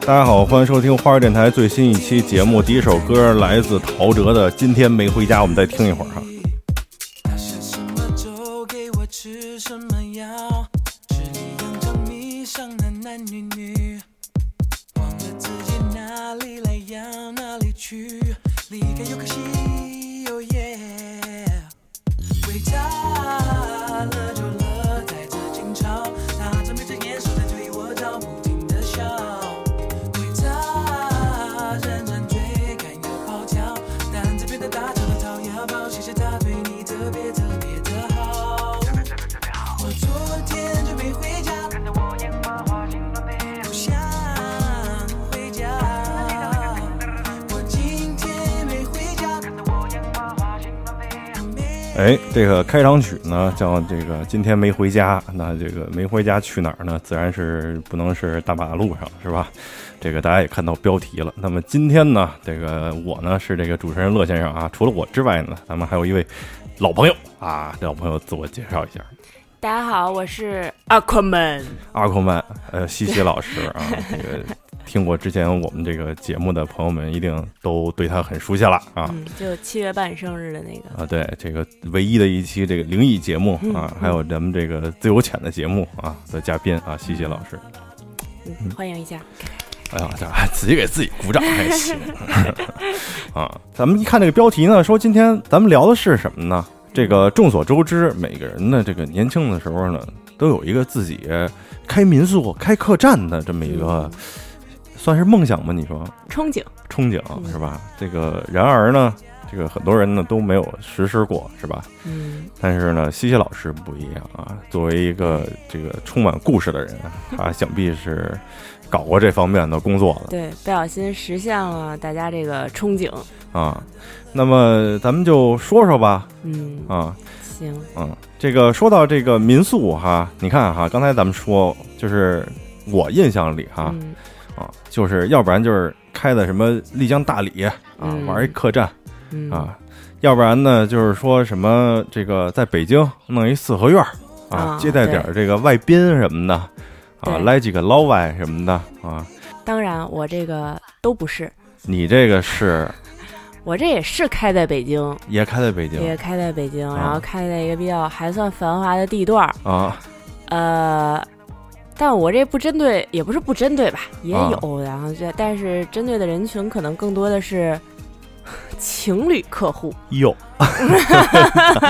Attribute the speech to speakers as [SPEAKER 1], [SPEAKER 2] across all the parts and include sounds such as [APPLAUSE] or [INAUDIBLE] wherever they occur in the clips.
[SPEAKER 1] 大家好，欢迎收听花儿电台最新一期节目。第一首歌来自陶喆的《今天没回家》，我们再听一会儿哈。
[SPEAKER 2] 他想什么就给我吃什么药，吃一样着迷上男男女女，忘了自己哪里来要哪里去，离开又可惜，哦耶！回家了就乐，带着情操，拿着眉着眼手在对我照，不停的笑。回家认真追，赶又跑跳，但这边的大吵的吵要抱，谢谢他对你特别特别的好。我昨天就没回家，看着我眼花花，心乱飞，不想回家。我今天没回家，看着我眼花花，心乱飞。
[SPEAKER 1] 哎，这个开场曲呢叫这个《今天没回家》，那这个没回家去哪儿呢？自然是不能是大马路上，是吧？这个大家也看到标题了。那么今天呢，这个我呢是这个主持人乐先生啊，除了我之外呢，咱们还有一位老朋友啊，这老朋友自我介绍一下，
[SPEAKER 3] 大家好，我是 Aquaman。
[SPEAKER 1] 阿克曼，呃，西西老师啊，这个听过之前我们这个节目的朋友们一定都对他很熟悉了啊。
[SPEAKER 3] 嗯，就七月半生日的那个。
[SPEAKER 1] 啊，对，这个唯一的一期这个灵异节目啊，还有咱们这个自由潜的节目啊的嘉宾啊，西西老师。
[SPEAKER 3] 嗯，欢迎一下。
[SPEAKER 1] 哎呀，这还自己给自己鼓掌还行啊！咱们一看这个标题呢，说今天咱们聊的是什么呢？这个众所周知，每个人呢，这个年轻的时候呢，都有一个自己开民宿、开客栈的这么一个，算是梦想吧？你说
[SPEAKER 3] 憧憬，
[SPEAKER 1] 憧憬
[SPEAKER 3] 嗯
[SPEAKER 1] 是吧？这个然而呢，这个很多人呢都没有实施过，是吧？
[SPEAKER 3] 嗯，
[SPEAKER 1] 但是呢，西西老师不一样啊，作为一个这个充满故事的
[SPEAKER 3] [LAUGHS]
[SPEAKER 1] 人，他想必是搞过这方面的工作的
[SPEAKER 3] 对，不小心实现了大家这个憧憬。
[SPEAKER 1] 啊。那么咱们就说说吧，
[SPEAKER 3] 嗯，
[SPEAKER 1] 啊，
[SPEAKER 3] 行，
[SPEAKER 1] 嗯，这个说到这个民宿哈，你看哈，刚才咱们说就是我印象里哈
[SPEAKER 3] 嗯，
[SPEAKER 1] 啊，就是要不然就是开的什么丽江大理啊，
[SPEAKER 3] 嗯
[SPEAKER 1] 玩一客栈
[SPEAKER 3] 嗯，
[SPEAKER 1] 啊，要不然呢就是说什么这个在北京弄一四合院儿啊，
[SPEAKER 3] 啊
[SPEAKER 1] 接待点儿这个外宾什么的啊，
[SPEAKER 3] 对
[SPEAKER 1] 来几个老外什么的啊。
[SPEAKER 3] 当然我这个都不是，
[SPEAKER 1] 你这个是
[SPEAKER 3] 我这也是开在北京，
[SPEAKER 1] 也开在北京
[SPEAKER 3] 也开在北京，
[SPEAKER 1] 啊
[SPEAKER 3] 然后开在一个比较还算繁华的地段儿。
[SPEAKER 1] 啊
[SPEAKER 3] 呃，但我这不针对，也不是不针对吧，也
[SPEAKER 1] 啊
[SPEAKER 3] 有，然后这但是针对的人群可能更多的是 [LAUGHS] 情侣客户。
[SPEAKER 1] 哟， [LAUGHS]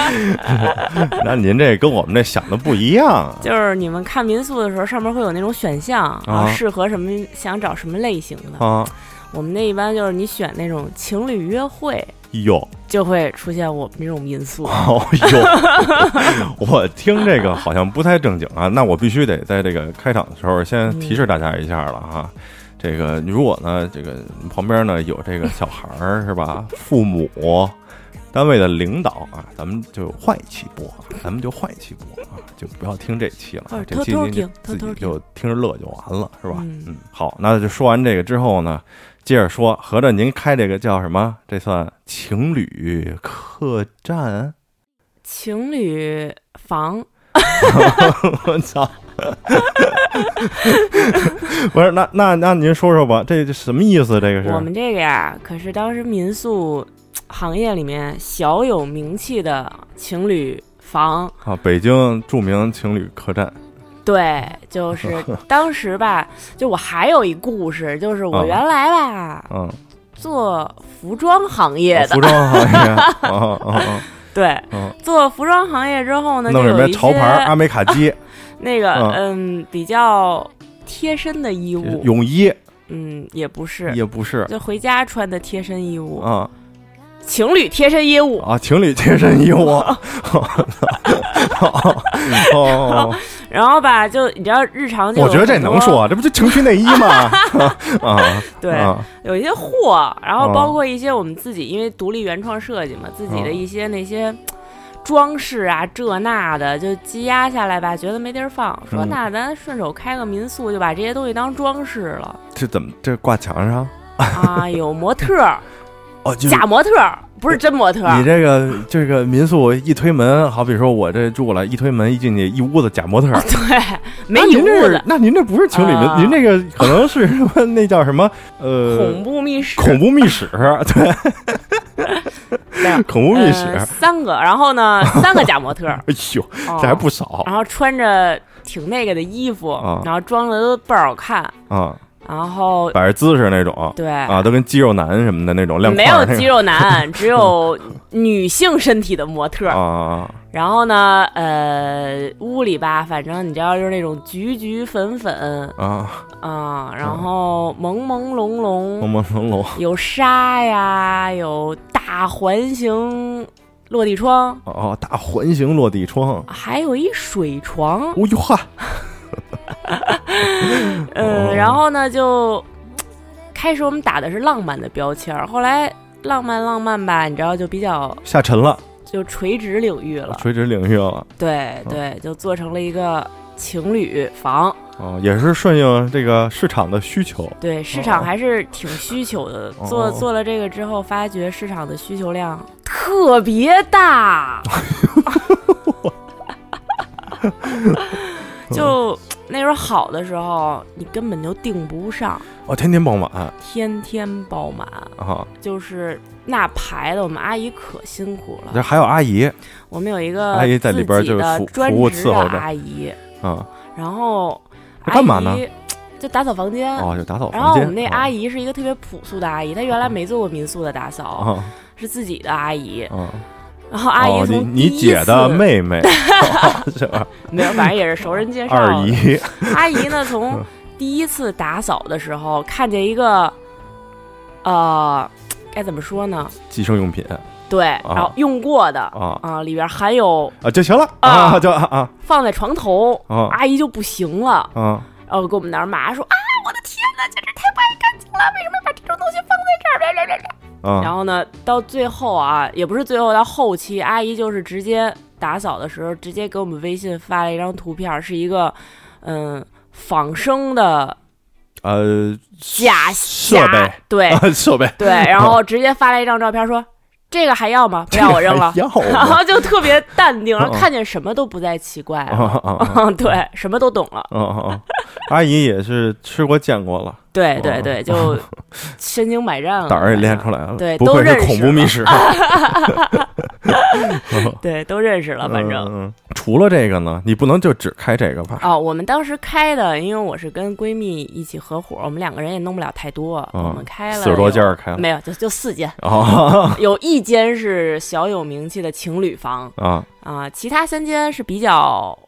[SPEAKER 1] 那您这跟我们这想的不一样啊
[SPEAKER 3] 就是你们看民宿的时候，上面会有那种选项啊，
[SPEAKER 1] 啊
[SPEAKER 3] 适合什么想找什么类型的。
[SPEAKER 1] 啊
[SPEAKER 3] 我们那一般就是你选那种情侣约会，
[SPEAKER 1] 哟。
[SPEAKER 3] 就会出现我们这种民宿。
[SPEAKER 1] 哦呦，我听这个好像不太正经啊，那我必须得在这个开场的时候先提示大家一下了哈。这个如果呢，这个旁边呢有这个小孩儿是吧，父母、单位的领导啊，咱们就换一期播啊，咱们就换一期播啊，就不要听这期了啊
[SPEAKER 3] 或者，
[SPEAKER 1] 这期
[SPEAKER 3] 偷偷
[SPEAKER 1] 您就
[SPEAKER 3] 听
[SPEAKER 1] 自己
[SPEAKER 3] 偷偷听
[SPEAKER 1] 就听着乐就完了是吧？
[SPEAKER 3] 嗯
[SPEAKER 1] 嗯，好，那就说完这个之后呢，接着说，合着您开这个叫什么？这算情侣客栈？
[SPEAKER 3] 情侣房，
[SPEAKER 1] 我操！不是，那那那您说说吧，这这什么意思？这个是
[SPEAKER 3] 我们这个呀，可是当时民宿行业里面小有名气的情侣房。
[SPEAKER 1] 啊，北京著名情侣客栈
[SPEAKER 3] 对，就是
[SPEAKER 1] [LAUGHS]
[SPEAKER 3] 当时吧，就我还有一故事，就是
[SPEAKER 1] 啊
[SPEAKER 3] 我原来吧
[SPEAKER 1] 嗯，
[SPEAKER 3] 做服装行业的，
[SPEAKER 1] 哦服装行业啊啊
[SPEAKER 3] 对，
[SPEAKER 1] 啊啊，
[SPEAKER 3] 做服装行业之后呢，
[SPEAKER 1] 弄
[SPEAKER 3] 就
[SPEAKER 1] 什
[SPEAKER 3] 有
[SPEAKER 1] 么
[SPEAKER 3] 一
[SPEAKER 1] 潮牌
[SPEAKER 3] 些
[SPEAKER 1] 阿美卡基
[SPEAKER 3] 那个
[SPEAKER 1] 嗯
[SPEAKER 3] 嗯比较贴身的衣物，
[SPEAKER 1] 泳衣
[SPEAKER 3] 嗯也不是，
[SPEAKER 1] 也不是
[SPEAKER 3] 就回家穿的贴身衣物，
[SPEAKER 1] 啊
[SPEAKER 3] 情侣贴身衣物。
[SPEAKER 1] 啊，情侣贴身衣物，哦哦，
[SPEAKER 3] 然后吧，就你知道日常就
[SPEAKER 1] 我觉得
[SPEAKER 3] 有
[SPEAKER 1] 这
[SPEAKER 3] 很多
[SPEAKER 1] 能说，这不就情趣内衣吗？啊，
[SPEAKER 3] 对，
[SPEAKER 1] 啊
[SPEAKER 3] 有一些货，然
[SPEAKER 1] 哦
[SPEAKER 3] 后包括一些我们自己因为独立原创设计嘛，自己的一些那些。装饰啊，这那的就积压下来吧，觉得没地儿放，说
[SPEAKER 1] 嗯
[SPEAKER 3] 那咱顺手开个民宿，就
[SPEAKER 1] [LAUGHS]
[SPEAKER 3] 把这些东西当装饰了
[SPEAKER 1] 这怎么这挂墙上
[SPEAKER 3] 啊，有模特儿，
[SPEAKER 1] 哦， [LAUGHS] 就是
[SPEAKER 3] 假模特儿，不是真模特儿。
[SPEAKER 1] 你这个这个民宿一推门，好比说我这住了，一推门一进去一屋子假模特儿，
[SPEAKER 3] 对，没
[SPEAKER 1] 那
[SPEAKER 3] 一
[SPEAKER 1] 您
[SPEAKER 3] 屋
[SPEAKER 1] 这
[SPEAKER 3] 子。
[SPEAKER 1] 那您这不是情侣民，
[SPEAKER 3] 啊
[SPEAKER 1] 您这个可能是什么？那叫什么？呃，
[SPEAKER 3] 恐怖密室，
[SPEAKER 1] 恐怖密
[SPEAKER 3] [LAUGHS]
[SPEAKER 1] 室，对，
[SPEAKER 3] 没有
[SPEAKER 1] 恐怖密室。
[SPEAKER 3] 呃三个，然
[SPEAKER 1] [LAUGHS]
[SPEAKER 3] 后呢，三个假模特儿，哦
[SPEAKER 1] 哎呦，这还不少
[SPEAKER 3] 然后穿着挺那个的衣服，
[SPEAKER 1] 啊
[SPEAKER 3] 然后装的都倍儿好看，
[SPEAKER 1] 啊，
[SPEAKER 3] 然后
[SPEAKER 1] 摆着姿势那种，
[SPEAKER 3] 对
[SPEAKER 1] 啊，都跟肌肉男什么的那种亮块
[SPEAKER 3] 没
[SPEAKER 1] 儿
[SPEAKER 3] 有
[SPEAKER 1] 那
[SPEAKER 3] 肌
[SPEAKER 1] 种 [LAUGHS]
[SPEAKER 3] 肉男，只有女性身体的模特。
[SPEAKER 1] 啊啊，
[SPEAKER 3] 然后呢，呃，屋里吧，反正你知道，就是那种橘橘粉粉
[SPEAKER 1] 啊啊，
[SPEAKER 3] 啊、然后朦朦胧
[SPEAKER 1] 朦
[SPEAKER 3] 胧，
[SPEAKER 1] 朦胧胧
[SPEAKER 3] 有纱呀，有大环形落地窗，
[SPEAKER 1] 哦，大环形落地窗，
[SPEAKER 3] 还有一水床。
[SPEAKER 1] 哦呦哈，
[SPEAKER 3] 嗯，然后呢，就开始我们打的是浪漫的标签儿，后来浪漫浪漫吧，你知道就比较
[SPEAKER 1] 下沉了，
[SPEAKER 3] 就垂直领域了，
[SPEAKER 1] 垂直领域了。嗯
[SPEAKER 3] 对对，就做成了一个情侣房，
[SPEAKER 1] 哦，也是顺应这个市场的需求，
[SPEAKER 3] 对市
[SPEAKER 1] 哦
[SPEAKER 3] 场还是挺需求的。
[SPEAKER 1] 哦
[SPEAKER 3] [LAUGHS] 做做了这个之后，发觉市场的需求量特别大，就那时候好的时候，你根本就订不上，
[SPEAKER 1] 哦，天天傍晚
[SPEAKER 3] 天天爆满。
[SPEAKER 1] 啊，
[SPEAKER 3] 就是那排的，我们阿姨可辛苦
[SPEAKER 1] 这
[SPEAKER 3] 了。
[SPEAKER 1] 还有阿姨
[SPEAKER 3] 我们有一个
[SPEAKER 1] 阿姨在里边就是
[SPEAKER 3] 自己的
[SPEAKER 1] 服
[SPEAKER 3] 专
[SPEAKER 1] 服务
[SPEAKER 3] 职
[SPEAKER 1] 伺
[SPEAKER 3] 的
[SPEAKER 1] 候着
[SPEAKER 3] 阿姨，
[SPEAKER 1] 啊，
[SPEAKER 3] 然后
[SPEAKER 1] 她干嘛呢
[SPEAKER 3] 阿姨？就打扫房间。
[SPEAKER 1] 哦，就打扫
[SPEAKER 3] 然后
[SPEAKER 1] 房
[SPEAKER 3] 我
[SPEAKER 1] 间。
[SPEAKER 3] 们那
[SPEAKER 1] 啊
[SPEAKER 3] 阿姨是一个特别朴素的阿姨，她原来没做过民宿的打扫，
[SPEAKER 1] 啊
[SPEAKER 3] 是自己的阿姨。
[SPEAKER 1] 啊，
[SPEAKER 3] 然后阿姨
[SPEAKER 1] 哦，你
[SPEAKER 3] 从第
[SPEAKER 1] 你
[SPEAKER 3] 一次
[SPEAKER 1] 姐的妹
[SPEAKER 3] [LAUGHS]
[SPEAKER 1] 妹 [LAUGHS] 是吧？
[SPEAKER 3] 没有，反正也是熟人介
[SPEAKER 1] [LAUGHS]
[SPEAKER 3] 绍
[SPEAKER 1] 二
[SPEAKER 3] 的。
[SPEAKER 1] 姨
[SPEAKER 3] 阿姨呢，
[SPEAKER 1] [LAUGHS]
[SPEAKER 3] 从第一次打扫的时候看见一个，呃，该怎么说呢？
[SPEAKER 1] 寄生用品
[SPEAKER 3] 对，
[SPEAKER 1] 哦
[SPEAKER 3] 然后用过的
[SPEAKER 1] 啊
[SPEAKER 3] 啊，里边含有
[SPEAKER 1] 啊就行了
[SPEAKER 3] 啊
[SPEAKER 1] 啊就啊啊
[SPEAKER 3] 放在床头，
[SPEAKER 1] 啊
[SPEAKER 3] 阿姨就不行了，
[SPEAKER 1] 啊
[SPEAKER 3] 然后给我们那儿骂说啊，我的天哪，简直太不爱干净了，为什么把这种东西放在这儿？来来来来。然
[SPEAKER 1] 啊
[SPEAKER 3] 后呢，到最后啊，也不是最后，到后期，阿姨就是直接打扫的时候，直接给我们微信发了一张图片，是一个嗯仿生的
[SPEAKER 1] 呃
[SPEAKER 3] 假
[SPEAKER 1] 设
[SPEAKER 3] 假
[SPEAKER 1] 备
[SPEAKER 3] 对
[SPEAKER 1] [LAUGHS] 设备
[SPEAKER 3] 对，然后直接发了一张照片说。这个还要吗？不要，我
[SPEAKER 1] [LAUGHS]
[SPEAKER 3] 扔了
[SPEAKER 1] 还。要
[SPEAKER 3] 然
[SPEAKER 1] 吗
[SPEAKER 3] 后就特别淡定，然
[SPEAKER 1] 嗯
[SPEAKER 3] 后
[SPEAKER 1] 嗯
[SPEAKER 3] 看见什么都不再奇怪
[SPEAKER 1] [LAUGHS] 啊 [LAUGHS]
[SPEAKER 3] 了。
[SPEAKER 1] 啊啊
[SPEAKER 3] 嗯， [LAUGHS] 对，什么都懂了。
[SPEAKER 1] 啊啊！阿姨也是吃过见过了，
[SPEAKER 3] 对
[SPEAKER 1] 哦
[SPEAKER 3] 对对，就身经百战了，
[SPEAKER 1] 胆儿也练
[SPEAKER 3] 反
[SPEAKER 1] 出来了，
[SPEAKER 3] [LAUGHS] 对
[SPEAKER 1] 不
[SPEAKER 3] 都
[SPEAKER 1] 愧是
[SPEAKER 3] 认识
[SPEAKER 1] 恐怖密 [LAUGHS]
[SPEAKER 3] [LAUGHS]
[SPEAKER 1] 室。
[SPEAKER 3] 正对都认识了，啊反正。
[SPEAKER 1] 嗯嗯除了这个呢，你不能就只开这个吧？
[SPEAKER 3] 哦，我们当时开的，因为我是跟闺蜜一起合伙，我们两个人也弄不了太多，
[SPEAKER 1] 嗯
[SPEAKER 3] 我们开了
[SPEAKER 1] 四十多
[SPEAKER 3] 有
[SPEAKER 1] 家儿开了
[SPEAKER 3] 没有，就就
[SPEAKER 1] [LAUGHS]
[SPEAKER 3] 四间，
[SPEAKER 1] 啊
[SPEAKER 3] 有一间是小有名气的情侣房
[SPEAKER 1] 啊，
[SPEAKER 3] 啊、其他三间是比较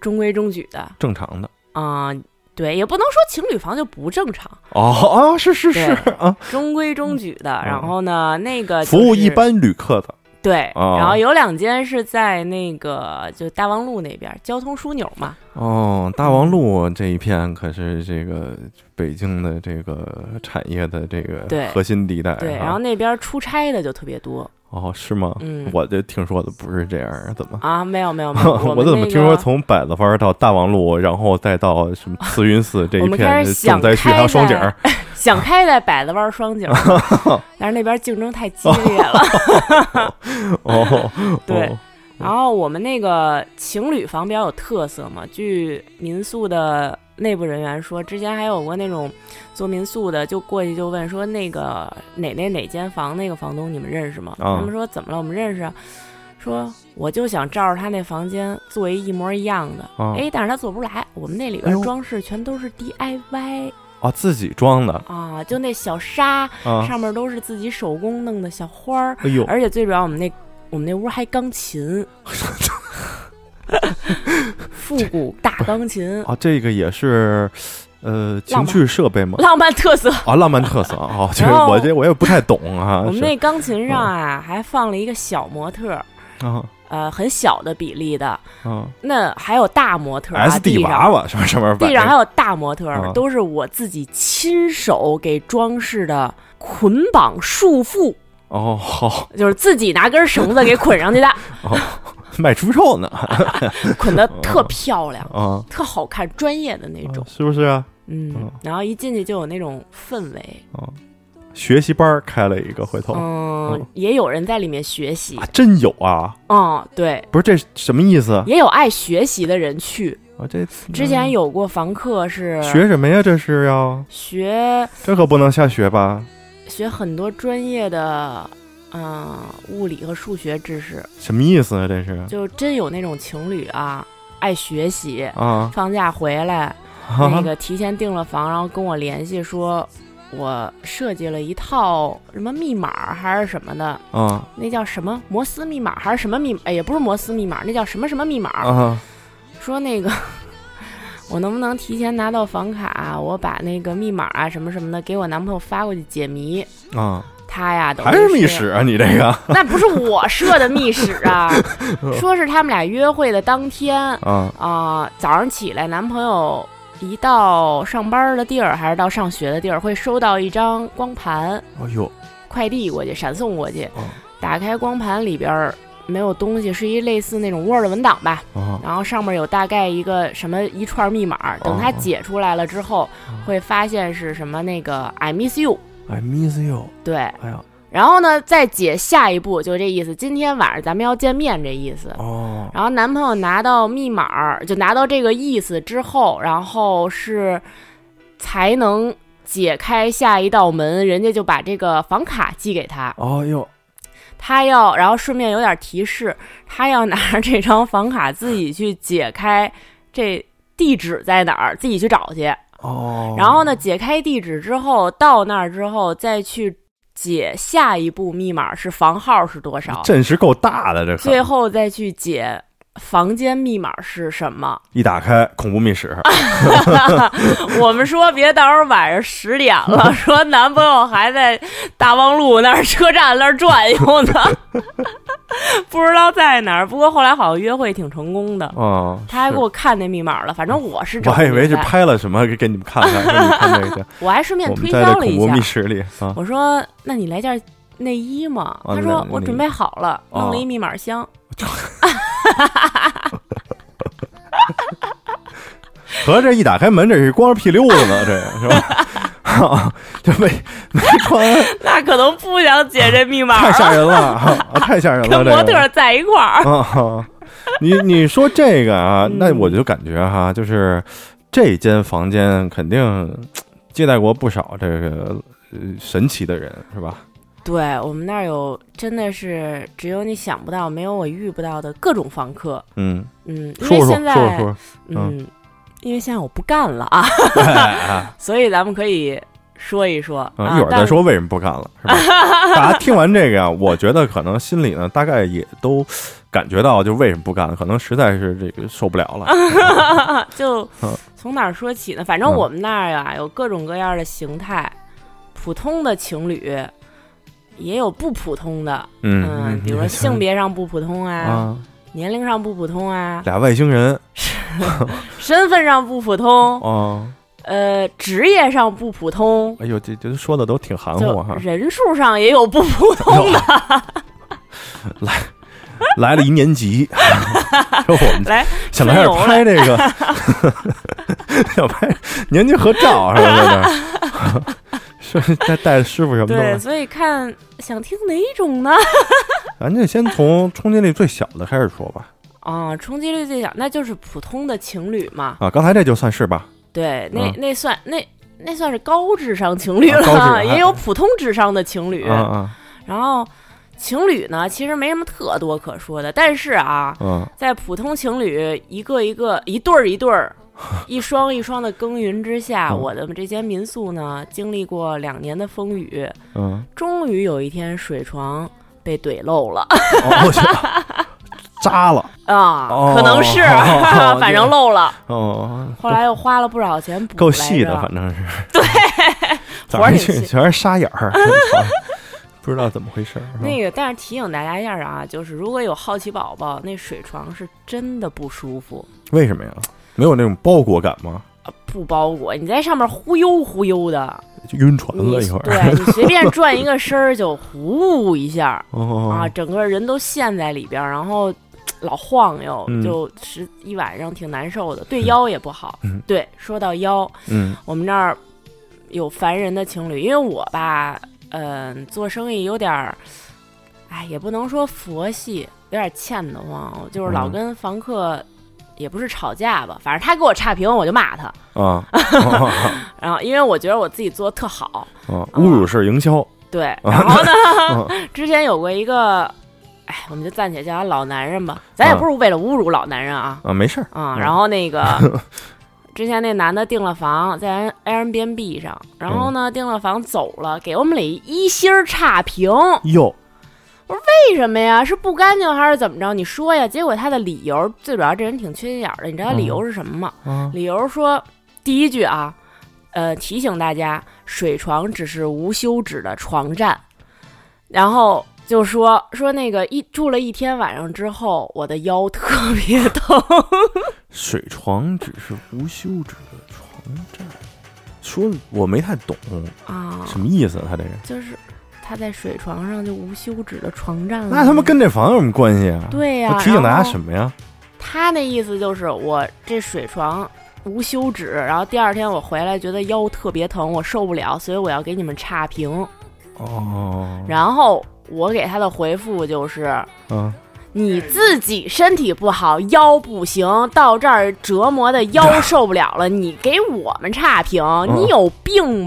[SPEAKER 3] 中规中矩的
[SPEAKER 1] 正常的
[SPEAKER 3] 啊、对，也不能说情侣房就不正常，
[SPEAKER 1] 哦啊，是是是
[SPEAKER 3] 对
[SPEAKER 1] 啊，
[SPEAKER 3] 中规中矩的。然后呢，那个
[SPEAKER 1] 嗯服
[SPEAKER 3] 就
[SPEAKER 1] 务一
[SPEAKER 3] 是
[SPEAKER 1] 般旅客的
[SPEAKER 3] 对，
[SPEAKER 1] 哦
[SPEAKER 3] 然后有两间是在那个就大望路那边儿交通枢纽嘛，
[SPEAKER 1] 哦。大望路这一片可是这个北京的这个产业的这个
[SPEAKER 3] 对
[SPEAKER 1] 核心地带啊。
[SPEAKER 3] 对，然后那边儿出差的就特别多
[SPEAKER 1] 哦，是吗？
[SPEAKER 3] 嗯
[SPEAKER 1] 我这听说的不是这样儿，怎么？
[SPEAKER 3] 啊，没有没有
[SPEAKER 1] [LAUGHS]
[SPEAKER 3] 没有，我
[SPEAKER 1] 我
[SPEAKER 3] 们
[SPEAKER 1] 怎
[SPEAKER 3] 那
[SPEAKER 1] 么
[SPEAKER 3] 个
[SPEAKER 1] 听说从百子湾到大望路，然后再到什么慈云寺这
[SPEAKER 3] 我
[SPEAKER 1] 一
[SPEAKER 3] 们
[SPEAKER 1] 片
[SPEAKER 3] 开始
[SPEAKER 1] 重
[SPEAKER 3] 想
[SPEAKER 1] 灾区，还有
[SPEAKER 3] 开
[SPEAKER 1] 双井
[SPEAKER 3] 在
[SPEAKER 1] 儿
[SPEAKER 3] 想开在百子湾双
[SPEAKER 1] [LAUGHS]
[SPEAKER 3] 井儿，但是那边儿竞争太激烈了。
[SPEAKER 1] 哦，
[SPEAKER 3] [LAUGHS] 对
[SPEAKER 1] 哦
[SPEAKER 3] 然后我们那个情侣房比较有特色嘛，据民宿的内部人员说，之前还有过那种做民宿的，就过去就问说那个哪哪哪间房那个房东你们认识吗？
[SPEAKER 1] 啊
[SPEAKER 3] 他们说怎么了？我们认识啊。说我就想照着他那房间做一一模一样的，
[SPEAKER 1] 啊
[SPEAKER 3] 哎、但是他做不出来。我们那里
[SPEAKER 1] 哎
[SPEAKER 3] 边
[SPEAKER 1] 呦
[SPEAKER 3] 装饰全都是 DIY
[SPEAKER 1] 啊，自己装的
[SPEAKER 3] 啊，就那小纱、
[SPEAKER 1] 啊，
[SPEAKER 3] 上面都是自己手工弄的小花儿，
[SPEAKER 1] 哎呦，
[SPEAKER 3] 而且最主要，我们那我们那屋还
[SPEAKER 1] [LAUGHS]
[SPEAKER 3] 钢琴，复古大钢琴，
[SPEAKER 1] 啊，这个也是，呃，情
[SPEAKER 3] 浪漫
[SPEAKER 1] 趣设备 [LAUGHS] 吗？
[SPEAKER 3] 浪漫特色。
[SPEAKER 1] 啊，浪漫特色啊，这个
[SPEAKER 3] 然后
[SPEAKER 1] 我这我也不太懂啊。
[SPEAKER 3] 我们
[SPEAKER 1] 是
[SPEAKER 3] 那钢琴上啊，还放了一个小模特儿，
[SPEAKER 1] 啊
[SPEAKER 3] 呃，很小的比例的。
[SPEAKER 1] 啊
[SPEAKER 3] 那还有大模特儿啊，
[SPEAKER 1] ，SD
[SPEAKER 3] 地
[SPEAKER 1] 娃
[SPEAKER 3] 上
[SPEAKER 1] 娃上面上面摆
[SPEAKER 3] 地上还
[SPEAKER 1] 着
[SPEAKER 3] 有大模特儿
[SPEAKER 1] 啊，
[SPEAKER 3] 都是我自己亲手给装饰的捆绑束缚，
[SPEAKER 1] 哦，好
[SPEAKER 3] 就是自己拿根绳子给捆
[SPEAKER 1] [LAUGHS]
[SPEAKER 3] 上去的，
[SPEAKER 1] 卖猪肉呢
[SPEAKER 3] 捆的特漂亮，
[SPEAKER 1] 啊，
[SPEAKER 3] 特好看，专业的那种
[SPEAKER 1] 啊。是不是啊？
[SPEAKER 3] 嗯
[SPEAKER 1] 嗯，
[SPEAKER 3] 然后一进去就有那种氛围，
[SPEAKER 1] 啊，学习班儿开了一个，回头、
[SPEAKER 3] 嗯，也有人在里面学习
[SPEAKER 1] 啊，，真有啊！
[SPEAKER 3] 嗯，对，
[SPEAKER 1] 不是这什么意思啊？
[SPEAKER 3] 也有爱学习的人去。
[SPEAKER 1] 这
[SPEAKER 3] 之前有过房客是
[SPEAKER 1] 学什么呀？这是要
[SPEAKER 3] 学
[SPEAKER 1] 这可不能瞎学吧？
[SPEAKER 3] 学很多专业的，嗯，物理和数学知识，
[SPEAKER 1] 什么意思啊？这是
[SPEAKER 3] 就真有那种情侣啊，爱学习，
[SPEAKER 1] 啊
[SPEAKER 3] 放假回来那
[SPEAKER 1] 啊
[SPEAKER 3] 个提前订了房，然后跟我联系说，我设计了一套什么密码还是什么的，
[SPEAKER 1] 啊
[SPEAKER 3] 那叫什么摩斯密码还是什么密码，哎也不是摩斯密码，那叫什么什么密码，
[SPEAKER 1] 啊！
[SPEAKER 3] 说那个我能不能提前拿到房卡，啊我把那个密码啊什么什么的给我男朋友发过去解谜。
[SPEAKER 1] 啊，
[SPEAKER 3] 他呀，等于
[SPEAKER 1] 还是密室，啊？你这个
[SPEAKER 3] 那不是我设的密室
[SPEAKER 1] [LAUGHS]
[SPEAKER 3] 啊，说是他们俩约会的当天，
[SPEAKER 1] 啊
[SPEAKER 3] 啊、早上起来，男朋友一到上班的地儿，还是到上学的地儿，会收到一张光盘，
[SPEAKER 1] 哎呦
[SPEAKER 3] 快递过去，闪送过去。
[SPEAKER 1] 哦
[SPEAKER 3] 打开光盘里边儿没有东西，是一类似那种 Word 文档吧，
[SPEAKER 1] 啊
[SPEAKER 3] 然后上面有大概一个什么一串密码，等他
[SPEAKER 1] 哦
[SPEAKER 3] 解出来了之后，会发现是什么那个 I miss you。
[SPEAKER 1] ！I miss you！
[SPEAKER 3] 对，
[SPEAKER 1] 哎呀
[SPEAKER 3] 然后呢，再解下一步，就这意思。今天晚上咱们要见面，这意思。
[SPEAKER 1] 哦
[SPEAKER 3] 然后男朋友拿到密码儿，就拿到这个意思之后，然后是才能解开下一道门，人家就把这个房卡寄给他，
[SPEAKER 1] 哦哟
[SPEAKER 3] 他要，然后顺便有点提示， [LAUGHS] 他要拿着这张房卡自己去解开这地址在哪儿，自己去找去。
[SPEAKER 1] 哦，
[SPEAKER 3] 然后呢，解开地址之后，到那儿之后再去解下一步密码是房号是多少，
[SPEAKER 1] 阵势够大的，这可
[SPEAKER 3] 最后再去解房间密码是什么。
[SPEAKER 1] 一打开恐怖密室，
[SPEAKER 3] 啊 [LAUGHS] 我们说别到时候晚上十点
[SPEAKER 1] [LAUGHS]
[SPEAKER 3] 了，说男朋友还在大望路那儿车站那儿转悠
[SPEAKER 1] [LAUGHS]
[SPEAKER 3] 呢，不知道在哪儿。不过后来好像约会挺成功的，
[SPEAKER 1] 哦，
[SPEAKER 3] 他还
[SPEAKER 1] 是
[SPEAKER 3] 给我看那密码了。反正我是
[SPEAKER 1] 我
[SPEAKER 3] 找不
[SPEAKER 1] 还以为是
[SPEAKER 3] 明白，
[SPEAKER 1] 拍了什么给给你们看 [LAUGHS] 看，给你们看这个
[SPEAKER 3] 我还顺便
[SPEAKER 1] 我们
[SPEAKER 3] 推
[SPEAKER 1] 在这
[SPEAKER 3] 销了
[SPEAKER 1] 恐
[SPEAKER 3] 一
[SPEAKER 1] 怖密
[SPEAKER 3] 下。
[SPEAKER 1] 室里啊，
[SPEAKER 3] 我说：“那你来件内衣吗？”
[SPEAKER 1] 哦那
[SPEAKER 3] 他说
[SPEAKER 1] 那：“
[SPEAKER 3] 我
[SPEAKER 1] 你
[SPEAKER 3] 准备好了，
[SPEAKER 1] 哦
[SPEAKER 3] 弄了一密码箱。
[SPEAKER 1] 合着一打开门，这是光着屁溜子呢，这个是吧？
[SPEAKER 3] [LAUGHS]
[SPEAKER 1] 啊，这没没穿，
[SPEAKER 3] 那可能不想解这密码
[SPEAKER 1] 太
[SPEAKER 3] 了，
[SPEAKER 1] 吓人了，啊啊太吓人了，
[SPEAKER 3] 跟
[SPEAKER 1] 这
[SPEAKER 3] [LAUGHS] 模特
[SPEAKER 1] 个
[SPEAKER 3] 儿在一块
[SPEAKER 1] [LAUGHS]
[SPEAKER 3] 儿。
[SPEAKER 1] 啊！你你说这个啊，
[SPEAKER 3] 嗯
[SPEAKER 1] 那我就感觉哈，就是这间房间肯定接待过不少这个呃神奇的人，是吧？
[SPEAKER 3] 对我们那儿有，真的是只有你想不到，没有我遇不到的各种房客。
[SPEAKER 1] 嗯，
[SPEAKER 3] 嗯，因
[SPEAKER 1] 说
[SPEAKER 3] 为
[SPEAKER 1] 说
[SPEAKER 3] 现
[SPEAKER 1] 说
[SPEAKER 3] 在
[SPEAKER 1] 说
[SPEAKER 3] [LAUGHS]
[SPEAKER 1] 说，
[SPEAKER 3] 嗯，因为现在我不干了啊， [LAUGHS]
[SPEAKER 1] 哎哎
[SPEAKER 3] 所以咱们可以说一说啊
[SPEAKER 1] 嗯，一会儿再。说为什么不干了，
[SPEAKER 3] [LAUGHS]
[SPEAKER 1] 是吧？大家听完这个呀，啊我觉得可能心里呢，大概也都感觉到，就为什么不干了，可能实在是这个受不了
[SPEAKER 3] 啊
[SPEAKER 1] 了。
[SPEAKER 3] 但就
[SPEAKER 1] 嗯
[SPEAKER 3] 从哪儿说起呢？反正
[SPEAKER 1] 嗯
[SPEAKER 3] 我们那儿呀、有各种各样的形态，普通的情侣，也有不普通的，
[SPEAKER 1] 嗯
[SPEAKER 3] 嗯，比如说性别上不普通啊，
[SPEAKER 1] 啊，
[SPEAKER 3] 年龄上不普通啊，
[SPEAKER 1] 俩外星人
[SPEAKER 3] 身份上不普通，
[SPEAKER 1] 哦，
[SPEAKER 3] 呃，职业上不普通，
[SPEAKER 1] 哎呦，这这说的都挺含糊
[SPEAKER 3] 就
[SPEAKER 1] 哈。
[SPEAKER 3] 人数上也有啊不普
[SPEAKER 1] [LAUGHS]
[SPEAKER 3] 通 [LAUGHS] 的。
[SPEAKER 1] 来了一年级， [LAUGHS] 说我们
[SPEAKER 3] 来，
[SPEAKER 1] 想来点
[SPEAKER 3] 春游
[SPEAKER 1] 拍这个， [LAUGHS] 想拍年级合照是吧？这是说带带着师傅什么
[SPEAKER 3] 对，
[SPEAKER 1] 的，
[SPEAKER 3] 所以看想听哪一种呢？
[SPEAKER 1] 咱就先从冲击力最小的开始说吧。
[SPEAKER 3] 啊、冲击力最小，那就是普通的情侣嘛。
[SPEAKER 1] 啊，刚才这就算是吧。
[SPEAKER 3] 对，那、
[SPEAKER 1] 嗯
[SPEAKER 3] 那算那那算是高智商情侣
[SPEAKER 1] 啊
[SPEAKER 3] 了，
[SPEAKER 1] 高智
[SPEAKER 3] [LAUGHS]
[SPEAKER 1] 商
[SPEAKER 3] 也有普通智商的情侣。
[SPEAKER 1] 啊
[SPEAKER 3] 然后情侣呢，其实没什么特多可说的，但是啊
[SPEAKER 1] 啊，啊！
[SPEAKER 3] 在普通情侣一个一个、一对儿一
[SPEAKER 1] [LAUGHS]
[SPEAKER 3] 对儿、一双一双的耕耘之下，
[SPEAKER 1] 嗯
[SPEAKER 3] 我的这间民宿呢，经历过两年的风雨。
[SPEAKER 1] 嗯，
[SPEAKER 3] 终于有一天水床被怼漏 [LAUGHS] 了
[SPEAKER 1] 哦，我去，扎了。
[SPEAKER 3] 啊，
[SPEAKER 1] 哦
[SPEAKER 3] 可能 [LAUGHS] 是，
[SPEAKER 1] 哦哦
[SPEAKER 3] 反正漏了。
[SPEAKER 1] 哦，
[SPEAKER 3] 后来又花了不少钱补
[SPEAKER 1] 够
[SPEAKER 3] 来
[SPEAKER 1] 细的，
[SPEAKER 3] 着
[SPEAKER 1] 反正是。对，
[SPEAKER 3] 活儿挺细
[SPEAKER 1] 去全是沙眼儿， [LAUGHS] 不知道怎么回事儿。是吧
[SPEAKER 3] 那个，但是提醒大家一下啊，就是如果有好奇宝宝，那水床是真的不舒服，
[SPEAKER 1] 为什么呀？没有那种包裹感吗？
[SPEAKER 3] 啊不包裹，你在上面忽悠忽悠的，
[SPEAKER 1] 就晕船
[SPEAKER 3] 你
[SPEAKER 1] 了一会儿。
[SPEAKER 3] 对你随 [LAUGHS] 便转一个身儿就呼一下
[SPEAKER 1] 哦，
[SPEAKER 3] 啊，整个人都陷在里边儿，然后老晃悠，
[SPEAKER 1] 嗯
[SPEAKER 3] 就是一晚上挺难受的，对腰也不好。
[SPEAKER 1] 嗯
[SPEAKER 3] 对，说到腰，
[SPEAKER 1] 嗯
[SPEAKER 3] 我们那儿有烦人的情侣，因为我吧嗯、做生意有点儿，哎，也不能说佛系，有点欠得慌，我就是老
[SPEAKER 1] 嗯
[SPEAKER 3] 跟房客。也不是吵架吧，反正他给我差评，我就骂他。
[SPEAKER 1] 啊，
[SPEAKER 3] 然后，因为我觉得我自己做的特好，
[SPEAKER 1] 啊侮辱式营销，
[SPEAKER 3] 对。然后呢， [LAUGHS] 之前有过一个，哎，我们就暂且叫他老男人吧，咱也
[SPEAKER 1] 啊
[SPEAKER 3] 不是为了侮辱老男人啊，
[SPEAKER 1] 啊，没事儿，
[SPEAKER 3] 啊、
[SPEAKER 1] 嗯
[SPEAKER 3] 然后那个之前那男的订了房在 Airbnb 上，然后呢订了房走了，给我们俩一星儿差评，
[SPEAKER 1] 哟，
[SPEAKER 3] 为什么呀？是不干净还是怎么着？你说呀。结果他的理由，最主要这人挺缺心眼儿的，你知道他理由是什么吗？
[SPEAKER 1] 啊
[SPEAKER 3] 理由说第一句啊，呃，提醒大家，水床只是无休止的床站，然后。就说说那个一住了一天晚上之后，我的腰特别疼，
[SPEAKER 1] 水床只是无休止的床站，说我没太懂
[SPEAKER 3] 啊，
[SPEAKER 1] 什么意思，他这个，
[SPEAKER 3] 就是他在水床上就无休止的床战了。
[SPEAKER 1] 那他妈跟这房有什么关系啊？
[SPEAKER 3] 对呀、
[SPEAKER 1] 他提醒大家
[SPEAKER 3] 么？
[SPEAKER 1] 什么呀？
[SPEAKER 3] 他那意思就是我这水床无休止，然后第二天我回来觉得腰特别疼，我受不了，所以我要给你们差
[SPEAKER 1] 嗯
[SPEAKER 3] 评。
[SPEAKER 1] 哦，
[SPEAKER 3] 然后我给他的回复就是。
[SPEAKER 1] 啊，
[SPEAKER 3] 你自己身体不好，腰不行，到这儿折磨的
[SPEAKER 1] [LAUGHS]
[SPEAKER 3] 腰受不了了，你给我们差评，
[SPEAKER 1] 嗯
[SPEAKER 3] 你有 病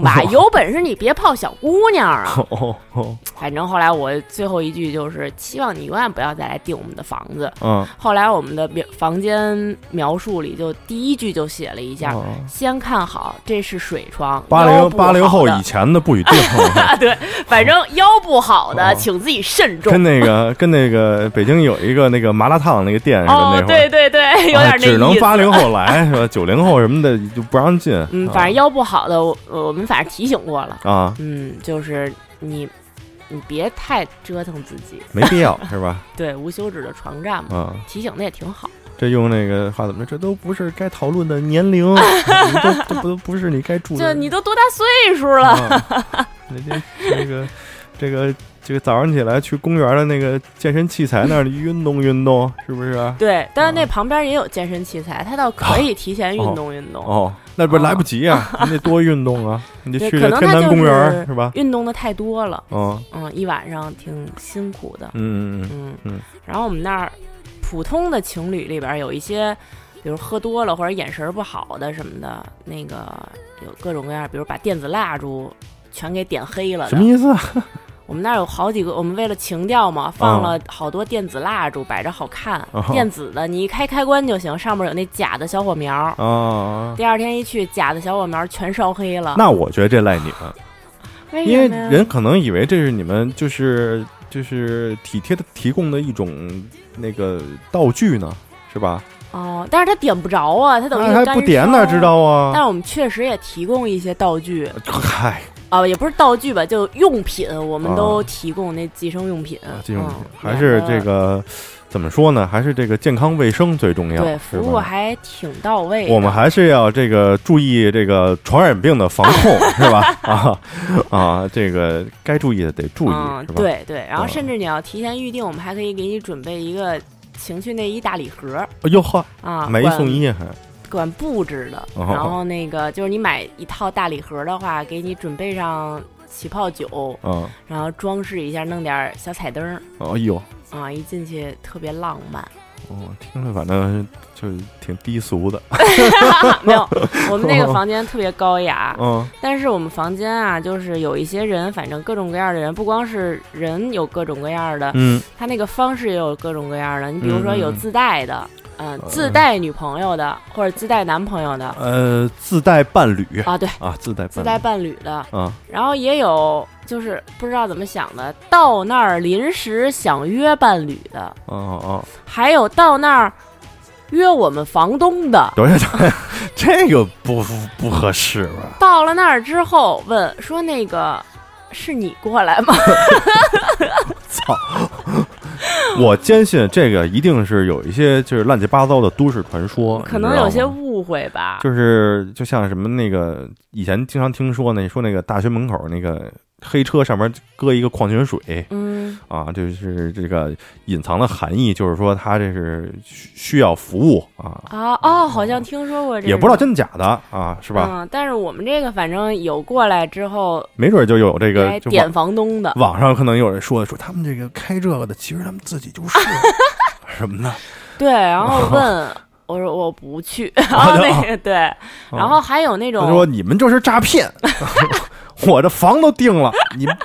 [SPEAKER 1] [LAUGHS]
[SPEAKER 3] 吧？有本事你别泡小姑娘啊！
[SPEAKER 1] 哦哦，
[SPEAKER 3] 反正后来我最后一句就是希望你永远不要再来订我们的房子。
[SPEAKER 1] 嗯，
[SPEAKER 3] 后来我们的描房间描述里就第一句就写了一下，
[SPEAKER 1] 哦
[SPEAKER 3] 先看好这是水床，
[SPEAKER 1] 八
[SPEAKER 3] 腰
[SPEAKER 1] 零
[SPEAKER 3] 不
[SPEAKER 1] 八零
[SPEAKER 3] 好
[SPEAKER 1] 后
[SPEAKER 3] 的
[SPEAKER 1] 以前的不予定，
[SPEAKER 3] 啊，对，反正腰不好的、
[SPEAKER 1] 哦
[SPEAKER 3] 请自己慎重
[SPEAKER 1] 跟。那
[SPEAKER 3] [LAUGHS]
[SPEAKER 1] 个跟那个北京有一个那个麻辣烫那个店似的，那
[SPEAKER 3] 哦
[SPEAKER 1] 会，儿
[SPEAKER 3] 对对对，有
[SPEAKER 1] 啊
[SPEAKER 3] 点那意思。
[SPEAKER 1] 只能八零后来 [LAUGHS] 是吧？九零后什么的就不让进。
[SPEAKER 3] 嗯，
[SPEAKER 1] 啊
[SPEAKER 3] 反正腰不好的，我呃我们反正提醒过了。
[SPEAKER 1] 啊，
[SPEAKER 3] 嗯，就是你，你别太折腾自己。
[SPEAKER 1] 没必要 [LAUGHS] 是吧？
[SPEAKER 3] 对，无休止的床站嘛，
[SPEAKER 1] 啊，
[SPEAKER 3] 提醒的也挺好。
[SPEAKER 1] 这用那个话怎么说？这都不是该讨论的年龄， [LAUGHS] 你都都不不是你该住
[SPEAKER 3] 就
[SPEAKER 1] 的。
[SPEAKER 3] 你都多大岁数了？
[SPEAKER 1] 啊，那这这个这个这个早上起来去公园的那个健身器材那儿运动运动，是不是？
[SPEAKER 3] 对，但
[SPEAKER 1] 啊
[SPEAKER 3] 是那旁边也有健身器材，他倒可以提前运动运动。
[SPEAKER 1] 哦，那不是来不及
[SPEAKER 3] [LAUGHS]
[SPEAKER 1] 啊，你得多运动啊，你得
[SPEAKER 3] 对
[SPEAKER 1] 去
[SPEAKER 3] 可
[SPEAKER 1] 这
[SPEAKER 3] 能
[SPEAKER 1] 天
[SPEAKER 3] 他
[SPEAKER 1] 坛
[SPEAKER 3] 就
[SPEAKER 1] 公园儿
[SPEAKER 3] 是
[SPEAKER 1] 是吧？
[SPEAKER 3] 运动的太多了，
[SPEAKER 1] 嗯
[SPEAKER 3] 嗯，一晚上挺辛苦的。
[SPEAKER 1] 嗯嗯嗯
[SPEAKER 3] 嗯
[SPEAKER 1] 嗯
[SPEAKER 3] 然后我们那儿普通的情侣里边有一些，比如喝多了或者眼神儿不好的什么的，那个有各种各样，比如把电子蜡烛全给点黑了
[SPEAKER 1] 什么
[SPEAKER 3] 的。
[SPEAKER 1] 意思啊？
[SPEAKER 3] 我们那儿有好几个，我们为了情调嘛，放了好多电子蜡烛，摆着好看。
[SPEAKER 1] 哦
[SPEAKER 3] 电子的，你一开开关就行，上面有那假的小火苗儿。
[SPEAKER 1] 啊，
[SPEAKER 3] 第二天一去，假的小火苗全烧黑了。
[SPEAKER 1] 那我觉得这赖你们。
[SPEAKER 3] 为
[SPEAKER 1] 因为
[SPEAKER 3] 什哎么呀
[SPEAKER 1] 人可能以为这是你们就是就是体贴的提供的一种那个道具呢，是吧？
[SPEAKER 3] 哦，但是他点不着啊，他等于
[SPEAKER 1] 那还
[SPEAKER 3] 干
[SPEAKER 1] 不点哪
[SPEAKER 3] 烧
[SPEAKER 1] 知？道
[SPEAKER 3] 但
[SPEAKER 1] 啊？
[SPEAKER 3] 是我们确实也提供一些道具
[SPEAKER 1] [LAUGHS] 嗨，
[SPEAKER 3] 啊，也不是道具吧，就用品，我们
[SPEAKER 1] 啊
[SPEAKER 3] 都提供那寄生用品
[SPEAKER 1] 啊，这种
[SPEAKER 3] 嗯
[SPEAKER 1] 还是
[SPEAKER 3] 免得
[SPEAKER 1] 这个怎么说呢？还是这个健康卫生最重要，
[SPEAKER 3] 对服
[SPEAKER 1] 是
[SPEAKER 3] 务
[SPEAKER 1] 吧？
[SPEAKER 3] 还挺到位的。
[SPEAKER 1] 我们还是要这个注意这个传染病的防
[SPEAKER 3] [LAUGHS]
[SPEAKER 1] 控，是吧？啊啊，这个该注意的得注意，
[SPEAKER 3] 嗯，
[SPEAKER 1] 是吧？
[SPEAKER 3] 对对，然后
[SPEAKER 1] 嗯
[SPEAKER 3] 甚至你要提前预定，我们还可以给你准备一个情趣内衣大礼盒
[SPEAKER 1] 哎呦呵，
[SPEAKER 3] 啊，
[SPEAKER 1] 买一
[SPEAKER 3] 管
[SPEAKER 1] 送一还
[SPEAKER 3] 管布置的。
[SPEAKER 1] 哦
[SPEAKER 3] 然后那个就是你买一套大礼盒的话，给你准备上起泡酒，
[SPEAKER 1] 啊，
[SPEAKER 3] 然后装饰一下，弄点儿小彩灯儿
[SPEAKER 1] 哎呦。
[SPEAKER 3] 啊，一进去特别浪
[SPEAKER 1] [LAUGHS]
[SPEAKER 3] 漫。
[SPEAKER 1] 哦，听着反正就挺低俗的，
[SPEAKER 3] 没有，我们那个房间特别高雅，
[SPEAKER 1] 嗯，
[SPEAKER 3] 但是我们房间啊，就是有一些人，反正各种各样的人，不光是人有各种各样的，
[SPEAKER 1] 嗯，
[SPEAKER 3] 他那个方式也有各种各样的。你比如说
[SPEAKER 1] 嗯嗯
[SPEAKER 3] 有自带的，嗯、自带女朋友的，或者自带男朋友的
[SPEAKER 1] 呃，自带伴侣
[SPEAKER 3] 啊，对，
[SPEAKER 1] 啊，自带
[SPEAKER 3] 自带
[SPEAKER 1] 伴
[SPEAKER 3] 伴侣的，
[SPEAKER 1] 侣啊，
[SPEAKER 3] 然后也有就是不知道怎么想的，到那儿临时想约伴侣的，
[SPEAKER 1] 哦哦，
[SPEAKER 3] 还有到那儿约我们房东的。
[SPEAKER 1] 等一下，等一下这个不不不合适吧？
[SPEAKER 3] 到了那儿之后问说那个是你过来吗？
[SPEAKER 1] 操！ [LAUGHS] 我坚信这个一定是有一些就是乱七八糟的都市传说，
[SPEAKER 3] 可
[SPEAKER 1] 你
[SPEAKER 3] 能
[SPEAKER 1] 知道
[SPEAKER 3] 有些
[SPEAKER 1] 吗
[SPEAKER 3] 误会吧。
[SPEAKER 1] 就是就像什么那个以前经常听说呢，你说那个大学门口那个黑车上面搁一个矿泉水
[SPEAKER 3] 嗯
[SPEAKER 1] 啊，就是这个隐藏的含义，就是说它这是需需要服务啊，
[SPEAKER 3] 啊哦，好像听说过这个，
[SPEAKER 1] 也不知道真假的啊，是
[SPEAKER 3] 是
[SPEAKER 1] 吧？
[SPEAKER 3] 嗯，但是我们这个反正有过来之后
[SPEAKER 1] 没准就有这个
[SPEAKER 3] 来
[SPEAKER 1] 就网嗯
[SPEAKER 3] 点房东的，
[SPEAKER 1] 网上可能有人说说他们这个开这个的，其实他们自己
[SPEAKER 3] [LAUGHS]
[SPEAKER 1] 就是什么的，
[SPEAKER 3] 对，然
[SPEAKER 1] [LAUGHS]
[SPEAKER 3] 后问我说我不去，
[SPEAKER 1] 啊
[SPEAKER 3] [LAUGHS] 然后那个对，然后还有那
[SPEAKER 1] 他
[SPEAKER 3] 种
[SPEAKER 1] 哦说你们这是诈骗， [LAUGHS] 我这房都定了，你们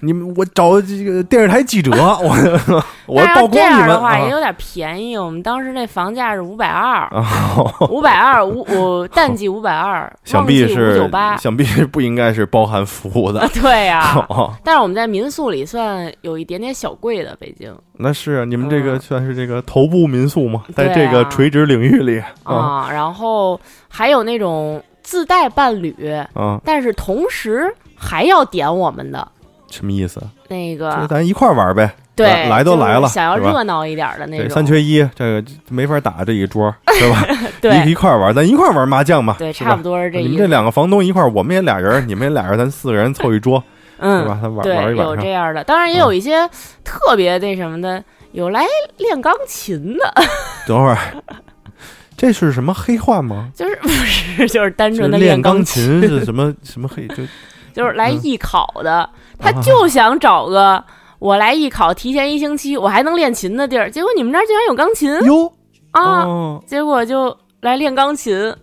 [SPEAKER 1] 你们我找这个电视台记者，
[SPEAKER 3] [LAUGHS]
[SPEAKER 1] 我我
[SPEAKER 3] 但是
[SPEAKER 1] 曝
[SPEAKER 3] 要这
[SPEAKER 1] 光你
[SPEAKER 3] 样
[SPEAKER 1] 们
[SPEAKER 3] 的话也
[SPEAKER 1] 啊
[SPEAKER 3] 有点便宜，我们当时那房价是五百
[SPEAKER 1] [LAUGHS]
[SPEAKER 3] 二，
[SPEAKER 1] 啊，
[SPEAKER 3] 五百二五我淡季五百二，
[SPEAKER 1] 想必
[SPEAKER 3] 五九
[SPEAKER 1] 是 [LAUGHS]
[SPEAKER 3] 八，。
[SPEAKER 1] 想必是不应该是包含服务的
[SPEAKER 3] 对呀、
[SPEAKER 1] [LAUGHS] 哦，
[SPEAKER 3] 但是我们在民宿里算有一点点小贵的，北京
[SPEAKER 1] 那是啊你们这个
[SPEAKER 3] 嗯
[SPEAKER 1] 算是这个头部民宿嘛，
[SPEAKER 3] 对
[SPEAKER 1] 在
[SPEAKER 3] 啊
[SPEAKER 1] 这个垂直领域里啊
[SPEAKER 3] 啊、然后还有那种自带伴侣，
[SPEAKER 1] 啊，
[SPEAKER 3] 但是同时还要点我们的
[SPEAKER 1] 什么意思？啊
[SPEAKER 3] 那
[SPEAKER 1] 就是
[SPEAKER 3] 个，
[SPEAKER 1] 咱一块儿玩呗，
[SPEAKER 3] 对，
[SPEAKER 1] 来来都
[SPEAKER 3] 就是
[SPEAKER 1] 来了
[SPEAKER 3] 想要
[SPEAKER 1] 是吧
[SPEAKER 3] 热闹一点的那
[SPEAKER 1] 这
[SPEAKER 3] 种，
[SPEAKER 1] 三缺一，这个没法打这一桌，是吧？一
[SPEAKER 3] [LAUGHS] 对
[SPEAKER 1] 一块儿玩，咱一块儿玩麻将嘛，
[SPEAKER 3] 对，
[SPEAKER 1] 是
[SPEAKER 3] 差
[SPEAKER 1] 吧
[SPEAKER 3] 不多是这
[SPEAKER 1] 你
[SPEAKER 3] 意
[SPEAKER 1] 们
[SPEAKER 3] 思
[SPEAKER 1] 这，两个房东一块儿，我们也俩人儿，你们也俩人儿，咱四个人凑一桌，是
[SPEAKER 3] [LAUGHS] 嗯，
[SPEAKER 1] 吧？嗯咱玩玩
[SPEAKER 3] 对，
[SPEAKER 1] 一
[SPEAKER 3] 有
[SPEAKER 1] 晚
[SPEAKER 3] 这
[SPEAKER 1] 上。
[SPEAKER 3] 样的，当然也有一些特别那什么的，有来练钢琴的，
[SPEAKER 1] 等会儿，这是什么黑话吗？
[SPEAKER 3] 就是不是就是单
[SPEAKER 1] 就是
[SPEAKER 3] 纯的
[SPEAKER 1] 练
[SPEAKER 3] 钢
[SPEAKER 1] 钢，琴
[SPEAKER 3] [LAUGHS]
[SPEAKER 1] 是什么什么黑？就
[SPEAKER 3] 就是来
[SPEAKER 1] 嗯啊
[SPEAKER 3] 艺考的，他就想找个。我来艺考，提前一星期，我还能练琴的地儿。结果你们这儿竟然有钢琴
[SPEAKER 1] 哟
[SPEAKER 3] 嗯啊！
[SPEAKER 1] 哦，
[SPEAKER 3] 结果就来练钢琴，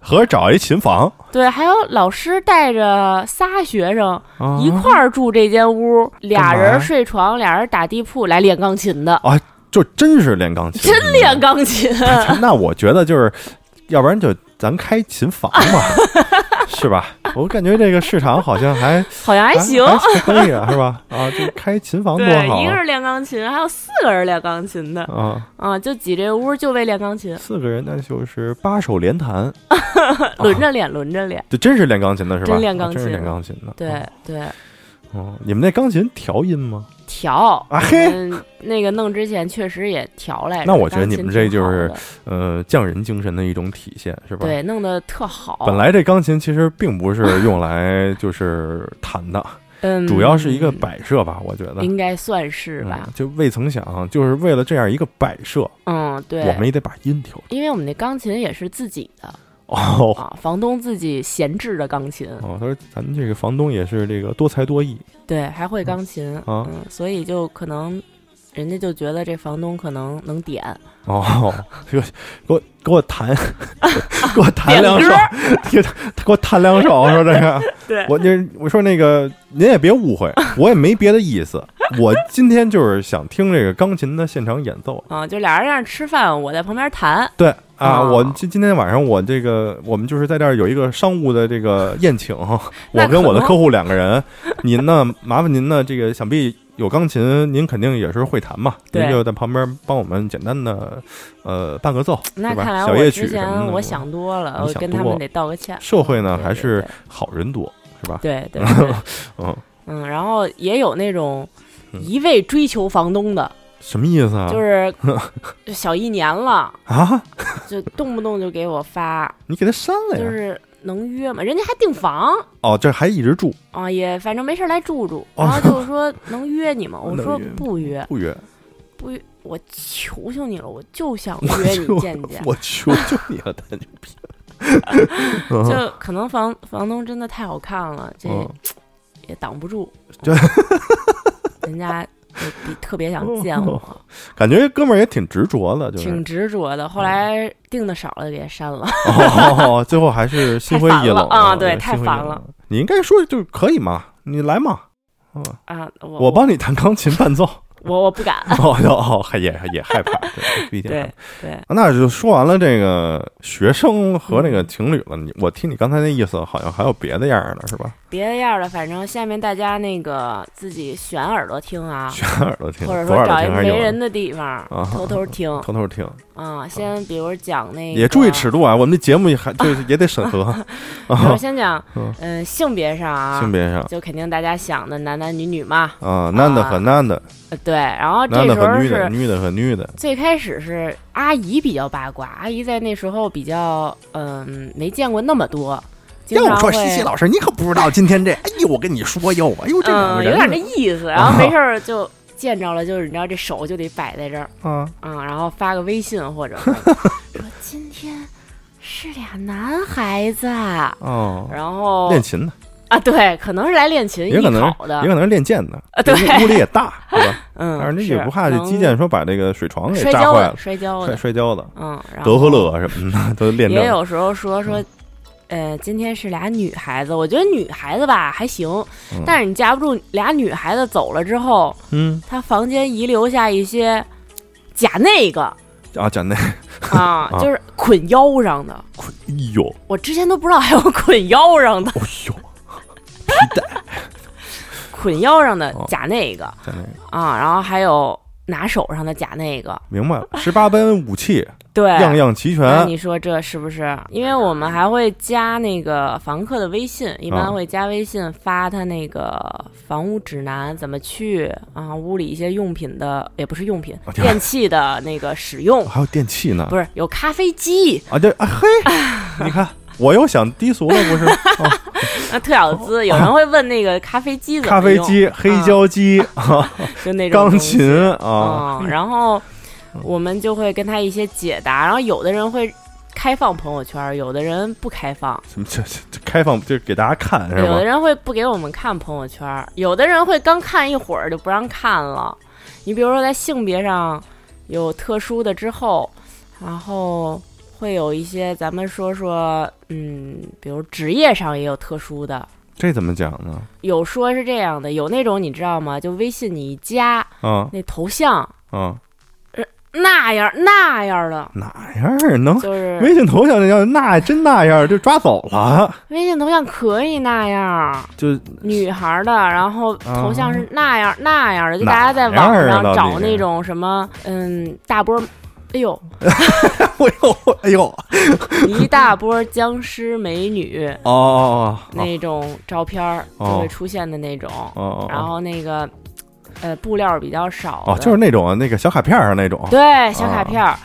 [SPEAKER 1] 合着找一琴房
[SPEAKER 3] 对，还有老师带着仨学生
[SPEAKER 1] 啊
[SPEAKER 3] 一块儿住这间屋，俩
[SPEAKER 1] 干嘛呀
[SPEAKER 3] 人睡床，俩人打地铺来练钢琴的， [LAUGHS]
[SPEAKER 1] 啊，就真是练钢琴，
[SPEAKER 3] 真练钢琴。
[SPEAKER 1] 琴。 [LAUGHS] 那我觉得就是，要不然就咱开琴房嘛，
[SPEAKER 3] [LAUGHS]
[SPEAKER 1] 是吧？我感觉这个市场好像还
[SPEAKER 3] 好像还行。
[SPEAKER 1] 还还可以啊，哎是吧？啊，就开琴房多
[SPEAKER 3] 对，
[SPEAKER 1] 好
[SPEAKER 3] 一个
[SPEAKER 1] 啊
[SPEAKER 3] 人练钢琴，还有四个人练钢琴的，
[SPEAKER 1] 啊！
[SPEAKER 3] 啊，就挤这屋就为练钢琴，
[SPEAKER 1] 四个人那就是八手联
[SPEAKER 3] [LAUGHS]
[SPEAKER 1] 弹，啊
[SPEAKER 3] 轮着练，轮着练。
[SPEAKER 1] 这真是练钢琴的是吧？
[SPEAKER 3] 真练钢琴
[SPEAKER 1] 啊真是练钢琴的。
[SPEAKER 3] 对对，
[SPEAKER 1] 哦，你们那钢琴调音吗？
[SPEAKER 3] 调
[SPEAKER 1] 啊嘿
[SPEAKER 3] 嗯那个弄之前确实也调来着。
[SPEAKER 1] 那我觉得
[SPEAKER 3] 钢琴
[SPEAKER 1] 你们这
[SPEAKER 3] 挺好
[SPEAKER 1] 就是
[SPEAKER 3] 的
[SPEAKER 1] 呃，匠人精神的一种体现是吧？。
[SPEAKER 3] 嗯对弄得特好。
[SPEAKER 1] 本来这钢琴其实并不是用
[SPEAKER 3] [LAUGHS]
[SPEAKER 1] 来就是弹的，
[SPEAKER 3] 嗯，
[SPEAKER 1] 主要是一个摆设吧，我觉得嗯
[SPEAKER 3] 应该算是吧
[SPEAKER 1] 嗯。就未曾想，就是为了这样一个摆设，
[SPEAKER 3] 嗯，对，
[SPEAKER 1] 我们也得把音调
[SPEAKER 3] 因为我们那钢琴也是自己的
[SPEAKER 1] 哦。
[SPEAKER 3] 啊，房东自己闲置的钢琴，
[SPEAKER 1] 哦，他说咱们这个房东也是这个多才多艺
[SPEAKER 3] 对，还会钢琴，
[SPEAKER 1] 啊
[SPEAKER 3] 嗯，所以就可能人家就觉得这房东可能能点，
[SPEAKER 1] 哦，给我给我给我
[SPEAKER 3] [LAUGHS]
[SPEAKER 1] 弹，给我弹两首 [LAUGHS]
[SPEAKER 3] 点歌，
[SPEAKER 1] 给我给我弹两首，说这个。
[SPEAKER 3] 对
[SPEAKER 1] 我这我说那个，您也别误会，我也没别的意思，我今天就是想听这个钢琴的现场演奏。
[SPEAKER 3] 啊，就俩人在那儿吃饭，我在旁边弹，
[SPEAKER 1] 对啊，
[SPEAKER 3] 哦
[SPEAKER 1] 我今今天晚上我这个我们就是在这儿有一个商务的这个宴请，
[SPEAKER 3] [LAUGHS] 那
[SPEAKER 1] 我
[SPEAKER 3] 可
[SPEAKER 1] 跟我的
[SPEAKER 3] 能
[SPEAKER 1] 客户两个人，您呢麻烦您呢，这个想必有钢琴，您肯定也是会弹嘛，您
[SPEAKER 3] 对
[SPEAKER 1] 就在旁边帮我们简单的呃伴个奏，
[SPEAKER 3] 那
[SPEAKER 1] 对吧
[SPEAKER 3] 看来
[SPEAKER 1] 小夜
[SPEAKER 3] 我
[SPEAKER 1] 曲
[SPEAKER 3] 之
[SPEAKER 1] 什
[SPEAKER 3] 前
[SPEAKER 1] 么的。
[SPEAKER 3] 我想多了，
[SPEAKER 1] 你
[SPEAKER 3] 我
[SPEAKER 1] 想
[SPEAKER 3] 跟他
[SPEAKER 1] 多
[SPEAKER 3] 们
[SPEAKER 1] 了
[SPEAKER 3] 得道个歉。
[SPEAKER 1] 社会呢
[SPEAKER 3] 对
[SPEAKER 1] 还
[SPEAKER 3] 对
[SPEAKER 1] 是好人多，是吧？
[SPEAKER 3] 对对
[SPEAKER 1] [LAUGHS]
[SPEAKER 3] 对，
[SPEAKER 1] 嗯，
[SPEAKER 3] 嗯，然后也有那种
[SPEAKER 1] 嗯
[SPEAKER 3] 一味追求房东的，
[SPEAKER 1] 什么意思啊？
[SPEAKER 3] 就是
[SPEAKER 1] [LAUGHS]
[SPEAKER 3] 就小一年了，
[SPEAKER 1] 啊，
[SPEAKER 3] 就动不动就给我发，
[SPEAKER 1] 你给他删了呀？
[SPEAKER 3] 就是能约吗？人家还订房。
[SPEAKER 1] 哦，这还一直住
[SPEAKER 3] 啊，也反正没事儿来住住，
[SPEAKER 1] 哦
[SPEAKER 3] 然后就是说能
[SPEAKER 1] [LAUGHS]
[SPEAKER 3] 约你吗？我
[SPEAKER 1] 能
[SPEAKER 3] 说
[SPEAKER 1] 约吗
[SPEAKER 3] 不约，
[SPEAKER 1] 不约，
[SPEAKER 3] 不约，我求求你了，我就想
[SPEAKER 1] 我
[SPEAKER 3] 约
[SPEAKER 1] 就
[SPEAKER 3] 你见见。
[SPEAKER 1] 我求求你了，大牛
[SPEAKER 3] [LAUGHS]
[SPEAKER 1] 逼！ [LAUGHS] 嗯
[SPEAKER 3] 就可能房房东真的太好看了，这
[SPEAKER 1] 嗯
[SPEAKER 3] 也挡不住，
[SPEAKER 1] 这
[SPEAKER 3] 嗯 [LAUGHS] 人家就比特别想见
[SPEAKER 1] 哦
[SPEAKER 3] 我，
[SPEAKER 1] 感觉哥们儿也挺执着的，就是
[SPEAKER 3] [LAUGHS] 挺执着的。后来订的少了就给删了，
[SPEAKER 1] 哦， [LAUGHS] 最后还是心灰意冷
[SPEAKER 3] 太烦了啊
[SPEAKER 1] 心灰意
[SPEAKER 3] 对
[SPEAKER 1] 冷
[SPEAKER 3] 太烦了。
[SPEAKER 1] 你应该说就可以嘛，你来嘛，嗯，
[SPEAKER 3] 啊，我
[SPEAKER 1] 我帮你弹钢琴伴奏。 [LAUGHS]
[SPEAKER 3] 我我不敢，
[SPEAKER 1] 哦哦，还也也害怕，对，不一定害怕。
[SPEAKER 3] 对对，
[SPEAKER 1] 啊那就说完了这个学生和那个情侣了。你我听你刚才那意思，好像还有别的样儿呢，是吧？ [LAUGHS]
[SPEAKER 3] 别的样儿的，反正下面大家那个自己选耳朵听啊，
[SPEAKER 1] 选耳朵听，
[SPEAKER 3] 或者
[SPEAKER 1] 左
[SPEAKER 3] 说
[SPEAKER 1] 耳朵
[SPEAKER 3] 找一
[SPEAKER 1] 听还是右
[SPEAKER 3] 没
[SPEAKER 1] 耳
[SPEAKER 3] 人
[SPEAKER 1] 朵？
[SPEAKER 3] 的地方
[SPEAKER 1] 啊
[SPEAKER 3] 偷
[SPEAKER 1] [LAUGHS]
[SPEAKER 3] 偷听
[SPEAKER 1] 偷偷听，
[SPEAKER 3] 啊。先比如讲那个，
[SPEAKER 1] 也注意尺度啊。我们这节目也
[SPEAKER 3] [LAUGHS]
[SPEAKER 1] 还就是也得审核
[SPEAKER 3] 比如
[SPEAKER 1] [LAUGHS] 啊，
[SPEAKER 3] 先讲
[SPEAKER 1] 嗯，
[SPEAKER 3] 嗯，性别上啊
[SPEAKER 1] 性，别上
[SPEAKER 3] 就肯定大家想的男男女女嘛，
[SPEAKER 1] 啊，男的和男的，
[SPEAKER 3] 呃对。然后这
[SPEAKER 1] 男的
[SPEAKER 3] 时
[SPEAKER 1] 和
[SPEAKER 3] 候
[SPEAKER 1] 女的，
[SPEAKER 3] 是
[SPEAKER 1] 女的和女的。
[SPEAKER 3] 最开始是阿姨比较八卦，阿姨在那时候比较嗯没见过那么多，经
[SPEAKER 4] 要
[SPEAKER 3] 常
[SPEAKER 4] 我说，
[SPEAKER 3] 会
[SPEAKER 4] 西西老师，你可不知道今天这，哎呦，我跟你说哟，哎呦，这两个
[SPEAKER 3] 嗯，有
[SPEAKER 4] 人
[SPEAKER 3] 点那意思，
[SPEAKER 1] 啊
[SPEAKER 3] 然后没事儿就见着了，就是你知道这手就得摆在这儿，
[SPEAKER 4] 啊，
[SPEAKER 3] 嗯，然后发个微信
[SPEAKER 1] [LAUGHS]
[SPEAKER 3] 或者说今天是俩男孩子啊，
[SPEAKER 1] 哦，
[SPEAKER 3] 然后
[SPEAKER 1] 练琴的，
[SPEAKER 3] 啊，对，可能是来练琴
[SPEAKER 1] 也
[SPEAKER 3] 艺
[SPEAKER 1] 可能
[SPEAKER 3] 考的
[SPEAKER 1] 也，可能是练剑的，
[SPEAKER 3] 啊对
[SPEAKER 1] 屋屋里也
[SPEAKER 3] [LAUGHS]
[SPEAKER 1] 大，对吧？
[SPEAKER 3] 嗯，
[SPEAKER 1] 但是那也
[SPEAKER 3] 是
[SPEAKER 1] 不怕这
[SPEAKER 3] 能
[SPEAKER 1] 击剑说把这个水床给
[SPEAKER 3] 摔
[SPEAKER 1] 炸
[SPEAKER 3] 跤
[SPEAKER 1] 坏
[SPEAKER 3] 的，
[SPEAKER 1] 了，
[SPEAKER 3] 摔跤
[SPEAKER 1] 摔
[SPEAKER 3] 的，
[SPEAKER 1] 摔跤的，
[SPEAKER 3] 嗯，然
[SPEAKER 1] 德和
[SPEAKER 3] 后
[SPEAKER 1] 乐啊什么的都练
[SPEAKER 3] 也
[SPEAKER 1] 正。
[SPEAKER 3] 有时候说
[SPEAKER 1] 嗯
[SPEAKER 3] 说，呃，今天是俩女孩子，我觉得女孩子吧还行，
[SPEAKER 1] 嗯
[SPEAKER 3] 但是你架不住俩女孩子走了之后，
[SPEAKER 1] 嗯
[SPEAKER 3] 她房间遗留下一些假
[SPEAKER 1] [LAUGHS]
[SPEAKER 3] 那个
[SPEAKER 1] 啊，讲那，哎
[SPEAKER 3] 啊，
[SPEAKER 1] 啊
[SPEAKER 3] 就是捆腰上的，
[SPEAKER 1] 呦，
[SPEAKER 3] 我之前都不知道还有捆腰上的，
[SPEAKER 1] 哎呦，
[SPEAKER 3] 捆腰上的
[SPEAKER 1] 哦
[SPEAKER 3] 假那个
[SPEAKER 1] 讲那个，
[SPEAKER 3] 啊，然后还有拿手上的假那个，
[SPEAKER 1] 明白了，十八般武器
[SPEAKER 3] [LAUGHS] 对，
[SPEAKER 1] 样样齐
[SPEAKER 3] 那
[SPEAKER 1] 全，
[SPEAKER 3] 你说这是不是？因为我们还会加那个房客的微信，
[SPEAKER 1] 啊
[SPEAKER 3] 一般会加微信发他那个房屋指南，怎么去啊，屋里一些用品的，也不是用品
[SPEAKER 1] 啊，对啊
[SPEAKER 3] 电器的那个使用，
[SPEAKER 1] 还有电器呢
[SPEAKER 3] 不，是有咖啡机，
[SPEAKER 1] 啊，这啊嘿，你看我又想低俗了，不
[SPEAKER 3] [LAUGHS]
[SPEAKER 1] 是？啊
[SPEAKER 3] 那特小资，有人会问那个咖啡机怎么
[SPEAKER 1] 咖啡
[SPEAKER 3] 用，嗯
[SPEAKER 1] 机、黑胶机、啊
[SPEAKER 3] 就那种
[SPEAKER 1] 钢
[SPEAKER 3] 东西
[SPEAKER 1] 琴啊， [LAUGHS] 嗯
[SPEAKER 3] 嗯，然后我们就会跟他一些解答，然后有的人会开放朋友圈，有的人不开放。
[SPEAKER 1] 什么这这这开放就给大家看是
[SPEAKER 3] 有
[SPEAKER 1] 吗
[SPEAKER 3] 的？人会不给我们看朋友圈儿，有的人会刚看一会儿就不让看了。你比如说在性别上有特殊的之后，然后会有一些咱们说说，嗯，比如职业上也有特殊的，
[SPEAKER 1] 这怎么讲呢？
[SPEAKER 3] 有说是这样的，有那种你知道吗？就微信你一加
[SPEAKER 1] 啊
[SPEAKER 3] 那头像
[SPEAKER 1] 啊，
[SPEAKER 3] 那样那样的，
[SPEAKER 1] 哪样儿能？
[SPEAKER 3] 就是
[SPEAKER 1] 微信头像那样那真那样儿就抓走了，
[SPEAKER 3] 微信头像可以那样。
[SPEAKER 1] 就
[SPEAKER 3] 女孩儿的，然后头像是那样、那样的，就
[SPEAKER 1] 啊哪
[SPEAKER 3] 大家在
[SPEAKER 1] 样
[SPEAKER 3] 网上
[SPEAKER 1] 啊到
[SPEAKER 3] 找
[SPEAKER 1] 底是
[SPEAKER 3] 那种什么，嗯，大波儿，哎
[SPEAKER 1] [LAUGHS]
[SPEAKER 3] 呦，
[SPEAKER 1] [LAUGHS] 我呦哎呦
[SPEAKER 3] 一大波儿僵尸美女
[SPEAKER 1] 哦哦哦
[SPEAKER 3] 那种照片儿就
[SPEAKER 1] 哦
[SPEAKER 3] 会出现的那种，
[SPEAKER 1] 哦哦，
[SPEAKER 3] 然后那个呃布料儿比较少的，
[SPEAKER 1] 哦，就是那种那个小卡片儿上那种。啊
[SPEAKER 3] 对小卡片儿。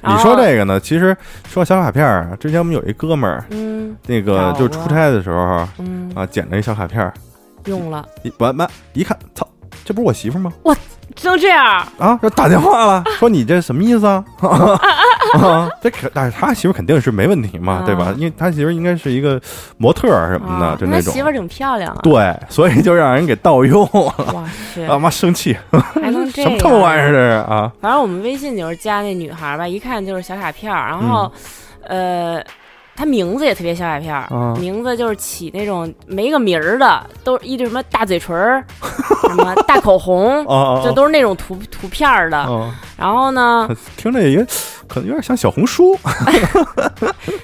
[SPEAKER 3] 然
[SPEAKER 1] 你
[SPEAKER 3] 后
[SPEAKER 1] 说这个呢？其实说小卡片儿，之前我们有一哥们儿，
[SPEAKER 3] 嗯
[SPEAKER 1] 那个
[SPEAKER 3] 找
[SPEAKER 1] 就
[SPEAKER 3] 过
[SPEAKER 1] 出差的时候
[SPEAKER 3] 嗯
[SPEAKER 1] 啊，捡了一小卡片儿，
[SPEAKER 3] 用了，
[SPEAKER 1] 一完完一看，操，这不是我媳妇儿吗？
[SPEAKER 3] 就这样，
[SPEAKER 1] 啊，说打电话了，说你这什么意思啊？ [LAUGHS] 啊，这可但是他媳妇儿肯定是没问题嘛，
[SPEAKER 3] 啊
[SPEAKER 1] 对吧？因为他媳妇儿应该是一个模特儿什么的，
[SPEAKER 3] 啊
[SPEAKER 1] 就
[SPEAKER 3] 那
[SPEAKER 1] 那种
[SPEAKER 3] 媳。妇儿挺漂亮啊，
[SPEAKER 1] 对，所以就让人给盗用了，
[SPEAKER 3] 哇
[SPEAKER 1] [LAUGHS]
[SPEAKER 3] 塞，
[SPEAKER 1] 啊妈生气，
[SPEAKER 3] 还能
[SPEAKER 1] 什
[SPEAKER 3] 这样
[SPEAKER 1] 么他妈玩意儿这是啊？
[SPEAKER 3] 反正我们微信就是加那女孩儿吧，一看就是小卡片儿，然后，呃，她名字也特别小卡片儿，
[SPEAKER 1] 嗯啊
[SPEAKER 3] 名字就是起那种没个名儿的，都一直什么大嘴唇儿，什么大口红，
[SPEAKER 1] [LAUGHS] 哦哦，
[SPEAKER 3] 就都是那种图图片儿的。
[SPEAKER 1] 哦，
[SPEAKER 3] 然后呢，
[SPEAKER 1] [LAUGHS] 听着也可能有点像小红书、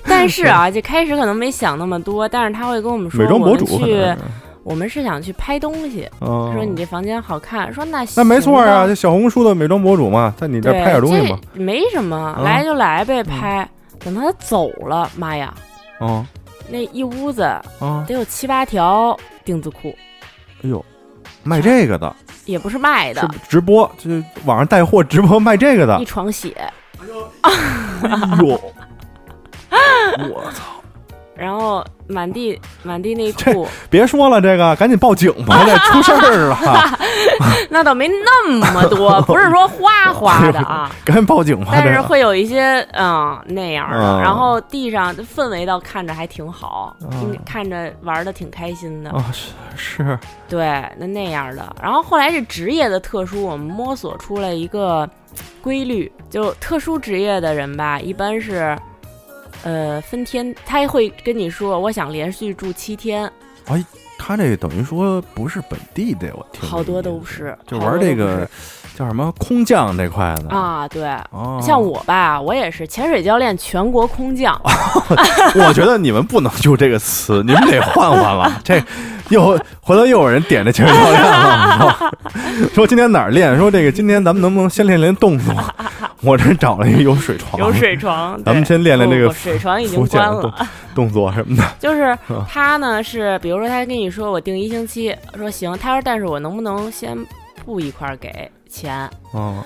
[SPEAKER 3] 但是啊，就开始可能没想那么多，但是他会跟我们说，
[SPEAKER 1] 美妆博主
[SPEAKER 3] 我
[SPEAKER 1] 可
[SPEAKER 3] 们
[SPEAKER 1] 能
[SPEAKER 3] 去
[SPEAKER 1] 是。
[SPEAKER 3] 我们是想去拍东西，
[SPEAKER 1] 哦，
[SPEAKER 3] 说你这房间好看，说那
[SPEAKER 1] 那没错
[SPEAKER 3] 行吧
[SPEAKER 1] 啊，这小红书的美妆博主嘛，在你这
[SPEAKER 3] 对，
[SPEAKER 1] 儿拍点东西嘛。
[SPEAKER 3] 这没什么，
[SPEAKER 1] 嗯
[SPEAKER 3] 来就来呗，拍。等他走了，妈呀！
[SPEAKER 1] 哦
[SPEAKER 3] 那一屋子
[SPEAKER 1] 哦，
[SPEAKER 3] 得有七八条钉子裤，
[SPEAKER 1] 哎呦，卖这个的
[SPEAKER 3] 也不是卖的
[SPEAKER 1] 是，直播，就是网上带货直播卖这个的
[SPEAKER 3] 一。床血。
[SPEAKER 1] [LAUGHS] 哎呦，我操！
[SPEAKER 3] 然后满地满地内裤，
[SPEAKER 1] 别说了，这个赶紧报警吧，这出事儿了，
[SPEAKER 3] 那倒没那么
[SPEAKER 1] [LAUGHS]
[SPEAKER 3] 多，不是说哗哗的啊，
[SPEAKER 1] 赶紧报警吧。
[SPEAKER 3] 但
[SPEAKER 1] 这
[SPEAKER 3] 是
[SPEAKER 1] 个
[SPEAKER 3] 会有一些嗯那样的。
[SPEAKER 1] 嗯
[SPEAKER 3] 然后地上的氛围倒看着还挺好，
[SPEAKER 1] 嗯
[SPEAKER 3] 应该看着玩的挺开心的。
[SPEAKER 1] 啊，是是，
[SPEAKER 3] 对，那那样的。然后后来这职业的特殊，我们摸索出了一个规律，就特殊职业的人吧，一般是，呃，分天，他会跟你说，我想连续住七天，
[SPEAKER 1] 他这等于说不是本地的，我听
[SPEAKER 3] 好多都是，
[SPEAKER 1] 就
[SPEAKER 3] 好
[SPEAKER 1] 玩
[SPEAKER 3] 多都
[SPEAKER 1] 这
[SPEAKER 3] 不
[SPEAKER 1] 个叫什么空降这块
[SPEAKER 3] 是
[SPEAKER 1] 的。
[SPEAKER 3] 啊，对。
[SPEAKER 1] 哦，
[SPEAKER 3] 像我吧，我也是潜水教练，全国空降。
[SPEAKER 1] 哦我觉得你们不能用这个词，你们得换换了。这又回头又有人点这潜水教练了，说说今天哪儿练？说这个今天咱们能不能先练练动作？我这找了一个有水床，
[SPEAKER 3] 有水
[SPEAKER 1] [LAUGHS]
[SPEAKER 3] 床，
[SPEAKER 1] 咱们
[SPEAKER 3] 对
[SPEAKER 1] 先练练这个
[SPEAKER 3] 不水床已经
[SPEAKER 1] 浮潜
[SPEAKER 3] 关
[SPEAKER 1] 的动
[SPEAKER 3] 了。
[SPEAKER 1] 动作什么的。
[SPEAKER 3] [LAUGHS] 就是
[SPEAKER 1] 啊
[SPEAKER 3] 他呢是，比如说他跟你说我定一星期，说行，他说但是我能不能先不一块儿给钱？
[SPEAKER 1] 哦，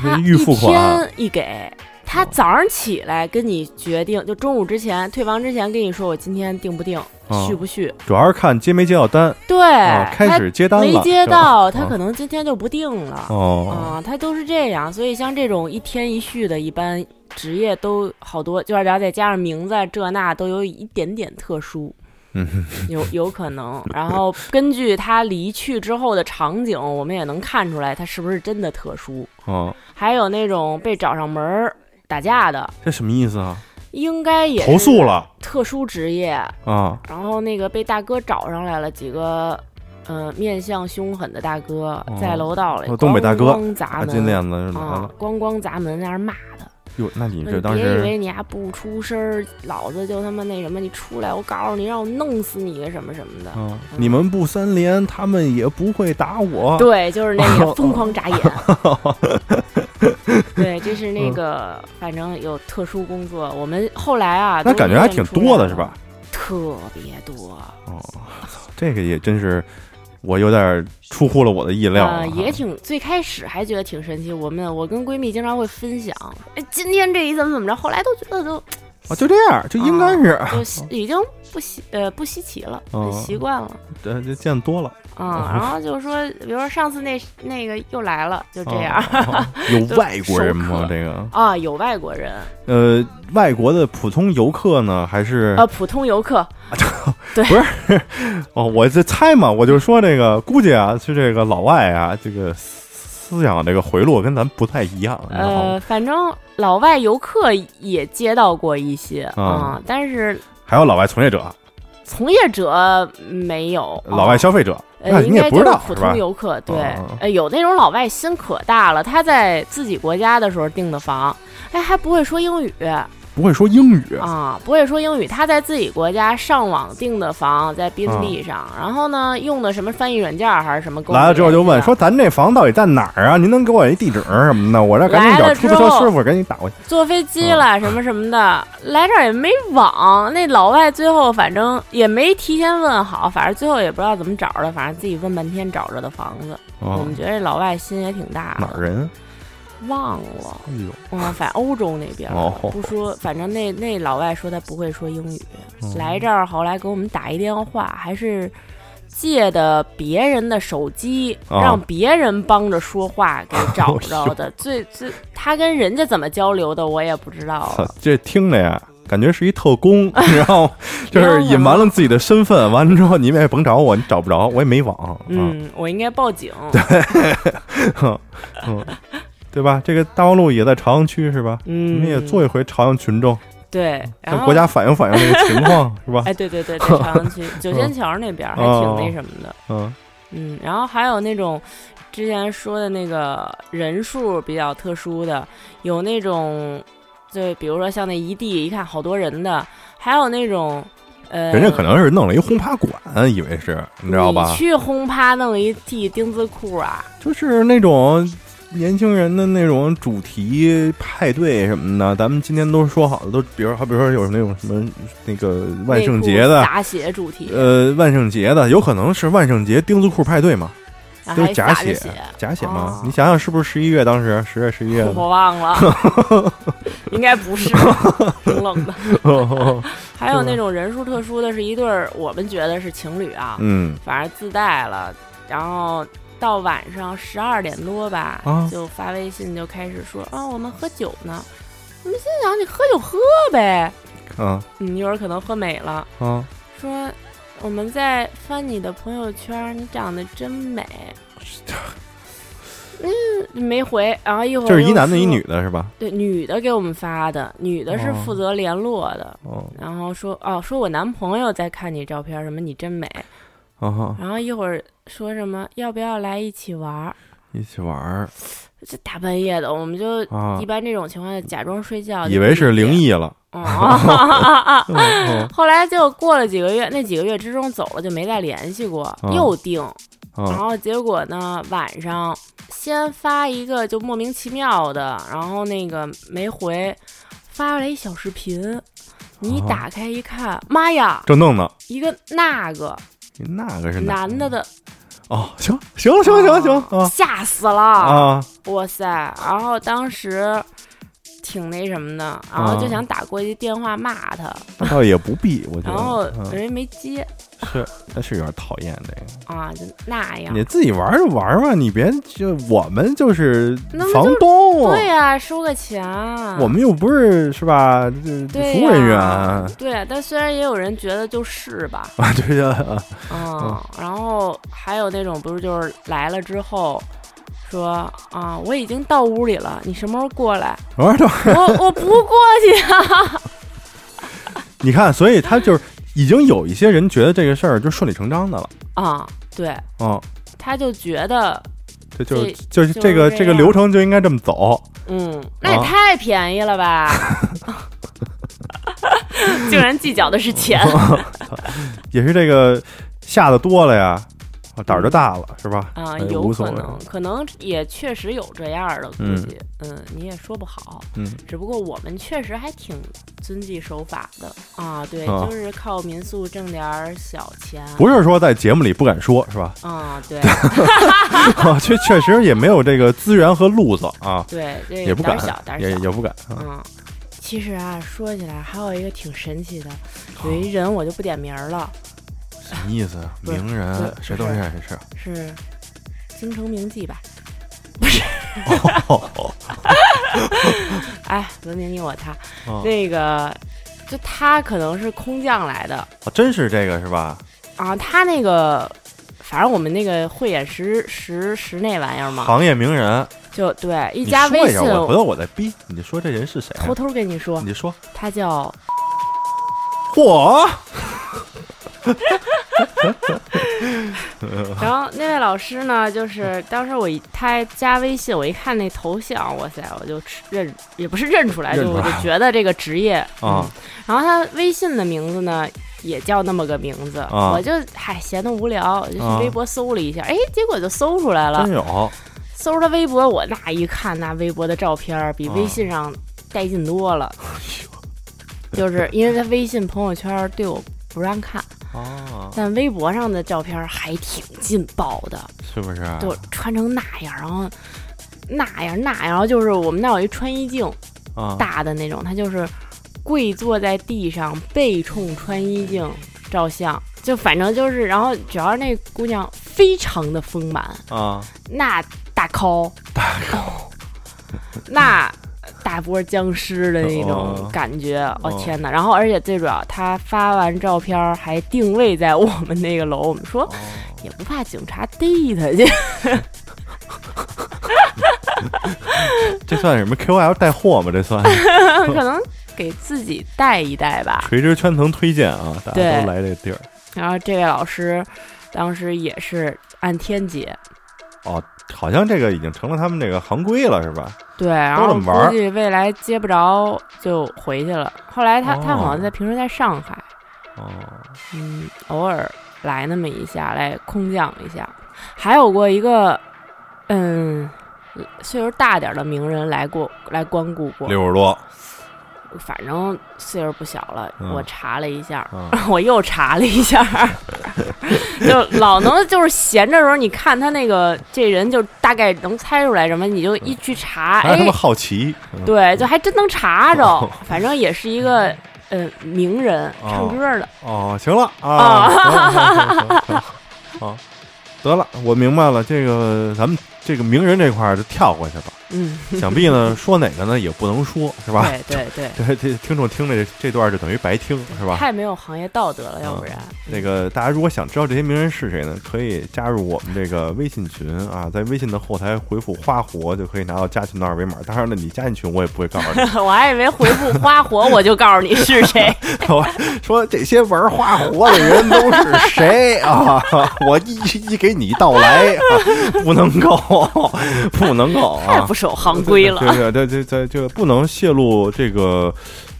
[SPEAKER 3] 他
[SPEAKER 1] 预付款啊
[SPEAKER 3] 一天一给，他早上起来跟你决定，就中午之前退房之前跟你说我今天定不定，
[SPEAKER 1] 哦
[SPEAKER 3] 续不续？
[SPEAKER 1] 主要是看接没接到单，
[SPEAKER 3] 对，
[SPEAKER 1] 啊，开始接
[SPEAKER 3] 哎他
[SPEAKER 1] 单了，
[SPEAKER 3] 没接
[SPEAKER 1] 是吧
[SPEAKER 3] 到，他
[SPEAKER 1] 嗯
[SPEAKER 3] 可能今天就不定了。
[SPEAKER 1] 哦，
[SPEAKER 3] 啊，他都是这样，所以像这种一天一续的，一般职业都好多，就是然后再加上名字啊这那都有一点点特殊，
[SPEAKER 1] 嗯，
[SPEAKER 3] 有 [LAUGHS] 有可能。然后根据他离去之后的场景，我们也能看出来他是不是真的特殊。
[SPEAKER 1] 哦，
[SPEAKER 3] 还有那种被找上门儿打架的，
[SPEAKER 1] 这什么意思啊？
[SPEAKER 3] 应该也
[SPEAKER 1] 投诉了
[SPEAKER 3] 特殊职业。
[SPEAKER 1] 啊？
[SPEAKER 3] 然后那个被大哥找上来了几个。嗯，面相凶狠的大哥
[SPEAKER 1] 哦
[SPEAKER 3] 在楼道里
[SPEAKER 1] 哦，东北大哥
[SPEAKER 3] 咣咣砸
[SPEAKER 1] 大
[SPEAKER 3] 门
[SPEAKER 1] 金，链子是拿
[SPEAKER 3] 啊
[SPEAKER 1] 了，，
[SPEAKER 3] 咣咣砸门在那儿骂他。
[SPEAKER 1] 哟，那你
[SPEAKER 3] 说
[SPEAKER 1] 这当
[SPEAKER 3] 别以为
[SPEAKER 1] 时
[SPEAKER 3] 你还不出声儿，老子就他妈那什么，你出来，我告诉你，让我弄死你什么什么的。
[SPEAKER 1] 啊，你们不三连，他们也不会打我。 [LAUGHS]
[SPEAKER 3] 对，就是那个疯狂眨眼。对，这是
[SPEAKER 1] 嗯
[SPEAKER 3] 那个，反正有特殊工作。我们后来啊，
[SPEAKER 1] 那
[SPEAKER 3] 都
[SPEAKER 1] 感觉还挺多的
[SPEAKER 3] 练出来
[SPEAKER 1] 是
[SPEAKER 3] 了
[SPEAKER 1] 吧？？
[SPEAKER 3] 特别多，
[SPEAKER 1] 哦， [LAUGHS] 操这个也真是，我有点出乎了我的意料啊
[SPEAKER 3] 呃，也挺。最开始还觉得挺神奇。我们我跟闺蜜经常会分享，哎，今天这一怎么怎么着，后来都觉
[SPEAKER 1] [LAUGHS]
[SPEAKER 3] 得都
[SPEAKER 1] 啊，就这样，就应该是，
[SPEAKER 3] 就习已经不稀呃不稀奇了，
[SPEAKER 1] 哦
[SPEAKER 3] 很习惯了。
[SPEAKER 1] 这这见多了，
[SPEAKER 3] 嗯，然后就是说，比如说上次那那个又来了，就这样、
[SPEAKER 1] 啊
[SPEAKER 3] [LAUGHS]
[SPEAKER 1] 有外国人吗？这个
[SPEAKER 3] 啊，有外国人，
[SPEAKER 1] 呃，外国的普通游客呢，还是
[SPEAKER 3] 呃，普通游客，
[SPEAKER 1] 哦，我这猜嘛，我就说这个，估计啊，是这个老外啊，这个思思想这个回路跟咱不太一样，你知道吗？
[SPEAKER 3] 呃，反正老外游客也接到过一些啊、
[SPEAKER 1] 啊
[SPEAKER 3] 但是
[SPEAKER 1] 还有老外从业
[SPEAKER 3] 哦
[SPEAKER 1] 者、
[SPEAKER 3] 从业者没有，
[SPEAKER 1] 老外
[SPEAKER 3] 啊
[SPEAKER 1] 消费者，那
[SPEAKER 3] 呃，
[SPEAKER 1] 你
[SPEAKER 3] 应
[SPEAKER 1] 也
[SPEAKER 3] 该
[SPEAKER 1] 不
[SPEAKER 3] 就
[SPEAKER 1] 知
[SPEAKER 3] 是
[SPEAKER 1] 道
[SPEAKER 3] 普
[SPEAKER 1] 是吧
[SPEAKER 3] 通？游客，对
[SPEAKER 1] 哦，
[SPEAKER 3] 呃，有那种老外心可大了，他在自己国家的时候订的房，哎，还不会说英语，
[SPEAKER 1] 不会说英语，
[SPEAKER 3] 啊，不会说英语，他在自己国家上网订的房，在宾
[SPEAKER 1] 嗯
[SPEAKER 3] 利上，然后呢，用的什么翻译软件儿还是什么啊工具？
[SPEAKER 1] 来了之后就问说：“咱这房到底在哪儿啊？您能给我一地址什么的？我这赶紧
[SPEAKER 3] 来
[SPEAKER 1] 找
[SPEAKER 3] 了
[SPEAKER 1] 出
[SPEAKER 3] 之
[SPEAKER 1] 租车
[SPEAKER 3] 后
[SPEAKER 1] 师傅给你打过去。
[SPEAKER 3] 坐飞机了、
[SPEAKER 1] 嗯
[SPEAKER 3] 什么什么的，来这儿也没网，那老外最后反正也没提前问好，反正最后也不知道怎么找的，反正自己问半天找着的房子。我
[SPEAKER 1] 哦
[SPEAKER 3] 们觉得这老外心也挺大”
[SPEAKER 1] 哪
[SPEAKER 3] 的，
[SPEAKER 1] 儿啊人？
[SPEAKER 3] 忘了，
[SPEAKER 1] 哎呦，
[SPEAKER 3] 嗯，反正欧洲那边儿
[SPEAKER 1] 哦
[SPEAKER 3] 不说，反正那那老外说他不会说英语，
[SPEAKER 1] 嗯
[SPEAKER 3] 来这儿后来给我们打一电话，还是借的别人的手机，
[SPEAKER 1] 啊哦
[SPEAKER 3] 让别人帮着说话
[SPEAKER 1] [LAUGHS]
[SPEAKER 3] 给找着的。最最，他跟人家怎么交流的，我也不知道嗯
[SPEAKER 1] 操
[SPEAKER 3] 了。
[SPEAKER 1] 啊这听着呀，感觉是一特工，
[SPEAKER 3] [LAUGHS]
[SPEAKER 1] 你知道吗？就是隐瞒了自己的身份，完了之后你们也甭找我，你找不着，我也没网，嗯，
[SPEAKER 3] 嗯，我应该
[SPEAKER 1] [LAUGHS]
[SPEAKER 3] 报警。
[SPEAKER 1] 嗯对吧？这个大望路也在朝阳区是吧？你
[SPEAKER 3] 嗯，
[SPEAKER 1] 们也做一回朝阳群众，
[SPEAKER 3] 对，然
[SPEAKER 1] 向
[SPEAKER 3] 后
[SPEAKER 1] 国。家反映反映这个情
[SPEAKER 3] [LAUGHS]
[SPEAKER 1] 况是吧？
[SPEAKER 3] 哎，对对对，在朝阳
[SPEAKER 1] [LAUGHS]
[SPEAKER 3] 区九仙桥那边儿还挺那什么的。
[SPEAKER 1] 嗯，
[SPEAKER 3] 嗯，然后还有那种之前说的那个人数比较特殊的，有那种就比如说像那一地一看好多人的，还有那种呃，
[SPEAKER 1] 嗯人家可能是弄了一轰趴馆，以为是你知道吧
[SPEAKER 3] 你？去轰趴弄一地丁字裤啊，
[SPEAKER 1] 就是那种年轻人的那种主题派对什么的，咱们今天都说好了，都比如好比如说有那种什么那个万圣节
[SPEAKER 3] 内
[SPEAKER 1] 的
[SPEAKER 3] 裤。洒血主题，
[SPEAKER 1] 呃，万圣节的有可能是万圣节丁字裤派对嘛，
[SPEAKER 3] 然
[SPEAKER 1] 都
[SPEAKER 3] 后还
[SPEAKER 1] 是假
[SPEAKER 3] 洒
[SPEAKER 1] 血
[SPEAKER 3] 着血，
[SPEAKER 1] 假血嘛
[SPEAKER 3] 哦。
[SPEAKER 1] 你想想是不是十一月当时十月十一月的？
[SPEAKER 3] 我忘了， [LAUGHS] 应该不是，挺冷的。哦还有那种人数特殊的是一对儿，我们觉得是情侣啊，
[SPEAKER 1] [LAUGHS] 嗯，
[SPEAKER 3] 反正自带了，然后到晚上十二点多吧，
[SPEAKER 1] 啊
[SPEAKER 3] 就发微信就开始说啊，我们喝酒呢。我们心想你喝酒喝呗，
[SPEAKER 1] 啊
[SPEAKER 3] 你一会儿可能喝美了。
[SPEAKER 1] 啊，
[SPEAKER 3] 说我们在翻你的朋友圈，你长得真美。哦嗯，没回，然后一会儿
[SPEAKER 1] 就是一
[SPEAKER 3] 又
[SPEAKER 1] 男的，一
[SPEAKER 3] 说
[SPEAKER 1] 女，的是吧？
[SPEAKER 3] 对，女的给我们发的，女的是
[SPEAKER 1] 哦
[SPEAKER 3] 负责联络的。
[SPEAKER 1] 哦
[SPEAKER 3] 然后说哦，说我男朋友在看你照片，什么你真美，
[SPEAKER 1] 啊哈，
[SPEAKER 3] 然后一会儿说什么要不要来一起玩儿？
[SPEAKER 1] 一起玩儿
[SPEAKER 3] 这大半夜的，我们就
[SPEAKER 1] 啊
[SPEAKER 3] 一，般这种情况下假装睡觉，
[SPEAKER 1] 以为是灵 [LAUGHS]
[SPEAKER 3] 异。
[SPEAKER 1] 异了。
[SPEAKER 3] 嗯啊
[SPEAKER 1] 嗯嗯
[SPEAKER 3] [LAUGHS] 后来就过了几个月，那几个月之中走了，就没再联系过，又定。然
[SPEAKER 1] 啊
[SPEAKER 3] 后结果呢，晚上先发一个就莫名其妙的，然后那个没回，发了一小视频，你
[SPEAKER 1] 哦
[SPEAKER 3] 打开一看，妈呀，
[SPEAKER 1] 正弄呢，
[SPEAKER 3] 一个那个
[SPEAKER 1] 那个是
[SPEAKER 3] 男的的，
[SPEAKER 1] 哦，行行了行啊了行了行了
[SPEAKER 3] 哦吓死了
[SPEAKER 1] 啊啊
[SPEAKER 3] 哇塞！然后当时挺那什么的，然
[SPEAKER 1] 啊
[SPEAKER 3] 后就想打过去电话骂他，
[SPEAKER 1] 那啊倒也不必，我觉
[SPEAKER 3] 然后
[SPEAKER 1] 得，嗯，
[SPEAKER 3] 人家没接
[SPEAKER 1] 是，那是有点讨厌这个。
[SPEAKER 3] 哦啊，就那样
[SPEAKER 1] 你。自己玩就玩吧，你别就我们就是
[SPEAKER 3] 那么
[SPEAKER 1] 房
[SPEAKER 3] 就
[SPEAKER 1] 东，啊
[SPEAKER 3] 对呀、收个钱啊。
[SPEAKER 1] 我们又不是是吧？这
[SPEAKER 3] 对
[SPEAKER 1] 服务人员
[SPEAKER 3] 呀
[SPEAKER 1] 啊，
[SPEAKER 3] 对呀，但虽然也有人觉得就是吧，
[SPEAKER 1] 对呀、啊，
[SPEAKER 3] 嗯，然后还有那种不是就是来了之后说啊，我已经到屋里了，你什么时候过来？
[SPEAKER 1] 玩就
[SPEAKER 3] 我我不过去 [LAUGHS] 啊，
[SPEAKER 1] 你看，所以他就是已经有一些人觉得这个事儿就顺理成章的了，
[SPEAKER 3] 啊，对，
[SPEAKER 1] 嗯，
[SPEAKER 3] 他就觉得
[SPEAKER 1] 这就
[SPEAKER 3] 这
[SPEAKER 1] 就是
[SPEAKER 3] 就是
[SPEAKER 1] 这个
[SPEAKER 3] 这
[SPEAKER 1] 这个
[SPEAKER 3] 样
[SPEAKER 1] 流程就应该这么走，
[SPEAKER 3] 嗯，那也
[SPEAKER 1] 啊
[SPEAKER 3] 太便宜
[SPEAKER 1] [LAUGHS]
[SPEAKER 3] 了吧，竟然计较的
[SPEAKER 1] [LAUGHS]
[SPEAKER 3] 是钱，
[SPEAKER 1] 也是这个下的多了呀，啊胆儿就大了，是吧？
[SPEAKER 3] 啊，
[SPEAKER 1] 哎
[SPEAKER 3] 有
[SPEAKER 1] 无所
[SPEAKER 3] 可
[SPEAKER 1] 谓
[SPEAKER 3] 能，可能也确实有这样的，估
[SPEAKER 1] 嗯
[SPEAKER 3] 计，嗯，你也说不好，
[SPEAKER 1] 嗯，
[SPEAKER 3] 只不过我们确实还挺遵纪守法的啊，对，
[SPEAKER 1] 啊
[SPEAKER 3] 就是靠民宿挣点儿小钱，
[SPEAKER 1] 不是说在节目里不敢说，是吧？ [LAUGHS]
[SPEAKER 3] 啊，对
[SPEAKER 1] 啊确确实也没有这个资源和路子啊，
[SPEAKER 3] 对，这
[SPEAKER 1] 也不
[SPEAKER 3] 胆
[SPEAKER 1] 敢
[SPEAKER 3] 儿小，胆，儿
[SPEAKER 1] 也
[SPEAKER 3] 小，
[SPEAKER 1] 也不敢啊。
[SPEAKER 3] 嗯。其实啊，说起来还有一个挺神奇的，有一人我就不点名儿了，
[SPEAKER 1] 什么意思啊？
[SPEAKER 3] 不是
[SPEAKER 1] 名人
[SPEAKER 3] 不是
[SPEAKER 1] 谁都认识，
[SPEAKER 3] 是京城名妓吧？
[SPEAKER 1] [LAUGHS] 哦
[SPEAKER 3] 哎，文明你我他，
[SPEAKER 1] 哦
[SPEAKER 3] 那个就他可能是空降来的
[SPEAKER 1] 哦真是这个是吧？
[SPEAKER 3] 啊，他那个反正我们那个慧眼识识识那玩意儿嘛，
[SPEAKER 1] 行业名人，
[SPEAKER 3] 就对一
[SPEAKER 1] 你
[SPEAKER 3] 加
[SPEAKER 1] 说
[SPEAKER 3] 微
[SPEAKER 1] 一
[SPEAKER 3] 信
[SPEAKER 1] 下，，我回头我再逼你就说这人是谁啊，
[SPEAKER 3] 偷偷跟你说，
[SPEAKER 1] 你说。
[SPEAKER 3] 他叫
[SPEAKER 1] 嚯！
[SPEAKER 3] [LAUGHS] 然后那位老师呢，就是当时我一他加微信，我一看那头像，哇塞，我就吃认也不是认出来，
[SPEAKER 1] 认
[SPEAKER 3] 就
[SPEAKER 1] 出
[SPEAKER 3] 我
[SPEAKER 1] 来
[SPEAKER 3] 就觉得这个职业
[SPEAKER 1] [LAUGHS] 啊
[SPEAKER 3] 嗯然后他微信的名字呢，也叫那么个名字，
[SPEAKER 1] 啊
[SPEAKER 3] 我就嗨闲得无聊，我就
[SPEAKER 1] 啊嗯
[SPEAKER 3] 去微博搜了一下，哎、结果就搜出来了
[SPEAKER 1] 真。有，
[SPEAKER 3] 搜着微博，我那一看，那微博的照片儿比
[SPEAKER 1] 啊哎
[SPEAKER 3] 微信上带劲
[SPEAKER 1] [LAUGHS]
[SPEAKER 3] 多了，就是因为他微信朋友圈儿对我不让看，
[SPEAKER 1] 啊，
[SPEAKER 3] 但微博上的照片儿还挺劲爆的。
[SPEAKER 1] 是不是？啊
[SPEAKER 3] 就穿成那样，然后那样那样，然后就是我们那有一穿衣镜，
[SPEAKER 1] 啊，
[SPEAKER 3] 大的那种，他就是跪坐在地上，背冲穿衣镜照相，就反正就是，然后主要是那姑娘非常的丰满，
[SPEAKER 1] 啊，
[SPEAKER 3] 那大尻，大尻，那。大波僵尸的那种
[SPEAKER 1] 哦
[SPEAKER 3] 感觉，哦
[SPEAKER 1] 哦
[SPEAKER 3] 天哪！然后，而且最主要，他发完照片儿还定位在我们那个楼，我们说
[SPEAKER 1] 哦
[SPEAKER 3] 也不怕警察逮他去。
[SPEAKER 1] 这算什么 QL 带货吗？这
[SPEAKER 3] [LAUGHS]
[SPEAKER 1] 算
[SPEAKER 3] 可能给自己带一带吧。
[SPEAKER 1] 垂直圈层推荐啊，大家
[SPEAKER 3] 对
[SPEAKER 1] 都来这地儿。
[SPEAKER 3] 然后这位老师当时也是按天结，
[SPEAKER 1] 哦，好像这个已经成了他们这个行规了，是吧？
[SPEAKER 3] 对，然
[SPEAKER 1] 都
[SPEAKER 3] 后
[SPEAKER 1] 这么玩儿
[SPEAKER 3] 估计未来接不着就回去了。后来他、他
[SPEAKER 1] 哦
[SPEAKER 3] 好像在平时在上海，
[SPEAKER 1] 哦，
[SPEAKER 3] 嗯，偶尔来那么一下，来空降一下。还有过一个，嗯，岁数大点儿的名人来过来光顾过，
[SPEAKER 1] 六十多
[SPEAKER 3] 反正岁数不小了。
[SPEAKER 1] 嗯
[SPEAKER 3] 我查了一下，
[SPEAKER 1] 啊，
[SPEAKER 3] [LAUGHS] 我又查了一下儿， [LAUGHS] 就老能就是闲着时候，你看他那个这人就大概能猜出来什么，你就一去查，
[SPEAKER 1] 还
[SPEAKER 3] 哎
[SPEAKER 1] 他妈，好奇，嗯
[SPEAKER 3] [LAUGHS] 对，就还真能查着
[SPEAKER 1] 哦。
[SPEAKER 3] 反正也是一个呃名人，唱歌的，
[SPEAKER 1] 哦，行了啊，
[SPEAKER 3] [LAUGHS]
[SPEAKER 1] 行了行了行了行了啊，得了，我明白了，这个咱们这个名人这块儿就跳过去吧。
[SPEAKER 3] 嗯，
[SPEAKER 1] 想必呢，说哪个呢也不能说，是吧？
[SPEAKER 3] 对对对，
[SPEAKER 1] 哦这这听众听着这这段就等于白听，是吧？
[SPEAKER 3] 太没有行业道德了，要不然，
[SPEAKER 1] 那个大家如果想知道这些名人是谁呢，可以加入我们这个微信群啊，在微信的后台回复“花活”就可以拿到加群的二维码。当然了，你加进群我也不会告诉你
[SPEAKER 3] [LAUGHS] 我还以为回复花火，我就告诉你是
[SPEAKER 1] [LAUGHS]
[SPEAKER 3] 谁，
[SPEAKER 1] 我
[SPEAKER 4] 说这些玩花活的人都是谁啊？
[SPEAKER 1] 我一一给你道来、啊，不能够，不能够
[SPEAKER 3] 太
[SPEAKER 1] 啊
[SPEAKER 3] 不！守行规了。
[SPEAKER 1] 对对对对对，这个不能泄露这个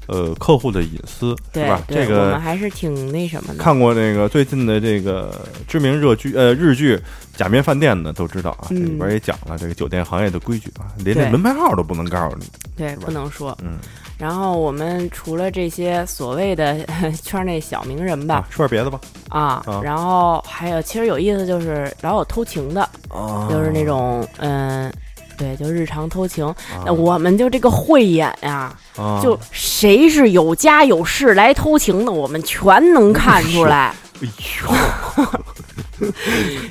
[SPEAKER 1] 呃客户的隐私，是
[SPEAKER 3] 对
[SPEAKER 1] 吧？
[SPEAKER 3] 对，
[SPEAKER 1] 这
[SPEAKER 3] 我
[SPEAKER 1] 个
[SPEAKER 3] 们还是挺那什么的。
[SPEAKER 1] 嗯看过那个最近的这个知名热剧呃日剧《假面饭店》的都知道啊，这
[SPEAKER 3] 嗯
[SPEAKER 1] 里边也讲了这个酒店行业的规矩啊，连
[SPEAKER 3] 对
[SPEAKER 1] 那门牌号都不能告诉你。
[SPEAKER 3] 对，
[SPEAKER 1] 吧
[SPEAKER 3] 不能说。
[SPEAKER 1] 嗯，
[SPEAKER 3] 然后我们除了这些所谓的 [LAUGHS] 圈内小名人
[SPEAKER 1] 啊
[SPEAKER 3] 吧，，
[SPEAKER 1] 说点别的吧。
[SPEAKER 3] 啊，
[SPEAKER 1] 啊
[SPEAKER 3] 然后还有其实有意思就是老有偷情的，
[SPEAKER 1] 啊
[SPEAKER 3] 就是那种嗯、对，就日常偷情。那我们就这个慧眼呀、
[SPEAKER 1] 啊
[SPEAKER 3] 就谁是有家有室来偷情的，我们全能看出
[SPEAKER 1] [LAUGHS]
[SPEAKER 3] 来。
[SPEAKER 1] 哎呦，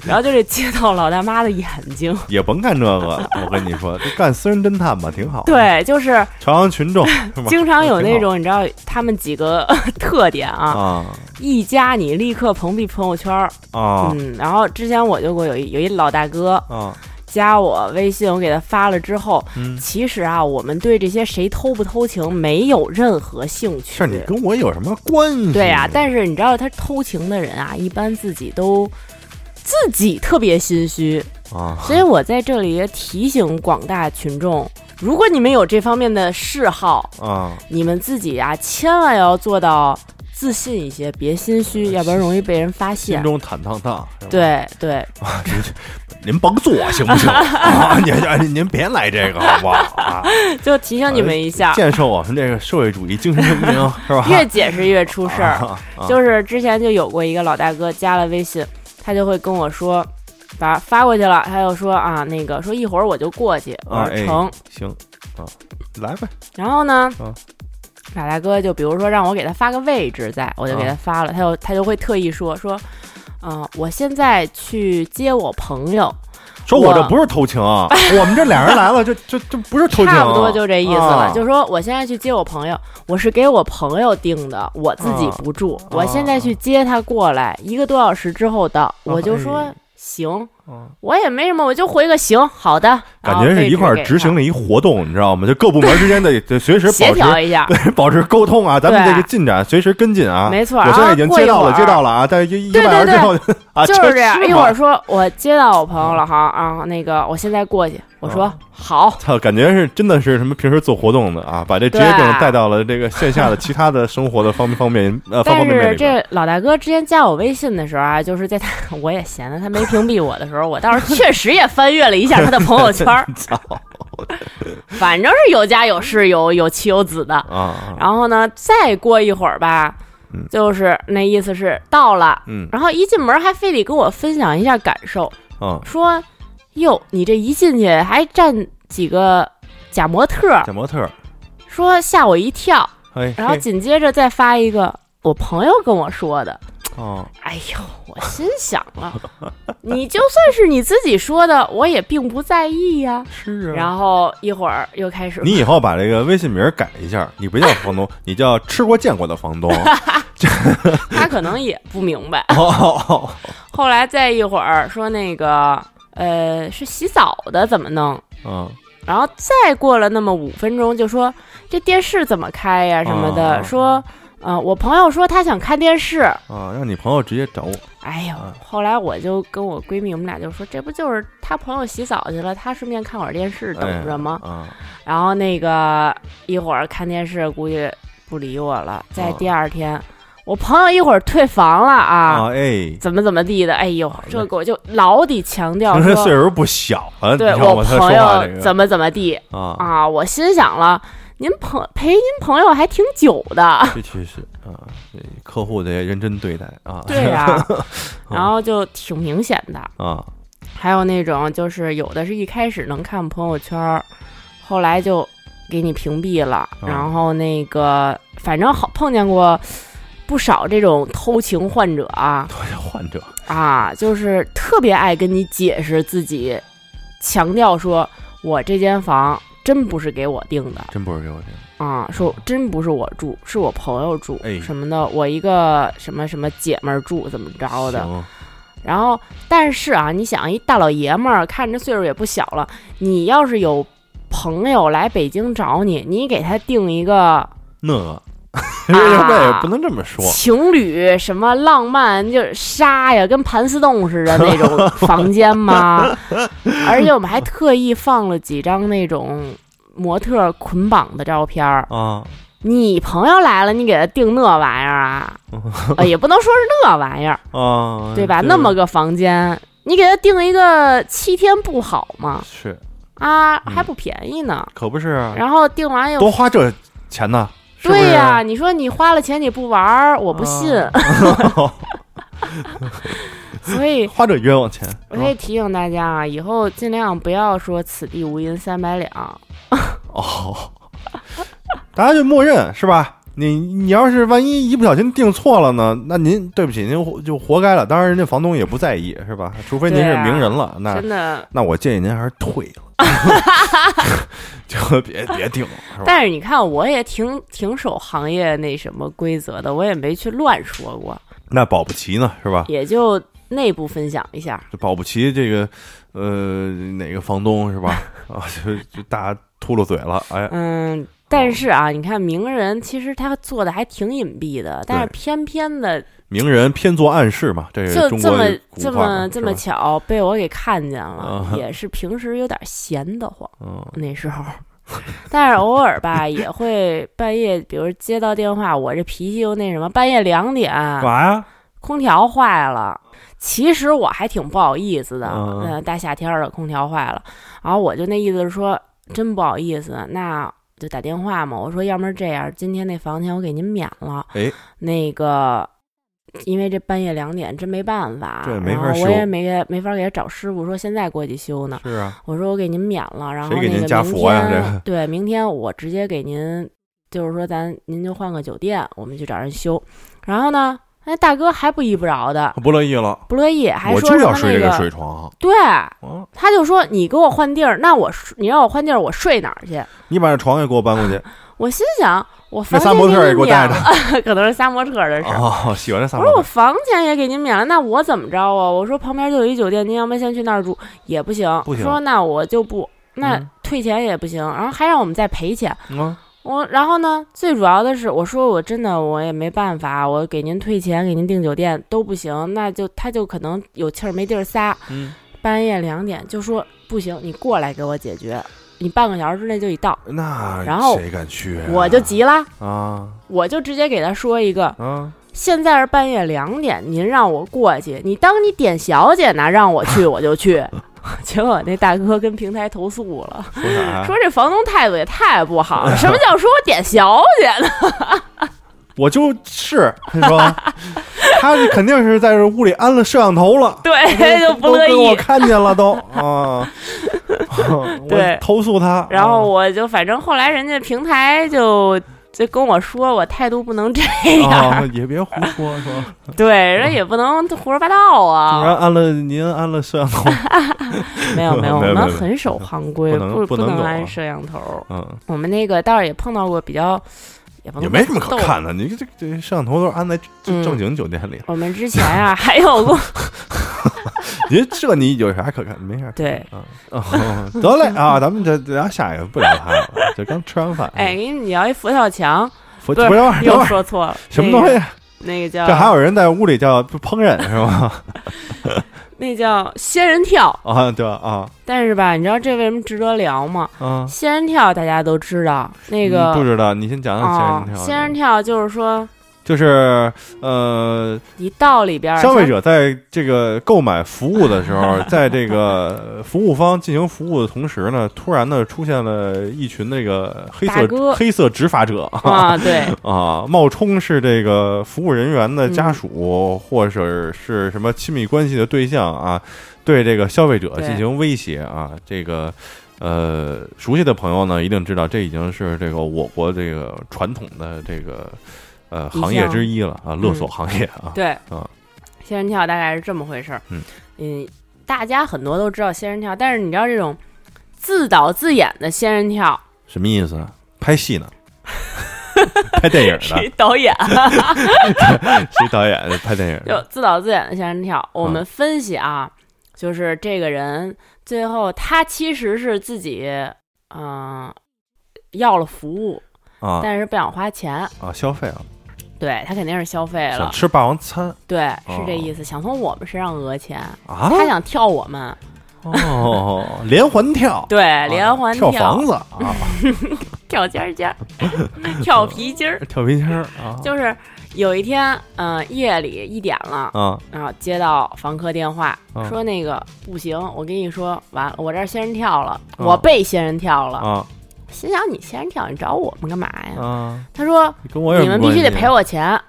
[SPEAKER 3] 然后就这街道老大妈的眼
[SPEAKER 1] [LAUGHS]
[SPEAKER 3] 睛，
[SPEAKER 1] 也甭干这
[SPEAKER 3] [LAUGHS]
[SPEAKER 1] 个，我跟你说，就干私人侦探吧，挺好。，
[SPEAKER 3] 对，就是
[SPEAKER 1] 朝阳群众是吧？
[SPEAKER 3] [LAUGHS] 经常有那
[SPEAKER 1] 挺好
[SPEAKER 3] 种你知道他们几个 [LAUGHS] 特点啊，
[SPEAKER 1] 啊
[SPEAKER 3] 一加你立刻屏蔽朋友圈儿，
[SPEAKER 1] 啊
[SPEAKER 3] 嗯，然后之前我就过有一有一老大哥
[SPEAKER 1] 啊，
[SPEAKER 3] 加我微信，我给他发了之后，
[SPEAKER 1] 嗯，
[SPEAKER 3] 其实啊，我们对这些谁偷不偷情没有任何兴趣
[SPEAKER 1] 是。你跟我有什么关系？
[SPEAKER 3] 对呀、但是你知道他偷情的人啊，一般自己都自己特别心虚，
[SPEAKER 1] 啊，
[SPEAKER 3] 所以我在这里也提醒广大群众，如果你们有这方面的嗜好，
[SPEAKER 1] 啊，
[SPEAKER 3] 你们自己啊千万要做到自信一些，别心虚，要不然容易被人发
[SPEAKER 1] 呃心
[SPEAKER 3] 现。
[SPEAKER 1] 中坦荡荡。是吧，
[SPEAKER 3] 对对，
[SPEAKER 1] [LAUGHS] 您甭做行不
[SPEAKER 3] [LAUGHS]
[SPEAKER 1] 行？啊，您您您别来这个好不好？啊，
[SPEAKER 3] 就提醒你们一下，
[SPEAKER 1] 建设我们这个社会主义精神文
[SPEAKER 3] [LAUGHS]
[SPEAKER 1] 明是吧？
[SPEAKER 3] 越解释越出
[SPEAKER 1] [LAUGHS]
[SPEAKER 3] 事儿。
[SPEAKER 1] 啊啊
[SPEAKER 3] 就是之前就有过一个老大哥加了微信，他就会跟我说，把发过去了，他又说啊那个说一会儿我就过去，我
[SPEAKER 1] 啊
[SPEAKER 3] 说
[SPEAKER 1] 哎
[SPEAKER 3] 成。
[SPEAKER 1] 行啊，来呗
[SPEAKER 3] 然后呢，
[SPEAKER 1] 啊
[SPEAKER 3] 老大哥就比如说让我给他发个位置在，我就给他发了，他就他就会特意说说，嗯、我现在去接我朋友，
[SPEAKER 1] 说我
[SPEAKER 3] 我
[SPEAKER 1] 这不是偷情
[SPEAKER 3] [LAUGHS]
[SPEAKER 1] 啊，我们这俩人来了，这这这不是偷情啊，
[SPEAKER 3] 差不多就这意思了，
[SPEAKER 1] 啊
[SPEAKER 3] 就说我现在去接我朋友，我是给我朋友订的，我自
[SPEAKER 1] 啊
[SPEAKER 3] 己不住，我现在去接他过来，一个多小时之后到，我就说、
[SPEAKER 1] 哎
[SPEAKER 3] 行
[SPEAKER 1] 啊。
[SPEAKER 3] 我也没什么，我就回个行，好的。
[SPEAKER 1] 感觉是一块
[SPEAKER 3] 然后
[SPEAKER 1] 儿
[SPEAKER 3] 位置
[SPEAKER 1] 执行
[SPEAKER 3] 给
[SPEAKER 1] 的一活动，你知道吗？就各部门之间
[SPEAKER 3] [LAUGHS]
[SPEAKER 1] 得得随时
[SPEAKER 3] 他
[SPEAKER 1] 保
[SPEAKER 3] 协调
[SPEAKER 1] 持
[SPEAKER 3] 一下，
[SPEAKER 1] [LAUGHS] 对保持沟通啊，咱们
[SPEAKER 3] 对
[SPEAKER 1] 这个进展随时跟进啊。
[SPEAKER 3] 没错。
[SPEAKER 1] 我
[SPEAKER 3] 然
[SPEAKER 1] 现
[SPEAKER 3] 后
[SPEAKER 1] 在已经接到
[SPEAKER 3] 过
[SPEAKER 1] 了，
[SPEAKER 3] 一会儿
[SPEAKER 1] 接到了啊，但一一
[SPEAKER 3] 对
[SPEAKER 1] 个半小时
[SPEAKER 3] 对
[SPEAKER 1] 之后 [LAUGHS] 啊，
[SPEAKER 3] 就是这样。
[SPEAKER 1] 是
[SPEAKER 3] 一会
[SPEAKER 1] 吗
[SPEAKER 3] 儿说我接到我朋友了，好啊，那个我现在过去。我说
[SPEAKER 1] 啊
[SPEAKER 3] 好，
[SPEAKER 1] 操，感觉是真的是什么平时做活动的啊，把这职业
[SPEAKER 3] 对
[SPEAKER 1] 病
[SPEAKER 3] 啊
[SPEAKER 1] 带到了这个线下的其他的生活的方面方面呃方
[SPEAKER 3] 但
[SPEAKER 1] 方面面
[SPEAKER 3] 是
[SPEAKER 1] 里边。
[SPEAKER 3] 这老大哥之前加我微信的时候啊，就是在他 [LAUGHS] 我也闲的他没屏蔽我的时候，我倒是确实也翻阅了一下他的朋友
[SPEAKER 1] [LAUGHS]
[SPEAKER 3] 圈儿，
[SPEAKER 1] 操
[SPEAKER 3] 反正是有家有室有有妻有子的。
[SPEAKER 1] 啊啊，
[SPEAKER 3] 然后呢，再过一会儿吧，就是那意思是到了，
[SPEAKER 1] 嗯
[SPEAKER 3] 然后一进门还非得跟我分享一下感受，
[SPEAKER 1] 啊，
[SPEAKER 3] 说哟，你这一进去还站几个假模特儿，
[SPEAKER 1] 小模特儿，
[SPEAKER 3] 说吓我一跳，
[SPEAKER 1] 哎，
[SPEAKER 3] 然后
[SPEAKER 1] 嘿
[SPEAKER 3] 紧接着再发一个我朋友跟我说的。
[SPEAKER 1] 哦，
[SPEAKER 3] 哎呦，我心想啊， [LAUGHS] 你就算是你自己说的，我也并不在意呀、
[SPEAKER 1] 是啊。
[SPEAKER 3] 然后一会儿又开始，
[SPEAKER 1] 你以后把这个微信名儿改一下，你不叫房东，你叫吃过见过的房
[SPEAKER 3] [LAUGHS]
[SPEAKER 1] 东。 [LAUGHS]
[SPEAKER 3] 他可能也不明白。
[SPEAKER 1] 哦哦哦，
[SPEAKER 3] 后来再一会儿说那个，呃，是洗澡的怎么弄？
[SPEAKER 1] 嗯，
[SPEAKER 3] 然后再过了那么五分钟，就说这电视怎么开呀、什么的，
[SPEAKER 1] 啊
[SPEAKER 3] 说，呃，我朋友说他想看电视，
[SPEAKER 1] 啊，让你朋友直接找我。
[SPEAKER 3] 哎呦
[SPEAKER 1] 啊，
[SPEAKER 3] 后来我就跟我闺蜜，我们俩就说，这不就是她朋友洗澡去了，她顺便看会儿电视，等着吗？
[SPEAKER 1] 哎？啊，
[SPEAKER 3] 然后那个一会儿看电视，估计不理我了。再
[SPEAKER 1] 啊
[SPEAKER 3] 第二天，我朋友一会儿退房了啊，
[SPEAKER 1] 啊哎，
[SPEAKER 3] 怎么怎么地的，哎呦，这给我就老得强调
[SPEAKER 1] 平时 [LAUGHS] 岁
[SPEAKER 3] 说，
[SPEAKER 1] 数不小了，你
[SPEAKER 3] 对
[SPEAKER 1] 让
[SPEAKER 3] 我
[SPEAKER 1] 他说话
[SPEAKER 3] 朋
[SPEAKER 1] 这
[SPEAKER 3] 友
[SPEAKER 1] 个
[SPEAKER 3] 怎么怎么地
[SPEAKER 1] 啊，
[SPEAKER 3] 啊，我心想了，您朋陪您朋友还挺久的。
[SPEAKER 1] 这确实啊，这客户得认真 [LAUGHS] 对待啊。 [LAUGHS]
[SPEAKER 3] [LAUGHS] 对呀、然后就挺明显的，
[SPEAKER 1] 嗯啊，
[SPEAKER 3] 还有那种就是有的是一开始能看朋友圈儿，后来就给你屏蔽了，
[SPEAKER 1] 啊
[SPEAKER 3] 然后那个反正好碰见过不少这种偷情患者啊
[SPEAKER 1] 多谢患者
[SPEAKER 3] 啊，就是特别爱跟你解释自己，强调说我这间房真不是给我定的
[SPEAKER 1] 真不是给我这样。
[SPEAKER 3] 啊，说真不是我住，是我朋友住、
[SPEAKER 1] 哎
[SPEAKER 3] 什么的，我一个什么什么姐们儿住怎么着的，
[SPEAKER 1] 行
[SPEAKER 3] 然后，但是啊，你想一大老爷们儿，看着岁数也不小了，你要是有朋友来北京找你，你给他定一个 [LAUGHS]
[SPEAKER 1] 那个，那也不能这么说。
[SPEAKER 3] 情侣什么浪漫，就是沙呀，跟盘丝洞似的那种房间吗？而且我们还特意放了几张那种。模特捆绑的照片儿，
[SPEAKER 1] 啊，
[SPEAKER 3] 你朋友来了，你给他定那玩意儿啊？呃，也不能说是那玩意儿，
[SPEAKER 1] 啊，
[SPEAKER 3] 对吧？
[SPEAKER 1] 这
[SPEAKER 3] 那么个房间，你给他定一个七天不好吗？
[SPEAKER 1] 是
[SPEAKER 3] 啊，
[SPEAKER 1] 嗯
[SPEAKER 3] 还不便宜呢。
[SPEAKER 1] 可不是啊，
[SPEAKER 3] 然后定完又
[SPEAKER 1] 多花这钱呢。是不是啊
[SPEAKER 3] 对呀、你说你花了钱你不玩儿，我不信。所
[SPEAKER 1] [LAUGHS] [LAUGHS]
[SPEAKER 3] 以
[SPEAKER 1] 花这冤枉钱
[SPEAKER 3] 我可以提醒大家啊，以后尽量不要说“此地无银三百两
[SPEAKER 1] 哦，大家就默认是吧？你你要是万一一不小心定错了呢，那您对不起，您活就活该了。当然，人家房东也不在意是吧？除非您是
[SPEAKER 3] 对啊
[SPEAKER 1] 名人了，”，那
[SPEAKER 3] 真的。
[SPEAKER 1] 那我建议您还是退了， [LAUGHS] 就别别定了是吧？
[SPEAKER 3] 但是你看，我也挺挺守行业那什么规则的，我也没去乱说过，
[SPEAKER 1] 那保不齐呢是吧？
[SPEAKER 3] 也就内部分享一下。
[SPEAKER 1] 这保不齐这个呃哪个房东是吧？ [LAUGHS] 啊，就就大家秃噜嘴了，哎，
[SPEAKER 3] 嗯，但是啊，你看名人其实他做的还挺隐蔽的，但是
[SPEAKER 1] 对
[SPEAKER 3] 偏偏的
[SPEAKER 1] 名人偏做暗示嘛，这
[SPEAKER 3] 就
[SPEAKER 1] 个呃中
[SPEAKER 3] 这
[SPEAKER 1] 国
[SPEAKER 3] 么
[SPEAKER 1] 古
[SPEAKER 3] 这
[SPEAKER 1] 话嘛
[SPEAKER 3] 么这么
[SPEAKER 1] 是吧
[SPEAKER 3] 巧被我给看见了
[SPEAKER 1] 啊， [LAUGHS]
[SPEAKER 3] 也是平时有点闲得慌
[SPEAKER 1] 嗯
[SPEAKER 3] 那时候， [LAUGHS] 但是偶尔吧也会半夜，比如接到电话，我这脾气又那什么，半夜两点啊
[SPEAKER 1] 干嘛呀？
[SPEAKER 3] 空调坏了，其实我还挺不好意思的，
[SPEAKER 1] 嗯
[SPEAKER 3] 呃，大夏天儿的空调坏了，然后我就那意思是说真不好意思，那。就打电话嘛，我说要不然这样，今天那房钱我给您免了，
[SPEAKER 1] 哎，
[SPEAKER 3] 那个，因为这半夜两点真没办法，
[SPEAKER 1] 对没法
[SPEAKER 3] 然后
[SPEAKER 1] 修
[SPEAKER 3] 我也没给没法给他找师傅说现在过去修呢。
[SPEAKER 1] 是啊，
[SPEAKER 3] 我说我给您免了，然后
[SPEAKER 1] 谁
[SPEAKER 3] 那
[SPEAKER 1] 给
[SPEAKER 3] 个明
[SPEAKER 1] 您
[SPEAKER 3] 天
[SPEAKER 1] 加佛呀这个
[SPEAKER 3] [LAUGHS] 对，明天我直接给您，就是说咱您就换个酒店，我们去找人修。然后呢，那、大哥还不依不饶的，
[SPEAKER 1] 他不乐意了，
[SPEAKER 3] 不乐意，还
[SPEAKER 1] 我
[SPEAKER 3] 说
[SPEAKER 1] 就
[SPEAKER 3] 什
[SPEAKER 1] 要
[SPEAKER 3] 么
[SPEAKER 1] 睡这
[SPEAKER 3] 那
[SPEAKER 1] 个
[SPEAKER 3] 个
[SPEAKER 1] 水床。
[SPEAKER 3] 对，
[SPEAKER 1] 啊，
[SPEAKER 3] 他就说你给我换地儿，那我睡你让我换地儿，我睡哪儿去？
[SPEAKER 1] 你把这床也给我搬过去，
[SPEAKER 3] 我心想，我
[SPEAKER 1] 那
[SPEAKER 3] 房
[SPEAKER 1] 仨
[SPEAKER 3] 间
[SPEAKER 1] 模特儿也给我带着
[SPEAKER 3] 免。了可能是仨模特儿的事儿。
[SPEAKER 1] 哦，喜欢这仨
[SPEAKER 3] 我
[SPEAKER 1] 模特
[SPEAKER 3] 说我
[SPEAKER 1] 儿。
[SPEAKER 3] 房钱也给您免了，那我怎么着啊？我说旁边就有一酒店，您要不然先去那儿住也不行。
[SPEAKER 1] 不行
[SPEAKER 3] 说那我就不，那
[SPEAKER 1] 嗯
[SPEAKER 3] 退钱也不行，然后还让我们再赔钱。
[SPEAKER 1] 嗯，
[SPEAKER 3] 我然后呢，最主要的是，我说我真的我也没办法，我给您退钱，给您订酒店都不行，那就他就可能有气儿没地儿撒。
[SPEAKER 1] 嗯，
[SPEAKER 3] 半夜两点就说不行，你过来给我解决，你半个小时之内就得到。
[SPEAKER 1] 那
[SPEAKER 3] 然后
[SPEAKER 1] 谁敢去呀？
[SPEAKER 3] 我就急了，
[SPEAKER 1] 啊
[SPEAKER 3] 我就直接给他说一个，
[SPEAKER 1] 啊！
[SPEAKER 3] 现在是半夜两点，您让我过去，你当你点小姐呢，让
[SPEAKER 1] [LAUGHS]
[SPEAKER 3] 我去我就去。结果那大哥跟平台投诉了，
[SPEAKER 1] 说啥呀
[SPEAKER 3] 说？这房东态度也太不好
[SPEAKER 1] [LAUGHS]
[SPEAKER 3] 了。什么叫说我点小姐呢？。
[SPEAKER 1] 我就是是吧？他这肯定是在这屋里安了摄像头了
[SPEAKER 3] [LAUGHS] 对，就不乐
[SPEAKER 1] 都给我
[SPEAKER 3] 意。
[SPEAKER 1] 看见了都啊！我
[SPEAKER 3] 对
[SPEAKER 1] 投诉他。啊
[SPEAKER 3] [LAUGHS] 然后我就反正后来人家平台就就跟我说我态度不能这样，
[SPEAKER 1] 啊，也别胡说是吧？
[SPEAKER 3] [LAUGHS] 对，人也不能胡说八道
[SPEAKER 1] 竟
[SPEAKER 3] [LAUGHS] 啊
[SPEAKER 1] 然。安了您安了摄像
[SPEAKER 3] [LAUGHS]
[SPEAKER 1] 头，
[SPEAKER 3] 没有没有，
[SPEAKER 1] [LAUGHS]
[SPEAKER 3] 我
[SPEAKER 1] 没有没有
[SPEAKER 3] 们很守行规，
[SPEAKER 1] 不能
[SPEAKER 3] 不
[SPEAKER 1] 不能有啊
[SPEAKER 3] 安摄像头。
[SPEAKER 1] 嗯，
[SPEAKER 3] 我们那个倒是也碰到过比较，也不能
[SPEAKER 1] 也没什么可
[SPEAKER 3] 逗
[SPEAKER 1] 看的。你这这摄像头都是安在
[SPEAKER 3] 嗯
[SPEAKER 1] 正经酒店里，
[SPEAKER 3] 我们之前啊 [LAUGHS] 还
[SPEAKER 1] [LAUGHS]
[SPEAKER 3] 有过，
[SPEAKER 1] 您这你有啥可看？没啥。
[SPEAKER 3] 对，
[SPEAKER 1] 啊，嗯哦，得
[SPEAKER 3] [LAUGHS]
[SPEAKER 1] 嘞啊，咱们这咱下一个不聊他了，这刚吃完饭。
[SPEAKER 3] 哎，，给你聊一佛跳墙，
[SPEAKER 1] 不
[SPEAKER 3] 不
[SPEAKER 1] 不
[SPEAKER 3] 是
[SPEAKER 1] 要玩，
[SPEAKER 3] 又
[SPEAKER 1] 玩
[SPEAKER 3] 说错了，
[SPEAKER 1] 什么东西？
[SPEAKER 3] 那个？那个叫
[SPEAKER 1] 这还有人在屋里叫烹饪是吗？
[SPEAKER 3] 那叫仙人跳，
[SPEAKER 1] 啊，对吧？啊
[SPEAKER 3] 但是吧，你知道这为什么值得聊吗？
[SPEAKER 1] 啊，
[SPEAKER 3] 仙人跳大家都知道，那个
[SPEAKER 1] 嗯不知道，你先讲
[SPEAKER 3] 啊
[SPEAKER 1] 讲，仙人跳。
[SPEAKER 3] 仙人跳就是说
[SPEAKER 1] 就是呃，
[SPEAKER 3] 你到里边儿，
[SPEAKER 1] 消费者在这个购买服务的时
[SPEAKER 3] [LAUGHS]
[SPEAKER 1] 候，在这个呃服务方进行服务的同时呢，突然呢出现了一群那个黑
[SPEAKER 3] 大哥
[SPEAKER 1] 色黑色执法者
[SPEAKER 3] 像啊，
[SPEAKER 1] [LAUGHS]
[SPEAKER 3] 对，
[SPEAKER 1] 啊，冒充是这个服务人员的
[SPEAKER 3] 嗯
[SPEAKER 1] 家属，或者是什么亲密关系的对象啊，对这个消费者
[SPEAKER 3] 对
[SPEAKER 1] 进行威胁啊，这个。呃，熟悉的朋友呢，一定知道这已经是这个我国这个传统的这个呃
[SPEAKER 3] 一
[SPEAKER 1] 行业
[SPEAKER 3] 项嗯
[SPEAKER 1] 之一了啊，勒索行业啊。
[SPEAKER 3] 对，
[SPEAKER 1] 啊
[SPEAKER 3] 仙人跳大概是这么回事儿。
[SPEAKER 1] 嗯
[SPEAKER 3] 大家很多都知道仙人跳，但是你知道这种自导自演的仙人跳，
[SPEAKER 1] 什么意思？啊？拍戏呢？ [LAUGHS] 拍电影的？ [LAUGHS]
[SPEAKER 3] 谁导演？
[SPEAKER 1] 谁导演的？拍电影
[SPEAKER 3] 就
[SPEAKER 1] 的？
[SPEAKER 3] 自导自演的仙人跳，我
[SPEAKER 1] 嗯
[SPEAKER 3] 们分析啊，就是这个人最后他其实是自己嗯、呃要了服务，
[SPEAKER 1] 啊
[SPEAKER 3] 但是不想花钱，
[SPEAKER 1] 啊！消费了，
[SPEAKER 3] 对他肯定是消费
[SPEAKER 1] 想
[SPEAKER 3] 了，
[SPEAKER 1] 吃霸王餐
[SPEAKER 3] 对，是这意思，想从我们身上讹钱，
[SPEAKER 1] 啊？
[SPEAKER 3] 他想跳我们，
[SPEAKER 1] 哦，连环
[SPEAKER 3] [LAUGHS]
[SPEAKER 1] 跳，
[SPEAKER 3] 对，
[SPEAKER 1] 啊
[SPEAKER 3] 连环
[SPEAKER 1] 跳
[SPEAKER 3] 跳、
[SPEAKER 1] 房子啊，
[SPEAKER 3] 跳尖儿尖儿， [LAUGHS] 跳皮
[SPEAKER 1] [LAUGHS]
[SPEAKER 3] 筋儿，
[SPEAKER 1] [LAUGHS] 跳皮筋儿啊，
[SPEAKER 3] 就是有一天，嗯、夜里一点了，
[SPEAKER 1] 啊
[SPEAKER 3] 然后接到房客电话，
[SPEAKER 1] 嗯
[SPEAKER 3] 说那个不行，我跟你说，完了，我这儿仙人跳了，
[SPEAKER 1] 嗯
[SPEAKER 3] 我被仙人跳了。
[SPEAKER 1] 啊
[SPEAKER 3] 心想你仙人跳，你找我们干嘛呀？
[SPEAKER 1] 啊！啊
[SPEAKER 3] 他说
[SPEAKER 1] 跟我有
[SPEAKER 3] 你们必须得赔
[SPEAKER 1] 我，
[SPEAKER 3] 我钱。
[SPEAKER 1] 啊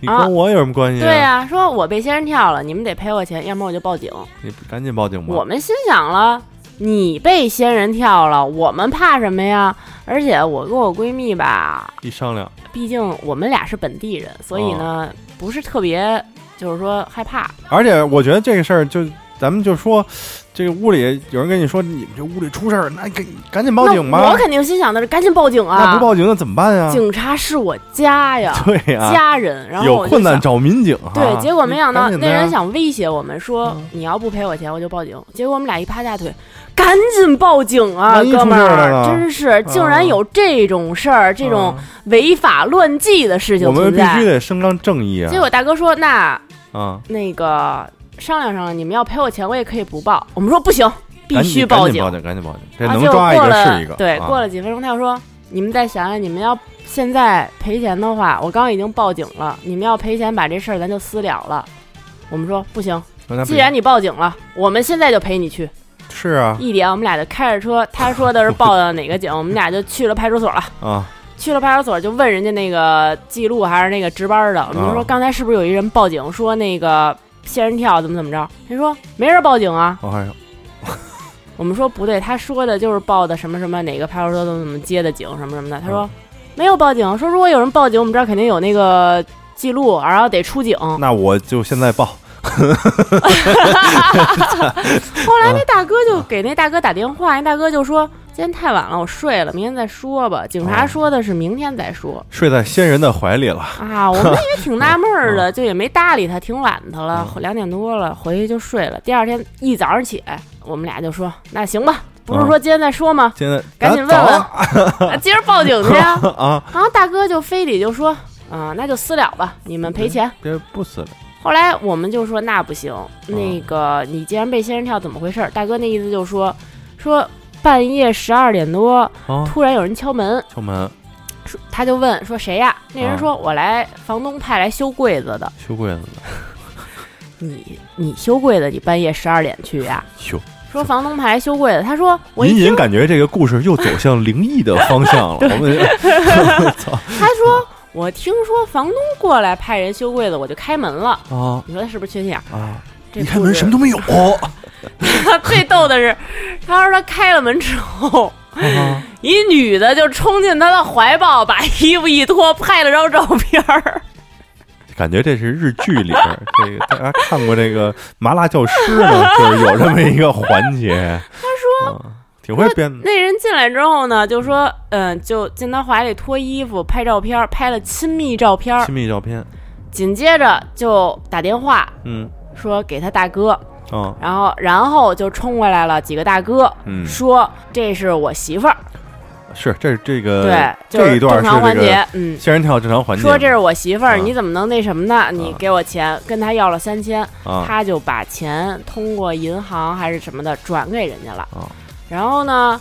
[SPEAKER 1] 你跟我有什么关系、
[SPEAKER 3] 对啊呀、说我被仙人跳了，你们得赔我钱，要不然我就报警。
[SPEAKER 1] 你赶紧报警吧。
[SPEAKER 3] 我们心想了，你被仙人跳了，我们怕什么呀？而且我跟我闺蜜吧，
[SPEAKER 1] 一商量，
[SPEAKER 3] 毕竟我们俩是本地人，所以呢，
[SPEAKER 1] 嗯
[SPEAKER 3] 不是特别就是说害怕。
[SPEAKER 1] 而且我觉得这个事儿就。咱们就说，这个屋里有人跟你说你们这屋里出事儿，那赶赶紧报警
[SPEAKER 3] 那
[SPEAKER 1] 吧
[SPEAKER 3] 我。肯定心想的是赶紧报警
[SPEAKER 1] 那
[SPEAKER 3] 啊！
[SPEAKER 1] 不报警那怎么办呀？
[SPEAKER 3] 警察是我家呀，
[SPEAKER 1] [LAUGHS] 对呀、
[SPEAKER 3] 家人。然后
[SPEAKER 1] 有
[SPEAKER 3] 我就
[SPEAKER 1] 困难
[SPEAKER 3] 想
[SPEAKER 1] 找民警啊。
[SPEAKER 3] 对，结果没想到
[SPEAKER 1] 你赶紧
[SPEAKER 3] 那
[SPEAKER 1] 的啊呀嗯
[SPEAKER 3] 人想威胁我们说：“你要不赔我钱，我就报警。”结果我们俩一拍大腿，赶紧报警啊，
[SPEAKER 1] 万一
[SPEAKER 3] 哥们
[SPEAKER 1] 出事儿了
[SPEAKER 3] 儿！
[SPEAKER 1] 呢啊
[SPEAKER 3] 真是，竟然有这种事儿，这种违法乱纪的事
[SPEAKER 1] 嗯我
[SPEAKER 3] 情
[SPEAKER 1] 们
[SPEAKER 3] 存
[SPEAKER 1] 必须
[SPEAKER 3] 在。
[SPEAKER 1] 得伸张正义啊
[SPEAKER 3] 结！果大哥说：“那
[SPEAKER 1] 啊，
[SPEAKER 3] 那个商量商量，你们要赔我钱，我也可以不报。”我们说：“不行，必
[SPEAKER 1] 赶紧
[SPEAKER 3] 须
[SPEAKER 1] 赶紧
[SPEAKER 3] 警。
[SPEAKER 1] 报警，赶紧报警，这
[SPEAKER 3] 啊
[SPEAKER 1] 能
[SPEAKER 3] 结果
[SPEAKER 1] 抓一
[SPEAKER 3] 过
[SPEAKER 1] 个
[SPEAKER 3] 了
[SPEAKER 1] 是一个。
[SPEAKER 3] 对，
[SPEAKER 1] 啊
[SPEAKER 3] 过了几分钟，他又说：“你们再想想，你们要现在赔钱的话，我刚刚已经报警了，你们要赔钱，把这事儿咱就私了了。”我们说：“不行，
[SPEAKER 1] 那不
[SPEAKER 3] 既然你报警了，我们现在就陪你去。
[SPEAKER 1] 是啊
[SPEAKER 3] 一点，我们俩就开着车，他说的是报的哪个警，我们俩就去了派出所了。
[SPEAKER 1] 啊，
[SPEAKER 3] 去了派出所就问人家那个记录还是那个值班的，我们就说
[SPEAKER 1] 啊
[SPEAKER 3] 刚才是不是有一人报警说那个仙人跳怎么怎么着？人说没人报警啊。
[SPEAKER 1] 我还有
[SPEAKER 3] 我们说不对，他说的就是报的什么什么哪个派出所怎么怎么接的警什么什么的。他说
[SPEAKER 1] 嗯
[SPEAKER 3] 没有报警，说如果有人报警，我们这儿肯定有那个记录，然后得 [LAUGHS] 出警。
[SPEAKER 1] 那我就现在报。
[SPEAKER 3] 后来那大哥就给那大哥打电话，那大哥就说今天太晚了，我睡了，明天再说吧。警察
[SPEAKER 1] 哦
[SPEAKER 3] 说的是明天再说、
[SPEAKER 1] 睡在仙人的怀里了，
[SPEAKER 3] 啊，我们也挺纳闷儿的，就也没搭理他，挺懒他了，两点多了回去就睡了。第二天一早上起来，我们俩就说那行吧，不是
[SPEAKER 1] 嗯
[SPEAKER 3] 说今天再说吗？
[SPEAKER 1] 现在
[SPEAKER 3] 赶紧问
[SPEAKER 1] 咱
[SPEAKER 3] 问
[SPEAKER 1] 走
[SPEAKER 3] 啊今儿报警去 [LAUGHS] 呀、
[SPEAKER 1] [LAUGHS] 啊！
[SPEAKER 3] 然后大哥就非得就说啊、那就私了吧，你们赔钱。
[SPEAKER 1] 别不死了，
[SPEAKER 3] 后来我们就说那不行，那个你既然被仙人跳，怎么回事儿？大哥那意思就是说，说半夜十二点多，
[SPEAKER 1] 啊！
[SPEAKER 3] 突然有人敲门，
[SPEAKER 1] 敲门
[SPEAKER 3] 说他就问说谁呀？那人说我来房东派来修柜子的。
[SPEAKER 1] 修柜子的，
[SPEAKER 3] 你你修柜子，你半夜十二点去呀？
[SPEAKER 1] 修。
[SPEAKER 3] 说房东派来修柜子，他说我一
[SPEAKER 1] [LAUGHS] 隐
[SPEAKER 3] 听
[SPEAKER 1] 隐，感觉这个故事又走向灵异的方向了。我们操
[SPEAKER 3] 他说我听说房东过来派人修柜子，我就开门了。
[SPEAKER 1] [LAUGHS] 啊
[SPEAKER 3] 你说他是不是缺心眼儿？
[SPEAKER 1] 啊！
[SPEAKER 3] 这
[SPEAKER 4] 一开
[SPEAKER 3] 故
[SPEAKER 4] 门
[SPEAKER 3] 事
[SPEAKER 4] 什么都没有，
[SPEAKER 3] 最逗的是，他说他开了门之后，
[SPEAKER 1] 啊
[SPEAKER 3] 一女的就冲进他的怀抱，把衣服一脱，拍了张照片
[SPEAKER 1] [LAUGHS]
[SPEAKER 3] 儿。
[SPEAKER 1] [LAUGHS] 感觉这是日剧里边儿， [LAUGHS] 这个大家看过这个《麻辣教师》
[SPEAKER 3] [LAUGHS]
[SPEAKER 1] 呢，就是有这么一个环节。他说、挺会编的
[SPEAKER 3] 那人进来之后呢，就说，嗯、就进他怀里脱衣服拍照片儿，拍了亲密照片儿
[SPEAKER 1] 亲。密照片，
[SPEAKER 3] 紧接着就打电话
[SPEAKER 1] 嗯
[SPEAKER 3] 说给他大哥，
[SPEAKER 1] 啊
[SPEAKER 3] 然后然后就冲过来了几个大哥，
[SPEAKER 1] 嗯
[SPEAKER 3] 说这是我媳妇儿，
[SPEAKER 1] 是这这个
[SPEAKER 3] 对，就
[SPEAKER 1] 呃这
[SPEAKER 3] 是
[SPEAKER 1] 一
[SPEAKER 3] 正
[SPEAKER 1] 段
[SPEAKER 3] 常环
[SPEAKER 1] 是这
[SPEAKER 3] 节
[SPEAKER 1] 个，
[SPEAKER 3] 嗯。
[SPEAKER 1] 仙人跳正常环节嘛，啊
[SPEAKER 3] 说这是我媳妇儿，
[SPEAKER 1] 嗯
[SPEAKER 3] 你怎么能那什么呢？你给我钱，跟他要了三千，
[SPEAKER 1] 啊
[SPEAKER 3] 他就把钱通过银行还是什么的转给人家了。
[SPEAKER 1] 哦
[SPEAKER 3] 然后呢，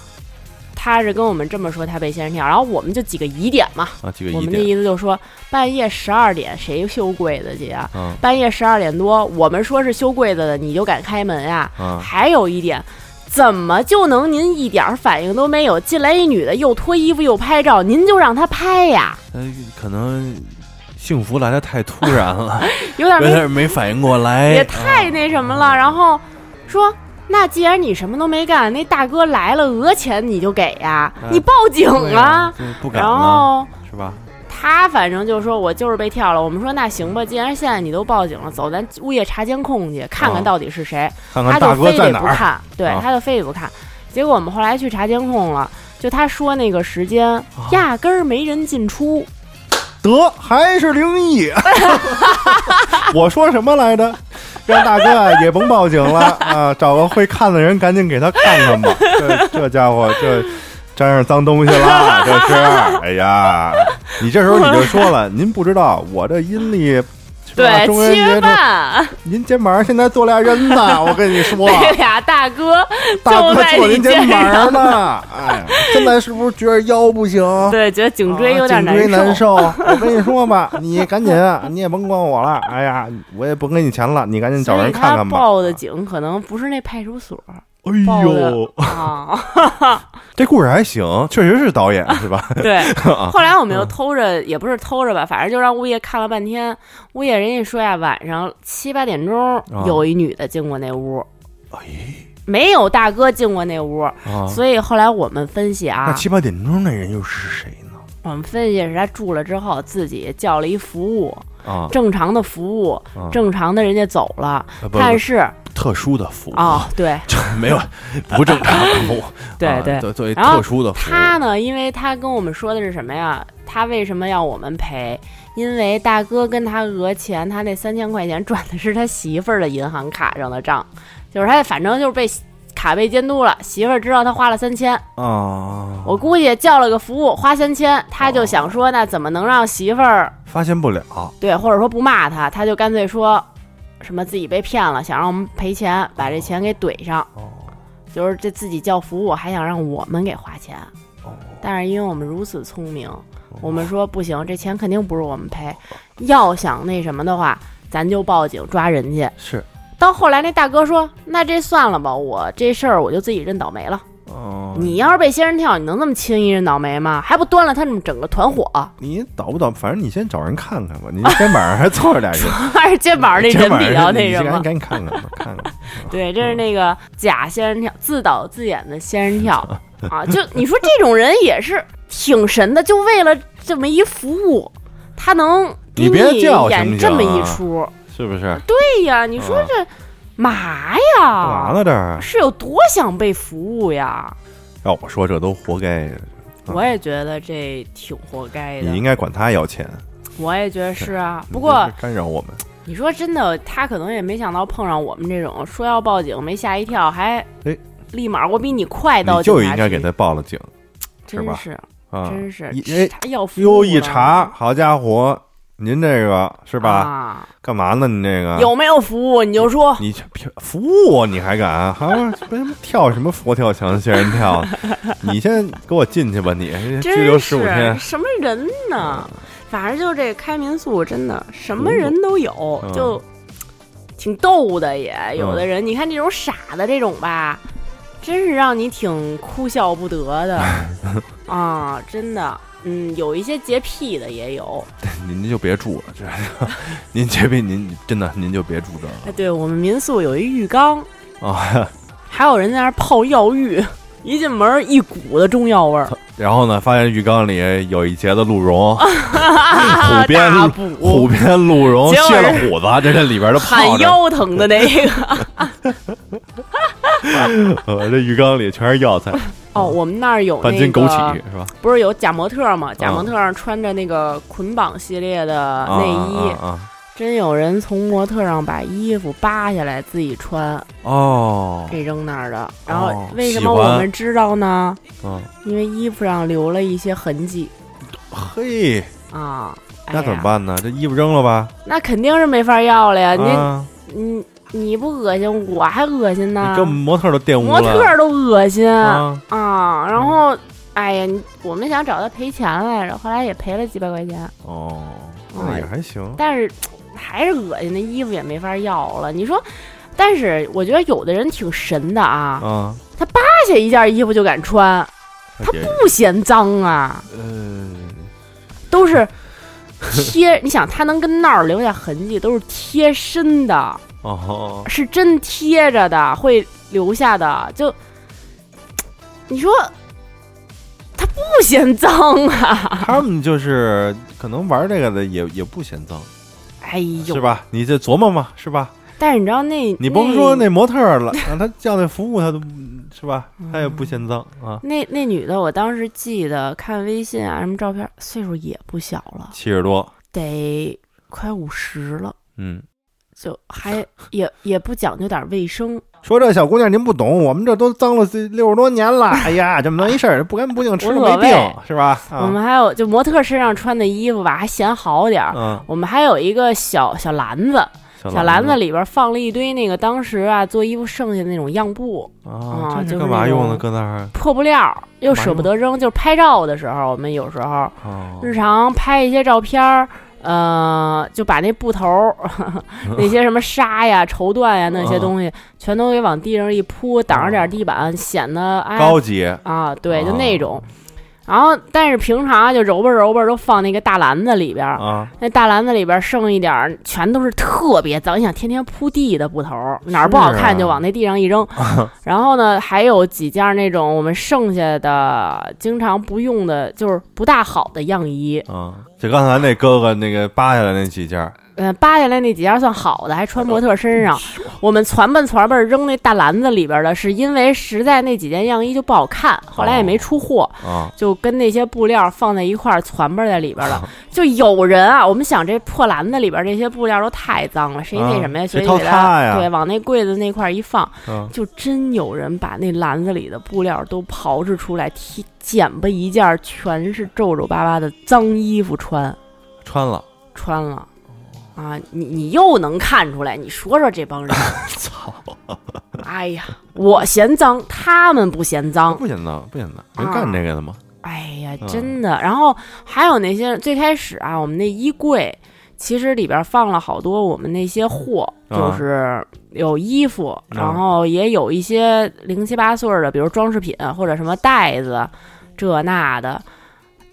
[SPEAKER 3] 他是跟我们这么说他被仙人跳，然后我们就几个疑点嘛，
[SPEAKER 1] 啊几个
[SPEAKER 3] 我
[SPEAKER 1] 疑
[SPEAKER 3] 们的
[SPEAKER 1] 点，
[SPEAKER 3] 意思就说半夜十二点谁修柜子去啊？
[SPEAKER 1] 嗯
[SPEAKER 3] 半夜十二点多，我们说是修柜子的，你就敢开门呀、
[SPEAKER 1] 啊
[SPEAKER 3] 还有一点。怎么就能您一点儿反应都没有？进来一女的，又脱衣服又拍照，您就让她拍呀？
[SPEAKER 1] 呃可能幸福来的太突然
[SPEAKER 3] [LAUGHS]
[SPEAKER 1] 了，
[SPEAKER 3] 有点
[SPEAKER 1] [LAUGHS] 有
[SPEAKER 3] 没
[SPEAKER 1] 点没反应过
[SPEAKER 3] 也
[SPEAKER 1] 来。
[SPEAKER 3] 太那什么
[SPEAKER 1] 嗯
[SPEAKER 3] 了。然后说，那既然你什么都没干，那大哥来了讹钱你就给呀、
[SPEAKER 1] 啊
[SPEAKER 3] 你报警
[SPEAKER 1] 对
[SPEAKER 3] 啊
[SPEAKER 1] 啊。，就不敢
[SPEAKER 3] 然
[SPEAKER 1] 了，
[SPEAKER 3] 后
[SPEAKER 1] 是吧？
[SPEAKER 3] 他反正就说我就是被跳了。我们说那行吧，既然现在你都报警了，走，咱物业查监控去，看看
[SPEAKER 1] 啊
[SPEAKER 3] 到底是谁。
[SPEAKER 1] 看
[SPEAKER 3] 他
[SPEAKER 1] 看大
[SPEAKER 3] 就
[SPEAKER 1] 哥
[SPEAKER 3] 非
[SPEAKER 1] 在
[SPEAKER 3] 得
[SPEAKER 1] 哪
[SPEAKER 3] 不
[SPEAKER 1] 儿
[SPEAKER 3] 看，对，
[SPEAKER 1] 啊
[SPEAKER 3] 他就非得不看。结果我们后来去查监控了，就他说那个时间
[SPEAKER 1] 啊
[SPEAKER 3] 压根儿没人进出。
[SPEAKER 1] 得还是灵异。 [LAUGHS] 我说什么来着？让大哥啊 [LAUGHS] 也甭报警了啊，找个会看的人赶紧给他看看吧。这这家伙这沾上脏东西
[SPEAKER 3] [LAUGHS]
[SPEAKER 1] 了，这是。哎呀，你这时候你就说
[SPEAKER 3] [LAUGHS]
[SPEAKER 1] 了，您不知道我这阴历。是吧
[SPEAKER 3] 对，
[SPEAKER 1] 中
[SPEAKER 3] 七
[SPEAKER 1] 元
[SPEAKER 3] 月
[SPEAKER 1] 节这，
[SPEAKER 3] 半，
[SPEAKER 1] 您肩膀上现在坐俩人呢，
[SPEAKER 3] [LAUGHS]
[SPEAKER 1] 我跟你说，
[SPEAKER 3] 那俩大哥
[SPEAKER 1] 大
[SPEAKER 3] [LAUGHS]
[SPEAKER 1] 哥
[SPEAKER 3] 就在
[SPEAKER 1] 坐
[SPEAKER 3] 你
[SPEAKER 1] 您
[SPEAKER 3] 肩
[SPEAKER 1] 肩膀
[SPEAKER 3] 上
[SPEAKER 1] 呢。哎呀，现在是不是觉得腰不行？
[SPEAKER 3] 对，觉得颈椎
[SPEAKER 1] 啊
[SPEAKER 3] 有点
[SPEAKER 1] 颈椎
[SPEAKER 3] 难
[SPEAKER 1] 难。受。我跟你说吧，你赶紧，你也甭管我了。哎呀，我也甭给你钱了，你赶紧找
[SPEAKER 3] 所以
[SPEAKER 1] 人看看
[SPEAKER 3] 他
[SPEAKER 1] 吧。 [LAUGHS]
[SPEAKER 3] 报的警可能不是那派出所，
[SPEAKER 1] 哎
[SPEAKER 3] 爆的
[SPEAKER 1] 呦，
[SPEAKER 3] 啊，
[SPEAKER 1] 这故事还行，确实是导演是吧？ [LAUGHS]
[SPEAKER 3] 对。
[SPEAKER 1] 啊，
[SPEAKER 3] 后来我们又偷着，也不是偷着吧，反正就让物业看了半天。物业人家说呀，晚上七八点钟
[SPEAKER 1] 啊哎
[SPEAKER 3] 有一女的进过那屋，没有大哥进过那屋。
[SPEAKER 1] 啊
[SPEAKER 3] 所以后来我们分析
[SPEAKER 1] 那
[SPEAKER 3] 啊，
[SPEAKER 1] 七八点钟那人又是谁呢？
[SPEAKER 3] 我们分析是他住了之后自己叫了一服务，
[SPEAKER 1] 啊，
[SPEAKER 3] 正常的服务，
[SPEAKER 1] 啊
[SPEAKER 3] 正常的人家走了，
[SPEAKER 1] 啊不啊
[SPEAKER 3] 但
[SPEAKER 1] 不
[SPEAKER 3] 是
[SPEAKER 1] 特殊的服务
[SPEAKER 3] 哦，对
[SPEAKER 1] 没有不正常的服务，
[SPEAKER 3] 对
[SPEAKER 1] 啊
[SPEAKER 3] 对，
[SPEAKER 1] 作作为
[SPEAKER 3] 然后
[SPEAKER 1] 特殊的服务，
[SPEAKER 3] 他呢，因为他跟我们说的是什么呀？他为什么要我们赔？因为大哥跟他讹钱，他那三千块钱转的是他媳妇儿的银行卡上的账，就是他反正就是被卡被监督了，媳妇儿知道他花了三千，
[SPEAKER 1] 啊，
[SPEAKER 3] 我估计叫了个服务花三千，他就想说那怎么能让媳妇儿
[SPEAKER 1] 发现不了
[SPEAKER 3] 对，或者说不骂他，他就干脆说什么自己被骗了，想让我们赔钱，把这钱给怼上，就是这自己叫服务，还想让我们给花钱。
[SPEAKER 1] 哦
[SPEAKER 3] 但是因为我们如此聪明，我们说不行，这钱肯定不是我们赔，要想那什么的话，咱就报警抓人去。
[SPEAKER 1] 是，
[SPEAKER 3] 到后来那大哥说：“那这算了吧，我这事儿我就自己认倒霉了。
[SPEAKER 1] 哦，
[SPEAKER 3] 你要是被仙人跳，你能那么轻易认倒霉吗？还不端了他们整个团伙， [LAUGHS]
[SPEAKER 1] 你倒不倒？反正你先找人看看吧，你肩膀上还凑着俩人，
[SPEAKER 3] 还是肩膀上那
[SPEAKER 1] 肩
[SPEAKER 3] 人
[SPEAKER 1] 膀
[SPEAKER 3] 比
[SPEAKER 1] 上
[SPEAKER 3] 较
[SPEAKER 1] 你
[SPEAKER 3] 那什么
[SPEAKER 1] 赶紧？赶紧看看吧， [LAUGHS] 看看吧。
[SPEAKER 3] 对，这是那个假仙人跳，自导自演的仙人
[SPEAKER 1] [LAUGHS]
[SPEAKER 3] 跳啊！就你说这种人也是挺神的，就为了这么一服务，他能
[SPEAKER 1] 你
[SPEAKER 3] 给
[SPEAKER 1] 别叫行不
[SPEAKER 3] 演这么
[SPEAKER 1] 行
[SPEAKER 3] 一
[SPEAKER 1] 啊
[SPEAKER 3] 出？
[SPEAKER 1] 是不是？
[SPEAKER 3] 对呀，你说
[SPEAKER 1] 啊
[SPEAKER 3] 这嘛
[SPEAKER 1] 干嘛
[SPEAKER 3] 呀？
[SPEAKER 1] 呢这儿？啊
[SPEAKER 3] 是有多想被服务呀？
[SPEAKER 1] 要我说这都活该，啊
[SPEAKER 3] 我也觉得这挺活该
[SPEAKER 1] 你应
[SPEAKER 3] 的，
[SPEAKER 1] 该管他要钱。
[SPEAKER 3] 我也觉得是啊。不
[SPEAKER 1] 你
[SPEAKER 3] 过
[SPEAKER 1] 这是干扰我们，
[SPEAKER 3] 你说真的，他可能也没想到碰上我们这种，说要报警没吓一跳，还
[SPEAKER 1] 哎
[SPEAKER 3] 立马我比你快到
[SPEAKER 1] 你
[SPEAKER 3] 警
[SPEAKER 1] 就
[SPEAKER 3] 察
[SPEAKER 1] 应该
[SPEAKER 3] 局
[SPEAKER 1] 给他报了警是
[SPEAKER 3] 真
[SPEAKER 1] 吧
[SPEAKER 3] 是
[SPEAKER 1] 啊！
[SPEAKER 3] 真是
[SPEAKER 1] 一哎
[SPEAKER 3] 他要服务
[SPEAKER 1] 哟
[SPEAKER 3] 了
[SPEAKER 1] 一查，好家伙，您这个是吧？啊
[SPEAKER 3] 啊
[SPEAKER 1] 干嘛呢？您这个
[SPEAKER 3] 有没有服务你就说，
[SPEAKER 1] 你这骗服务啊我你还敢？还什跳什么佛跳墙、仙人跳？啊
[SPEAKER 3] [LAUGHS]
[SPEAKER 1] 你先给我进去吧！你
[SPEAKER 3] 真
[SPEAKER 1] 拘留十五
[SPEAKER 3] 是
[SPEAKER 1] 天， [LAUGHS] 嗯
[SPEAKER 3] 什么人呢？反正就这开民宿，真的什么人都有
[SPEAKER 1] 嗯，
[SPEAKER 3] 就挺逗的也。有的人你看这种傻的这种吧，真是让你挺哭笑不
[SPEAKER 1] [LAUGHS]
[SPEAKER 3] 得的啊，真的。嗯，有一些洁癖的也有。
[SPEAKER 1] 您就别住了，这 [LAUGHS] 您这边您真的您就别住这儿
[SPEAKER 3] 哎，对我们民宿有一浴缸，
[SPEAKER 1] 了啊。
[SPEAKER 3] [LAUGHS] 还有人在那儿泡药浴，一进门儿一股的中药味
[SPEAKER 1] [LAUGHS]
[SPEAKER 3] 儿。
[SPEAKER 1] 然后呢，发现浴缸里有一截子鹿
[SPEAKER 3] [LAUGHS]
[SPEAKER 1] 茸， [LAUGHS]
[SPEAKER 3] 啊
[SPEAKER 1] 虎鞭
[SPEAKER 3] 大补
[SPEAKER 1] 虎鞭鹿茸
[SPEAKER 3] 结果
[SPEAKER 1] 卸了
[SPEAKER 3] 是
[SPEAKER 1] 虎
[SPEAKER 3] [LAUGHS]
[SPEAKER 1] 子，这这里边的泡
[SPEAKER 3] 喊
[SPEAKER 1] 着，
[SPEAKER 3] 腰疼的那个。
[SPEAKER 1] 呃 [LAUGHS] 这浴缸里全是药
[SPEAKER 3] [LAUGHS]
[SPEAKER 1] 材，
[SPEAKER 3] 哦，我们那儿有
[SPEAKER 1] 半
[SPEAKER 3] 那
[SPEAKER 1] 斤枸杞嗯
[SPEAKER 3] 个，
[SPEAKER 1] 是吧？
[SPEAKER 3] 不是有假模特吗？假模特上穿着那个捆绑系列的
[SPEAKER 1] 啊
[SPEAKER 3] 内衣，
[SPEAKER 1] 啊啊
[SPEAKER 3] 真有人从模特上把衣服扒下来自己穿，
[SPEAKER 1] 哦，
[SPEAKER 3] 给扔那儿的。然后
[SPEAKER 1] 哦
[SPEAKER 3] 为什
[SPEAKER 1] 喜
[SPEAKER 3] 么
[SPEAKER 1] 欢
[SPEAKER 3] 我们知道呢？
[SPEAKER 1] 嗯，
[SPEAKER 3] 因为衣服上留了一些痕迹
[SPEAKER 1] 嘿，
[SPEAKER 3] 啊。哎
[SPEAKER 1] 那
[SPEAKER 3] 呀
[SPEAKER 1] 怎么？办呢？这衣服扔了吧？
[SPEAKER 3] 那肯定是没法要了呀！
[SPEAKER 1] 啊，
[SPEAKER 3] 你你你不恶心，我还恶心呢
[SPEAKER 1] 你。跟模特都玷污
[SPEAKER 3] 啊模
[SPEAKER 1] 了，
[SPEAKER 3] 特儿都恶心
[SPEAKER 1] 啊
[SPEAKER 3] 啊，然后，哎呀，你我们想找他赔钱来着，后来也赔了几百块钱，
[SPEAKER 1] 哦，那也
[SPEAKER 3] 哎
[SPEAKER 1] 还行，
[SPEAKER 3] 但是还是恶心，那衣服也没法要了。你说，但是我觉得有的人挺神的啊，
[SPEAKER 1] 啊，
[SPEAKER 3] 扒下一件衣服就敢穿，
[SPEAKER 1] 他也
[SPEAKER 3] 不嫌脏啊，
[SPEAKER 1] 呃，
[SPEAKER 3] 都是贴。 [LAUGHS] 你想，他能跟那儿留下痕迹，都是贴身的，
[SPEAKER 1] 哦，
[SPEAKER 3] 是真贴着的，会留下的。就你说，他不嫌脏
[SPEAKER 1] [LAUGHS]
[SPEAKER 3] 啊。
[SPEAKER 1] 他们就是可能玩这个的也也不嫌脏，
[SPEAKER 3] 哎呦，
[SPEAKER 1] 是？吧？你这琢磨嘛，是吧？
[SPEAKER 3] 但是你知道那
[SPEAKER 1] 你甭说那模特儿了，让他叫那服务，他都是吧？他也不嫌脏啊。
[SPEAKER 3] 那那女的，我当时记得看微信啊什么照片，岁数也不小了，
[SPEAKER 1] 七十多，
[SPEAKER 3] 得快五十了，
[SPEAKER 1] 嗯，
[SPEAKER 3] 就
[SPEAKER 1] [LAUGHS]
[SPEAKER 3] 还也也不讲究点卫生。
[SPEAKER 1] 说这小姑娘您不懂，我们这都脏了六十多年了。哎呀，这么一事儿，不干不净吃了
[SPEAKER 3] 无所
[SPEAKER 1] 没病
[SPEAKER 3] 谓
[SPEAKER 1] 是吧？
[SPEAKER 3] 我
[SPEAKER 1] 啊，
[SPEAKER 3] 们还有就模特身上穿的衣服吧，还显好点儿。
[SPEAKER 1] 嗯，
[SPEAKER 3] 我们还有一个小小篮子，小篮子
[SPEAKER 1] 子
[SPEAKER 3] 里边放了一堆那个当时啊做衣服剩下的那种样布，啊
[SPEAKER 1] 啊，这
[SPEAKER 3] 就是
[SPEAKER 1] 是干
[SPEAKER 3] 那
[SPEAKER 1] 嘛用
[SPEAKER 3] 种
[SPEAKER 1] 的？搁那儿啊
[SPEAKER 3] 破布料儿又舍不得扔，就是拍照的时候，我们有时候
[SPEAKER 1] 哦
[SPEAKER 3] 日常拍一些照片儿，呃，就把那布头儿、 [LAUGHS] 那些什么沙呀、绸缎呀那些东西，全都给往地上一铺，挡着点地板，显得哎
[SPEAKER 1] 高级，
[SPEAKER 3] 啊，对，就那
[SPEAKER 1] 啊
[SPEAKER 3] 种。然后，但是平常啊就揉吧揉吧，都放那个大篮子里边儿。
[SPEAKER 1] 啊，
[SPEAKER 3] 那大篮子里边剩一点儿，全都是特别脏。你想天天铺地的布头儿，哪儿不好看就往那地上一扔。然后呢，还有几件儿那种我们剩下的经常不用的，就是不大好的样衣。
[SPEAKER 1] 嗯，就刚才那哥哥那个扒下来那几件儿，
[SPEAKER 3] 嗯、扒下来那几件儿算好的，还穿模特身上。我们攒吧攒吧扔那大篮子里边儿的，是因为实在那几件样衣就不好看，后来也没出货。
[SPEAKER 1] 啊，
[SPEAKER 3] 就跟那些布料放在一块儿攒吧在里边了。就有人啊，我们想这破篮子里边这些布料都太脏了，谁那什么呀？
[SPEAKER 1] 啊
[SPEAKER 3] 谁
[SPEAKER 1] 谁
[SPEAKER 3] 给
[SPEAKER 1] 掏它
[SPEAKER 3] 它
[SPEAKER 1] 呀
[SPEAKER 3] 对往那柜子那块儿一放，
[SPEAKER 1] 嗯
[SPEAKER 3] 就真有人把那篮子里的布料都刨制出来，提捡吧一件儿全是皱皱巴巴的脏衣服穿
[SPEAKER 1] 穿了，
[SPEAKER 3] 穿了。
[SPEAKER 1] 哦
[SPEAKER 3] 啊，你你又能看出来？你说说这帮人，
[SPEAKER 1] [LAUGHS] 操，
[SPEAKER 3] 哎呀，我嫌脏，他们不嫌脏，
[SPEAKER 1] 不简单，不简单，人
[SPEAKER 3] 啊
[SPEAKER 1] 干这个的吗？
[SPEAKER 3] 哎呀，
[SPEAKER 1] 嗯
[SPEAKER 3] 真的。然后还有那些最开始啊，我们那衣柜其实里边放了好多我们那些货，
[SPEAKER 1] 啊
[SPEAKER 3] 就是有衣服，
[SPEAKER 1] 啊
[SPEAKER 3] 然后也有一些零七八碎儿的，比如装饰品或者什么袋子，这那的。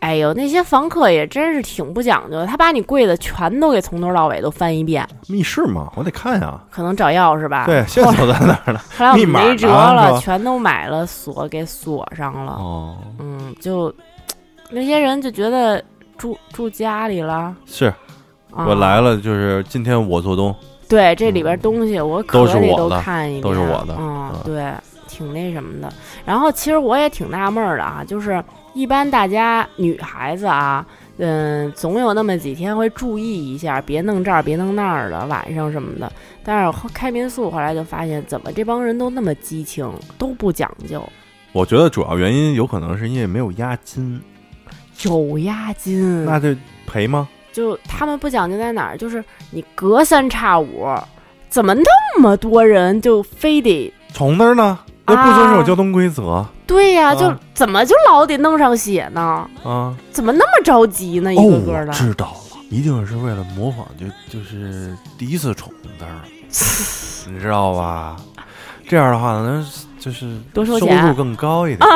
[SPEAKER 3] 哎呦，那些房客也真是挺不讲究的，他把你柜子全都给从头到尾都翻一遍，
[SPEAKER 1] 密室嘛，我得看呀。
[SPEAKER 3] 可能找钥匙吧。 [LAUGHS]
[SPEAKER 1] 对，线索在哪儿呢？
[SPEAKER 3] 后来我
[SPEAKER 1] 密
[SPEAKER 3] 们
[SPEAKER 1] 码
[SPEAKER 3] 没辙
[SPEAKER 1] 呢是
[SPEAKER 3] 了，
[SPEAKER 1] 吧
[SPEAKER 3] 全都买了锁给锁上了。
[SPEAKER 1] 哦，
[SPEAKER 3] 嗯，就那些人就觉得住住家里了。
[SPEAKER 1] 是
[SPEAKER 3] 啊、
[SPEAKER 1] 我来了，就是今天我做东，
[SPEAKER 3] 对，这里边东西我可
[SPEAKER 1] 都是
[SPEAKER 3] 得
[SPEAKER 1] 我
[SPEAKER 3] 都
[SPEAKER 1] 的
[SPEAKER 3] 看一遍，
[SPEAKER 1] 都是我的
[SPEAKER 3] 嗯
[SPEAKER 1] 啊，
[SPEAKER 3] 对，挺那什么的。然后其实我也挺纳闷儿的啊，就是一般大家女孩子啊，嗯，总有那么几天会注意一下，别弄这儿，别弄那儿的，晚上什么的。但是后开民宿后来就发现，怎么这帮人都那么激情，都不讲究，
[SPEAKER 1] 我觉得主要原因有可能是因为没有押金，
[SPEAKER 3] 有押金，
[SPEAKER 1] 那就赔吗？
[SPEAKER 3] 就他们不讲究在哪儿，就是你隔三差五，怎么那么多人就非得
[SPEAKER 1] 从那儿
[SPEAKER 3] 啊
[SPEAKER 1] 呢？那不遵守交通规则
[SPEAKER 3] 对呀、
[SPEAKER 1] 啊
[SPEAKER 3] 就怎么就老得弄上血呢？
[SPEAKER 1] 啊！哦
[SPEAKER 3] 怎么那么着急呢？一个个的，
[SPEAKER 1] 知道了，一定是为了模仿，就就是第一次闯红灯儿，你知道吧？这样的话呢，就是
[SPEAKER 3] 多收
[SPEAKER 1] 收
[SPEAKER 3] 钱啊
[SPEAKER 1] 入更高一点，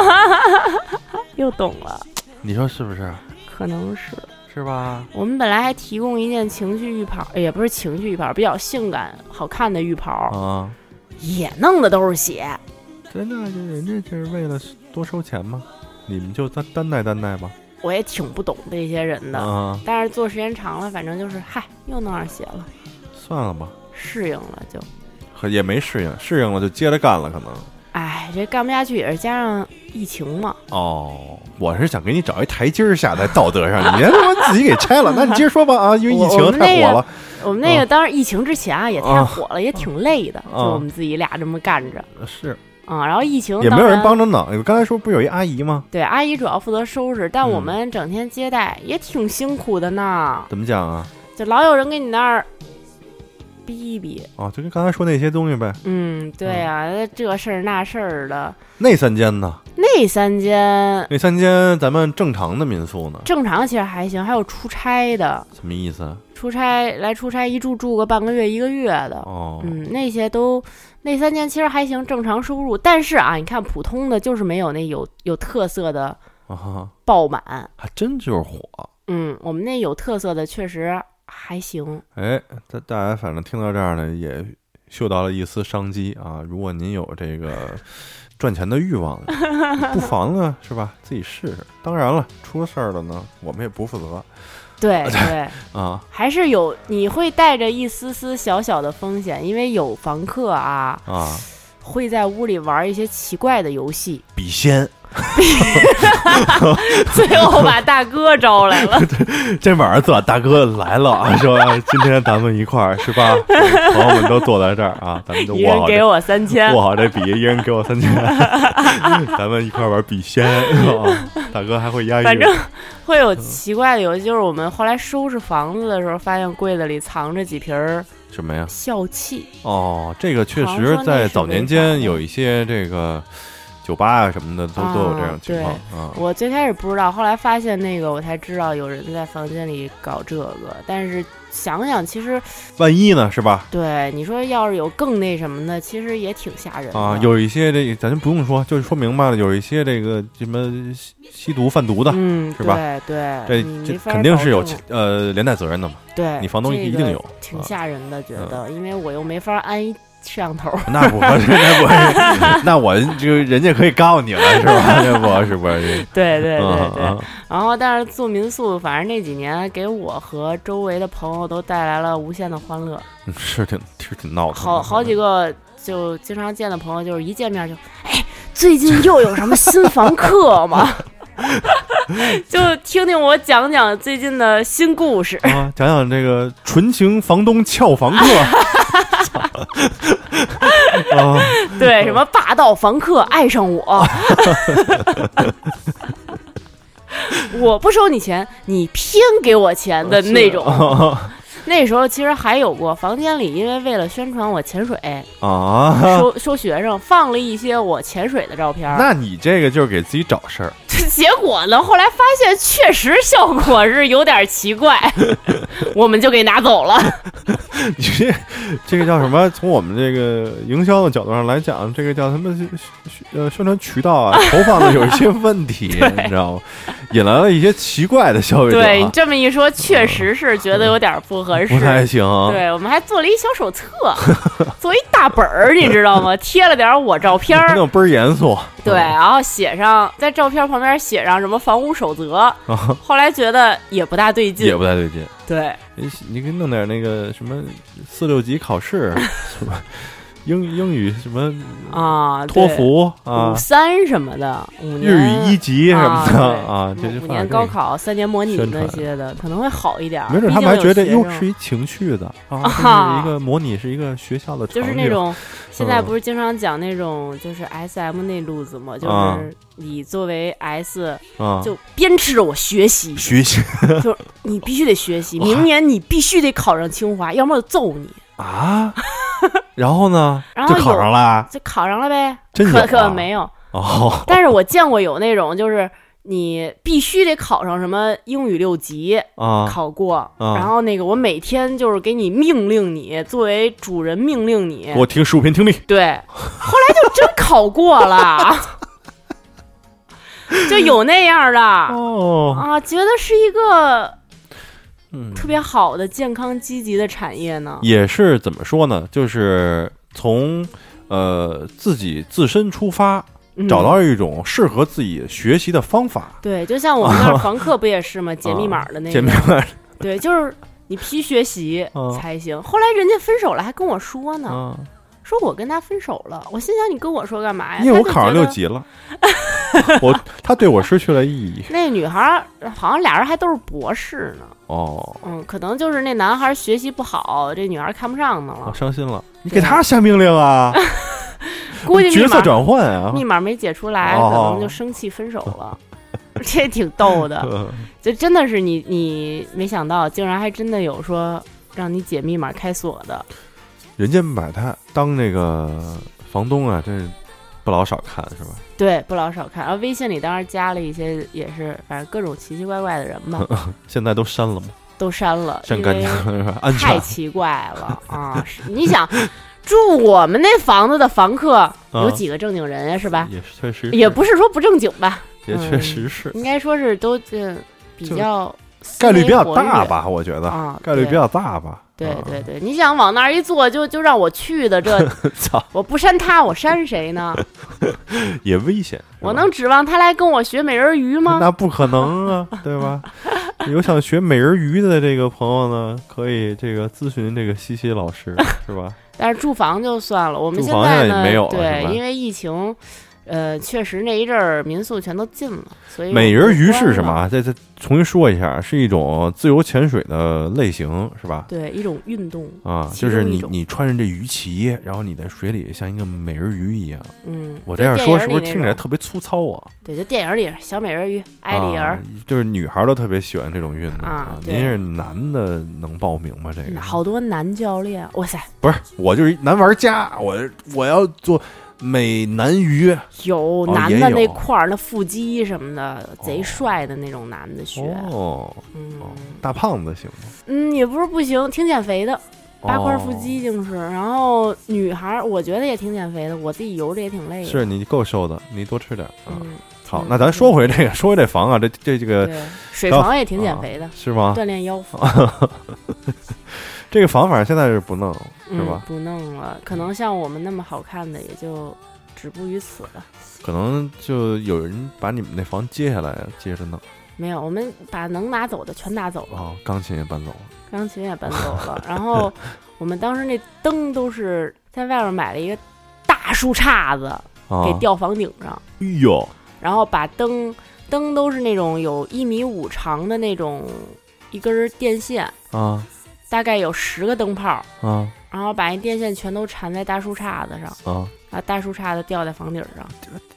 [SPEAKER 3] [LAUGHS] 又懂了，
[SPEAKER 1] 你说是不是？
[SPEAKER 3] 可能是
[SPEAKER 1] 是吧？
[SPEAKER 3] 我们本来还提供一件情趣浴袍，哎也不是情趣浴袍，比较性感好看的浴袍，
[SPEAKER 1] 啊，
[SPEAKER 3] 也弄的都是血。
[SPEAKER 1] 真的，啊就人家就是为了多收钱嘛，你们就担担待担待吧。
[SPEAKER 3] 我也挺不懂这些人的，
[SPEAKER 1] 啊，
[SPEAKER 3] 但是做时间长了，反正就是嗨，又弄上血了，
[SPEAKER 1] 算了吧，
[SPEAKER 3] 适应了就。
[SPEAKER 1] 和也没适应，适应了就接着干了，可能。
[SPEAKER 3] 哎，这干不下去也是加上疫情嘛，
[SPEAKER 1] 哦，我是想给你找一台阶儿下在道德上，你别他妈自己给拆了。那你接着说吧啊，因为疫情
[SPEAKER 3] 我我们
[SPEAKER 1] 太
[SPEAKER 3] 那
[SPEAKER 1] 火
[SPEAKER 3] 个
[SPEAKER 1] 了。
[SPEAKER 3] 我们那个当然疫情之前啊也太
[SPEAKER 1] 啊
[SPEAKER 3] 火了，也挺累的，就
[SPEAKER 1] 啊
[SPEAKER 3] 我们自己俩这么干着
[SPEAKER 1] 呃是，
[SPEAKER 3] 啊。然后疫情
[SPEAKER 1] 也没有人
[SPEAKER 3] 当然
[SPEAKER 1] 帮着弄。我刚才说不是有一阿姨吗？
[SPEAKER 3] 对阿姨主要负责收拾，但
[SPEAKER 1] 嗯
[SPEAKER 3] 我们整天接待也挺辛苦的呢，
[SPEAKER 1] 怎么讲啊？
[SPEAKER 3] 就老有人跟你那儿逼逼。
[SPEAKER 1] 哦，就跟刚才说那些东西呗。
[SPEAKER 3] 嗯，对啊，这事儿那事儿的。
[SPEAKER 1] 那三间呢？
[SPEAKER 3] 那三间
[SPEAKER 1] 那三间咱们正常的民宿呢？
[SPEAKER 3] 正常其实还行，还有出差的，
[SPEAKER 1] 什么意思啊？
[SPEAKER 3] 出差来出差一住住个半个月一个月的，
[SPEAKER 1] 哦，
[SPEAKER 3] 嗯，那些都那三件其实还行，正常收入。但是啊，你看普通的就是没有那有有特色的
[SPEAKER 1] 啊哈，
[SPEAKER 3] 爆满。
[SPEAKER 1] 还真就是火。
[SPEAKER 3] 嗯，我们那有特色的确实还行。
[SPEAKER 1] 哎，大大家反正听到这儿呢，也嗅到了一丝商机啊！如果您有这个赚钱的欲望，
[SPEAKER 3] [LAUGHS]
[SPEAKER 1] 不妨呢，是吧？自己试试。当然了，出事儿了呢，我们也不负责
[SPEAKER 3] 对对，
[SPEAKER 1] 啊
[SPEAKER 3] 还是有你会带着一丝丝小小的风险，因为有房客啊
[SPEAKER 1] 啊！
[SPEAKER 3] 会在屋里玩一些奇怪的游戏， [LAUGHS]
[SPEAKER 1] 笔仙，
[SPEAKER 3] 最后把大哥招来 [LAUGHS] 了。
[SPEAKER 1] 这晚上自大哥来了啊， [LAUGHS] 说今天咱们一块儿是吧？朋友们都坐在这儿啊，咱们就
[SPEAKER 3] 一
[SPEAKER 1] 握
[SPEAKER 3] 人
[SPEAKER 1] 好
[SPEAKER 3] 给
[SPEAKER 1] 这
[SPEAKER 3] 我三千
[SPEAKER 1] 握，好这笔，一人给我三
[SPEAKER 3] [LAUGHS]
[SPEAKER 1] 千，咱们一块儿玩笔仙啊！大哥还会押韵，
[SPEAKER 3] 反正会有奇怪的游戏。就是我们后来收拾房子的时候，发现柜子里藏着几瓶儿
[SPEAKER 1] 什么呀？
[SPEAKER 3] 笑气。
[SPEAKER 1] 哦，这个确
[SPEAKER 3] 好像
[SPEAKER 1] 实
[SPEAKER 3] 说那
[SPEAKER 1] 在
[SPEAKER 3] 是
[SPEAKER 1] 早
[SPEAKER 3] 违
[SPEAKER 1] 年
[SPEAKER 3] 法
[SPEAKER 1] 间
[SPEAKER 3] 的
[SPEAKER 1] 有一些这个酒吧啊什么的都都有这样情况啊。
[SPEAKER 3] 我最开始不知道，后来发现那个，我才知道有人在房间里搞这个。但是想想，其实
[SPEAKER 1] 万一呢，是吧？
[SPEAKER 3] 对你说，要是有更那什么的，其实也挺吓人的
[SPEAKER 1] 啊，有一些这咱就不用说，就是说明白了，有一些这个什么吸吸毒贩毒的，
[SPEAKER 3] 嗯，
[SPEAKER 1] 是吧
[SPEAKER 3] 对对，
[SPEAKER 1] 这
[SPEAKER 3] 你
[SPEAKER 1] 这
[SPEAKER 3] 没法
[SPEAKER 1] 肯定是有
[SPEAKER 3] 保证
[SPEAKER 1] 呃连带责任的嘛。
[SPEAKER 3] 对，
[SPEAKER 1] 你房东一
[SPEAKER 3] 这
[SPEAKER 1] 定
[SPEAKER 3] 个
[SPEAKER 1] 有
[SPEAKER 3] 挺
[SPEAKER 1] 啊
[SPEAKER 3] 吓人的，觉得，因为我又没法安一摄像头。
[SPEAKER 1] 那不， [LAUGHS] 那不，那我就人家可以告你了，是吧？ [LAUGHS] 这不是不是？
[SPEAKER 3] [LAUGHS] 对对对对。
[SPEAKER 1] 嗯
[SPEAKER 3] 然后，但是住民宿，反正那几年给我和周围的朋友都带来了无限的欢乐。
[SPEAKER 1] 嗯，是挺是挺闹腾的，嗯
[SPEAKER 3] 好好几
[SPEAKER 1] 个
[SPEAKER 3] 个就经常见的朋友，就是一见面就，哎，最近又有什么新房客吗？ [LAUGHS] 就听听我讲讲最近的新故事。
[SPEAKER 1] 啊，讲讲这个纯情房东撬房客。啊，
[SPEAKER 3] 对，什么霸道房客爱上我， [LAUGHS] 我不收你钱，你偏给我钱 [LAUGHS] 的那种。
[SPEAKER 1] 哦啊
[SPEAKER 3] 那时候其实还有过，房间里因为为了宣传我潜水，
[SPEAKER 1] [LAUGHS] 啊！
[SPEAKER 3] 收收学生，放了一些我潜水的照片儿。
[SPEAKER 1] 那你这个就是给自己找事儿， [LAUGHS]
[SPEAKER 3] [LAUGHS] 结果呢，后来发现确实效果是有点
[SPEAKER 1] [LAUGHS]
[SPEAKER 3] 奇怪，我们就给拿走了。
[SPEAKER 1] 你这这个叫什么？从我们这个营销的角度上来讲，这个叫什么宣宣呃宣传渠道
[SPEAKER 3] [LAUGHS]
[SPEAKER 1] 啊，投放的有一些问题，你知道吗？引来了一些奇怪的消费者啊，
[SPEAKER 3] 对你这么一说，确实是觉得有点不合适
[SPEAKER 1] 不。太行。
[SPEAKER 3] 对，我们还做了一小
[SPEAKER 1] [LAUGHS]
[SPEAKER 3] 手册，做一大本儿，你知道吗？贴了点儿我照片
[SPEAKER 1] 那 [LAUGHS]
[SPEAKER 3] 儿，
[SPEAKER 1] 种倍儿严肃。嗯
[SPEAKER 3] 对，然后写上在照片旁边写上什么房屋守则。
[SPEAKER 1] 啊，
[SPEAKER 3] 后来觉得也不大对
[SPEAKER 1] 也
[SPEAKER 3] 劲，
[SPEAKER 1] 不太对劲。
[SPEAKER 3] 对，
[SPEAKER 1] 你你给弄点那个什么四六级考
[SPEAKER 3] [LAUGHS]
[SPEAKER 1] 试，什么英英语什么
[SPEAKER 3] 啊，
[SPEAKER 1] 嗯托
[SPEAKER 3] 对
[SPEAKER 1] 福啊
[SPEAKER 3] 五，三什么的，五
[SPEAKER 1] 日语
[SPEAKER 3] 年
[SPEAKER 1] 一级什么的
[SPEAKER 3] 啊
[SPEAKER 1] 啊，
[SPEAKER 3] 对
[SPEAKER 1] 这就
[SPEAKER 3] 五
[SPEAKER 1] 放
[SPEAKER 3] 年
[SPEAKER 1] 点
[SPEAKER 3] 高
[SPEAKER 1] 这个。
[SPEAKER 3] 考三年模拟
[SPEAKER 1] 宣
[SPEAKER 3] 那
[SPEAKER 1] 传
[SPEAKER 3] 些的，可能会好一点儿。
[SPEAKER 1] 没准
[SPEAKER 3] 啊毕
[SPEAKER 1] 他
[SPEAKER 3] 竟
[SPEAKER 1] 们还
[SPEAKER 3] 有
[SPEAKER 1] 觉得
[SPEAKER 3] 学
[SPEAKER 1] 哟
[SPEAKER 3] 生
[SPEAKER 1] 是一情趣的啊，这是
[SPEAKER 3] 啊
[SPEAKER 1] 一个模拟是一个学校的场景，
[SPEAKER 3] 就是那种现在
[SPEAKER 1] 嗯
[SPEAKER 3] 不是经常讲那种就是 S M 那路子嘛，就
[SPEAKER 1] 啊
[SPEAKER 3] 是你作为 S
[SPEAKER 1] 啊，
[SPEAKER 3] 就鞭笞着我学习，
[SPEAKER 1] 学习
[SPEAKER 3] 就是你必须得学习，
[SPEAKER 1] 哇
[SPEAKER 3] 明年你必须得考上清华，要么就揍你。
[SPEAKER 1] 啊， [LAUGHS] 然后呢
[SPEAKER 3] 然
[SPEAKER 1] 就
[SPEAKER 3] 后
[SPEAKER 1] 考
[SPEAKER 3] 有
[SPEAKER 1] 上了啊
[SPEAKER 3] 就考上了呗，
[SPEAKER 1] [LAUGHS] 真有
[SPEAKER 3] 可可
[SPEAKER 1] 啊
[SPEAKER 3] 没有，
[SPEAKER 1] 哦，
[SPEAKER 3] 但是我见过有那种就是你必须得考上什么英语六级，
[SPEAKER 1] 啊
[SPEAKER 3] 考过，
[SPEAKER 1] 啊
[SPEAKER 3] 然后那个我每天就是给你命令你，作为主人命令你，
[SPEAKER 1] 我听十五篇听力
[SPEAKER 3] 对，后来就真考
[SPEAKER 1] [LAUGHS]
[SPEAKER 3] 过了，就有那样的
[SPEAKER 1] 哦，
[SPEAKER 3] 啊，觉得是一个
[SPEAKER 1] 嗯
[SPEAKER 3] 特别好的、健康、积极的产业呢。
[SPEAKER 1] 也是怎么说呢？就是从呃自己自身出发，
[SPEAKER 3] 嗯
[SPEAKER 1] 找到一种适合自己学习的方法。
[SPEAKER 3] 对，就像我们那
[SPEAKER 1] [LAUGHS]
[SPEAKER 3] 儿房课不也是吗？解密码的那
[SPEAKER 1] 啊解
[SPEAKER 3] 个
[SPEAKER 1] 密，码
[SPEAKER 3] 对，就是你批学习
[SPEAKER 1] 啊
[SPEAKER 3] 才行。后来人家分手了，还跟我说呢，
[SPEAKER 1] 啊，
[SPEAKER 3] 说我跟他分手了。我心想你跟我说干嘛呀？
[SPEAKER 1] 因为我
[SPEAKER 3] 哎他就
[SPEAKER 1] 考上
[SPEAKER 3] 觉得
[SPEAKER 1] 六级 [LAUGHS] 了，我他对我失去了意义。
[SPEAKER 3] 那女孩儿好像俩人还都是博士呢，
[SPEAKER 1] 哦，
[SPEAKER 3] 嗯，可能就是那男孩儿学习不好，这女孩儿看不上他
[SPEAKER 1] 我
[SPEAKER 3] 啊了，
[SPEAKER 1] 伤心了。你给他下命令啊，
[SPEAKER 3] [LAUGHS] 估计密
[SPEAKER 1] 角色
[SPEAKER 3] 码
[SPEAKER 1] 转换啊
[SPEAKER 3] 密。码没解出来，
[SPEAKER 1] 哦
[SPEAKER 3] 可能就生气分手
[SPEAKER 1] [LAUGHS]
[SPEAKER 3] 了，这挺逗的，
[SPEAKER 1] 呃
[SPEAKER 3] 就真的是你你没想到，竟然还真的有说让你解密码开锁的，
[SPEAKER 1] [LAUGHS] 人家把他当那个房东啊，这不老少看是吧？
[SPEAKER 3] 对，不老少看。然后微信里当时加了一些也是，反正各种奇奇怪怪的人
[SPEAKER 1] [LAUGHS]
[SPEAKER 3] 吧，
[SPEAKER 1] 现在都删了吗？
[SPEAKER 3] 都删了，
[SPEAKER 1] 删
[SPEAKER 3] 因
[SPEAKER 1] 干
[SPEAKER 3] 为
[SPEAKER 1] 净了 [LAUGHS] 是吧？安
[SPEAKER 3] 太
[SPEAKER 1] 全
[SPEAKER 3] 奇怪了啊！是你想住我们那房子的房客有几个正经人呀、是吧？
[SPEAKER 1] 也是确实
[SPEAKER 3] 也
[SPEAKER 1] 啊嗯是
[SPEAKER 3] 不嗯是说不正经吧，
[SPEAKER 1] 也确实是
[SPEAKER 3] 应该说是都这比
[SPEAKER 1] 就
[SPEAKER 3] 较
[SPEAKER 1] 概率比较
[SPEAKER 3] 思维活
[SPEAKER 1] 大
[SPEAKER 3] 跃
[SPEAKER 1] 吧，我觉得
[SPEAKER 3] 啊，
[SPEAKER 1] 概率比较大吧。
[SPEAKER 3] 对。
[SPEAKER 1] 啊 [LAUGHS]
[SPEAKER 3] 对对对，你想往那儿一坐就就让我去的，这
[SPEAKER 1] 操，
[SPEAKER 3] 我不删他，我删谁呢？
[SPEAKER 1] 也危险。是吧
[SPEAKER 3] 我能指望他来跟我学美人鱼吗？
[SPEAKER 1] 那不可能啊， [LAUGHS] 对吧？有想学美人鱼的这个朋友呢，可以这个咨询这个西西老师，是吧？
[SPEAKER 3] 但是住房就算了，我们
[SPEAKER 1] 住
[SPEAKER 3] 现
[SPEAKER 1] 房
[SPEAKER 3] 在
[SPEAKER 1] 现在
[SPEAKER 3] 呢，
[SPEAKER 1] 也没有了
[SPEAKER 3] 对
[SPEAKER 1] 是，吧
[SPEAKER 3] 因为疫情，呃，确实那一阵儿民宿全都禁了，所以
[SPEAKER 1] 美
[SPEAKER 3] 我
[SPEAKER 1] 人
[SPEAKER 3] 们
[SPEAKER 1] 鱼
[SPEAKER 3] 关
[SPEAKER 1] 是什么
[SPEAKER 3] 了？
[SPEAKER 1] 啊？再再重新说一下，是一种自由潜水的类型，是吧？
[SPEAKER 3] 对，一种运动，
[SPEAKER 1] 啊，
[SPEAKER 3] 其
[SPEAKER 1] 就是
[SPEAKER 3] 中一
[SPEAKER 1] 你
[SPEAKER 3] 种
[SPEAKER 1] 你穿着这鱼鳍，然后你在水里像一个美人鱼一样。
[SPEAKER 3] 嗯，
[SPEAKER 1] 我这样
[SPEAKER 3] 电
[SPEAKER 1] 说
[SPEAKER 3] 影
[SPEAKER 1] 是
[SPEAKER 3] 里
[SPEAKER 1] 不是
[SPEAKER 3] 那
[SPEAKER 1] 听起来
[SPEAKER 3] 种
[SPEAKER 1] 特别粗糙啊？
[SPEAKER 3] 对，就电影里小美人鱼埃里
[SPEAKER 1] 啊
[SPEAKER 3] 儿，，
[SPEAKER 1] 就是女孩儿都特别喜欢这种运动
[SPEAKER 3] 啊对嗯
[SPEAKER 1] 您是男的能报名吗？这个
[SPEAKER 3] 好多男教练，哇塞，
[SPEAKER 1] 不是，我就是一男玩家，我我要做美男约，
[SPEAKER 3] 有
[SPEAKER 1] 哦
[SPEAKER 3] 男
[SPEAKER 1] 也
[SPEAKER 3] 的
[SPEAKER 1] 有
[SPEAKER 3] 那块儿，那腹肌什么的，
[SPEAKER 1] 哦
[SPEAKER 3] 贼帅的那种男的学，
[SPEAKER 1] 哦，
[SPEAKER 3] 嗯
[SPEAKER 1] 哦大胖子行吗？
[SPEAKER 3] 嗯，也不是不行，挺减肥的，八块腹
[SPEAKER 1] 哦
[SPEAKER 3] 肌就是。然后女孩儿，我觉得也挺减肥的，我自己游着也挺累的。
[SPEAKER 1] 是啊你够瘦的，你多吃点啊。
[SPEAKER 3] 嗯，
[SPEAKER 1] 好
[SPEAKER 3] 嗯，
[SPEAKER 1] 那咱说回这个，说 [LAUGHS] 回这房啊，这这这个
[SPEAKER 3] 对，水
[SPEAKER 1] 高
[SPEAKER 3] 床也挺减
[SPEAKER 1] 啊
[SPEAKER 3] 肥的，
[SPEAKER 1] 是吗？
[SPEAKER 3] 锻炼腰腹
[SPEAKER 1] [LAUGHS] 这个房反正现在是不弄，是
[SPEAKER 3] 嗯
[SPEAKER 1] 吧，
[SPEAKER 3] 不弄了。可能像我们那么好看的，也就止步于此了。
[SPEAKER 1] 可能就有人把你们那房接下来接着弄
[SPEAKER 3] 没有，我们把能拿走的全拿走了，
[SPEAKER 1] 啊，钢琴也搬走了。
[SPEAKER 3] 钢琴也搬走了，
[SPEAKER 1] [LAUGHS]
[SPEAKER 3] 然后我们当时那灯都是在外面买了一个大树杈子，
[SPEAKER 1] 啊，
[SPEAKER 3] 给吊房顶上，
[SPEAKER 1] 哎呦，
[SPEAKER 3] 然后把灯灯都是那种有一米五长的那种一根儿电线，
[SPEAKER 1] 啊
[SPEAKER 3] 大概有十个灯泡，
[SPEAKER 1] 啊
[SPEAKER 3] 然后把那电线全都缠在大树杈子上，
[SPEAKER 1] 啊！
[SPEAKER 3] 啊，大树杈子吊在房顶上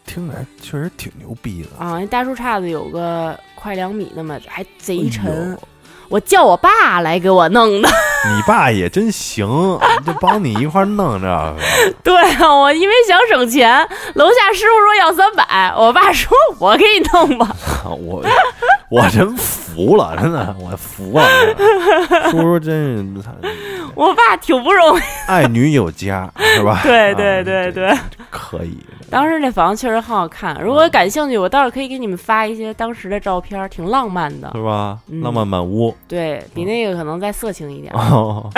[SPEAKER 1] 听着还确实挺牛逼的，
[SPEAKER 3] 啊，那大树杈子有个快两米那么，还贼
[SPEAKER 1] 哎
[SPEAKER 3] 沉。
[SPEAKER 1] 呦
[SPEAKER 3] 我叫我爸来给我弄的，
[SPEAKER 1] 你爸也真行， [LAUGHS] 就帮你一块儿弄这个。
[SPEAKER 3] 对啊，我因为想省钱，楼下师傅说要三百，我爸说我给你弄吧，
[SPEAKER 1] [LAUGHS]
[SPEAKER 3] [LAUGHS]
[SPEAKER 1] 我我真服了， [LAUGHS] 真的，我服了。叔叔真是他
[SPEAKER 3] 我爸挺不容易。
[SPEAKER 1] 爱女友加，是吧？
[SPEAKER 3] [LAUGHS]
[SPEAKER 1] 啊
[SPEAKER 3] 对对对，对，
[SPEAKER 1] 这可以。
[SPEAKER 3] 当时那房确实很好看，如果感兴趣，我倒是可以给你们发一些当时的照片，挺浪漫的，
[SPEAKER 1] 是吧？
[SPEAKER 3] 嗯
[SPEAKER 1] 浪漫满屋， [LAUGHS]
[SPEAKER 3] 对比那个可能再色情一点。 [LAUGHS]
[SPEAKER 1] 哦，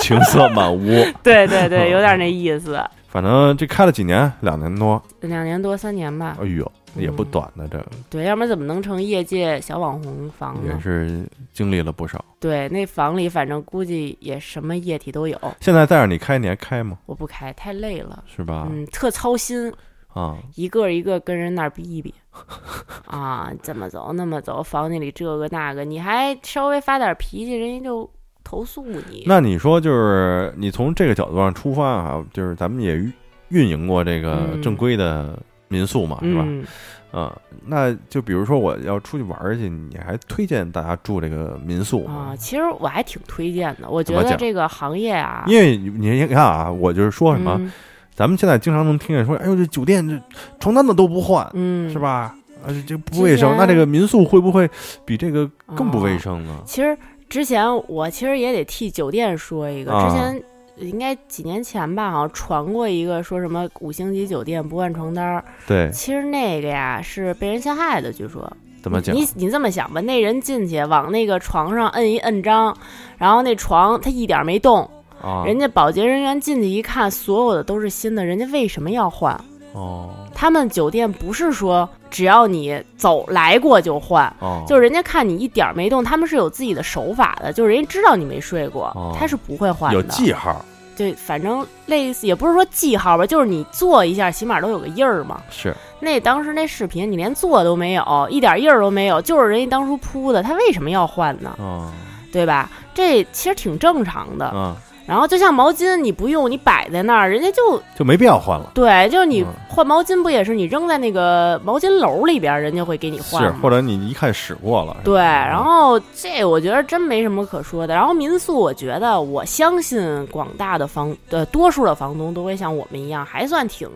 [SPEAKER 1] 情色满屋。
[SPEAKER 3] 对对对，有点那意思。
[SPEAKER 1] 反正这开了几年，两年多，
[SPEAKER 3] 两年多三年吧，
[SPEAKER 1] 哎呦，也不短的，这个
[SPEAKER 3] 对，要不然怎么能成业界小网红房
[SPEAKER 1] 也
[SPEAKER 3] 呢？
[SPEAKER 1] 是经历了不少。
[SPEAKER 3] 对，那房里反正估计也什么液体都有，
[SPEAKER 1] 现在再让你开，你还开吗？
[SPEAKER 3] 我不开，太累了，
[SPEAKER 1] 是吧？
[SPEAKER 3] 嗯，特操心，
[SPEAKER 1] 啊，
[SPEAKER 3] 一个一个跟人那儿逼一逼， [LAUGHS] 啊，这么走那么走，房间里这个那个，你还稍微发点脾气，人家就投诉你。
[SPEAKER 1] 那你说就是你从这个角度上出发啊，就是咱们也运运营过这个
[SPEAKER 3] 嗯
[SPEAKER 1] 正规的民宿嘛，是吧？
[SPEAKER 3] 嗯，
[SPEAKER 1] 啊，那就比如说我要出去玩儿去，你还推荐大家住这个民宿
[SPEAKER 3] 啊，
[SPEAKER 1] 吗？
[SPEAKER 3] 其实我还挺推荐的，我觉
[SPEAKER 1] 怎么
[SPEAKER 3] 得
[SPEAKER 1] 讲
[SPEAKER 3] 这个行业啊，
[SPEAKER 1] 因为你你看啊，我就是说什么，
[SPEAKER 3] 嗯
[SPEAKER 1] 咱们现在经常能听见说，哎呦，这酒店这床单子都不换，
[SPEAKER 3] 嗯，
[SPEAKER 1] 是？吧？啊，这这不
[SPEAKER 3] 之
[SPEAKER 1] 卫生。那这
[SPEAKER 3] 前
[SPEAKER 1] 个民宿会不会比这个更不卫
[SPEAKER 3] 啊
[SPEAKER 1] 生呢？
[SPEAKER 3] 其实之前我其实也得替酒店说一个，
[SPEAKER 1] 啊
[SPEAKER 3] 之前应该几年前吧，好像传过一个说什么五星级酒店不换床单儿，
[SPEAKER 1] 对，
[SPEAKER 3] 其实那个呀是被人陷害的，据说。
[SPEAKER 1] 怎么讲
[SPEAKER 3] 你？你这么想吧，那人进去往那个床上摁一摁章，然后那床他一点儿没动，
[SPEAKER 1] 啊，
[SPEAKER 3] 人家保洁人员进去一看，所有的都是新的，人家为什么要换？
[SPEAKER 1] 哦
[SPEAKER 3] 他们酒店不是说只要你走来过就换，
[SPEAKER 1] 哦，
[SPEAKER 3] 就是人家看你一点儿没动，他们是有自己的手法的，就是人家知道你没睡过，
[SPEAKER 1] 哦
[SPEAKER 3] 他是不会换
[SPEAKER 1] 有
[SPEAKER 3] 的。
[SPEAKER 1] 记号，
[SPEAKER 3] 对，反正类似也不是说记号吧，就是你做一下，起码都有个印儿嘛。
[SPEAKER 1] 是
[SPEAKER 3] 那当时那视频你连做都没有，一点印儿都没有，就是人家当初铺的，他为什么要换呢？
[SPEAKER 1] 啊
[SPEAKER 3] 对吧？这其实挺正常的。
[SPEAKER 1] 啊，
[SPEAKER 3] 然后就像毛巾，你不用，你摆在那儿，人家就
[SPEAKER 1] 就没必要换了。
[SPEAKER 3] 对，就是你
[SPEAKER 1] 嗯
[SPEAKER 3] 换毛巾不也是你扔在那个毛巾篓里边儿，人家会给你换
[SPEAKER 1] 是，
[SPEAKER 3] 吗
[SPEAKER 1] 或者你一看使过了。
[SPEAKER 3] 对，
[SPEAKER 1] 嗯
[SPEAKER 3] 然后这我觉得真没什么可说的。然后民宿，我觉得我相信广大的房呃多数的房东都会像我们一样，还算挺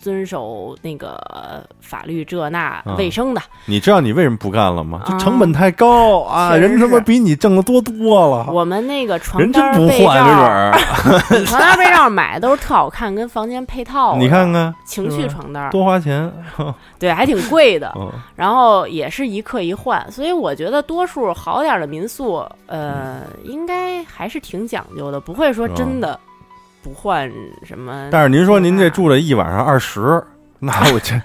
[SPEAKER 3] 遵守那个呃法律这那
[SPEAKER 1] 啊
[SPEAKER 3] 卫生的。
[SPEAKER 1] 你知道你为什么不干了吗？这
[SPEAKER 3] 啊
[SPEAKER 1] 成本太高啊，
[SPEAKER 3] 确实
[SPEAKER 1] 人他妈
[SPEAKER 3] 是
[SPEAKER 1] 比你挣的多多了，
[SPEAKER 3] 我们那个
[SPEAKER 1] 人
[SPEAKER 3] 床
[SPEAKER 1] 真
[SPEAKER 3] 单
[SPEAKER 1] 不
[SPEAKER 3] 被罩
[SPEAKER 1] 换，没准
[SPEAKER 3] [LAUGHS] 儿，
[SPEAKER 1] 儿。
[SPEAKER 3] 你床单被罩儿买的都是特好看，跟房间配套的。
[SPEAKER 1] 你看看，
[SPEAKER 3] 情
[SPEAKER 1] 是
[SPEAKER 3] 趣
[SPEAKER 1] 吧
[SPEAKER 3] 床单儿，
[SPEAKER 1] 多花钱。
[SPEAKER 3] 对，还挺贵的。
[SPEAKER 1] 嗯，
[SPEAKER 3] 然后也是一客一换，所以我觉得多数好点儿的民宿，
[SPEAKER 1] 嗯
[SPEAKER 3] 呃，应该还是挺讲究的，不会说
[SPEAKER 1] 是吧
[SPEAKER 3] 真的不换什么。
[SPEAKER 1] 嗯但是您说您这住了一晚上二十，那我
[SPEAKER 3] [LAUGHS]
[SPEAKER 1] 这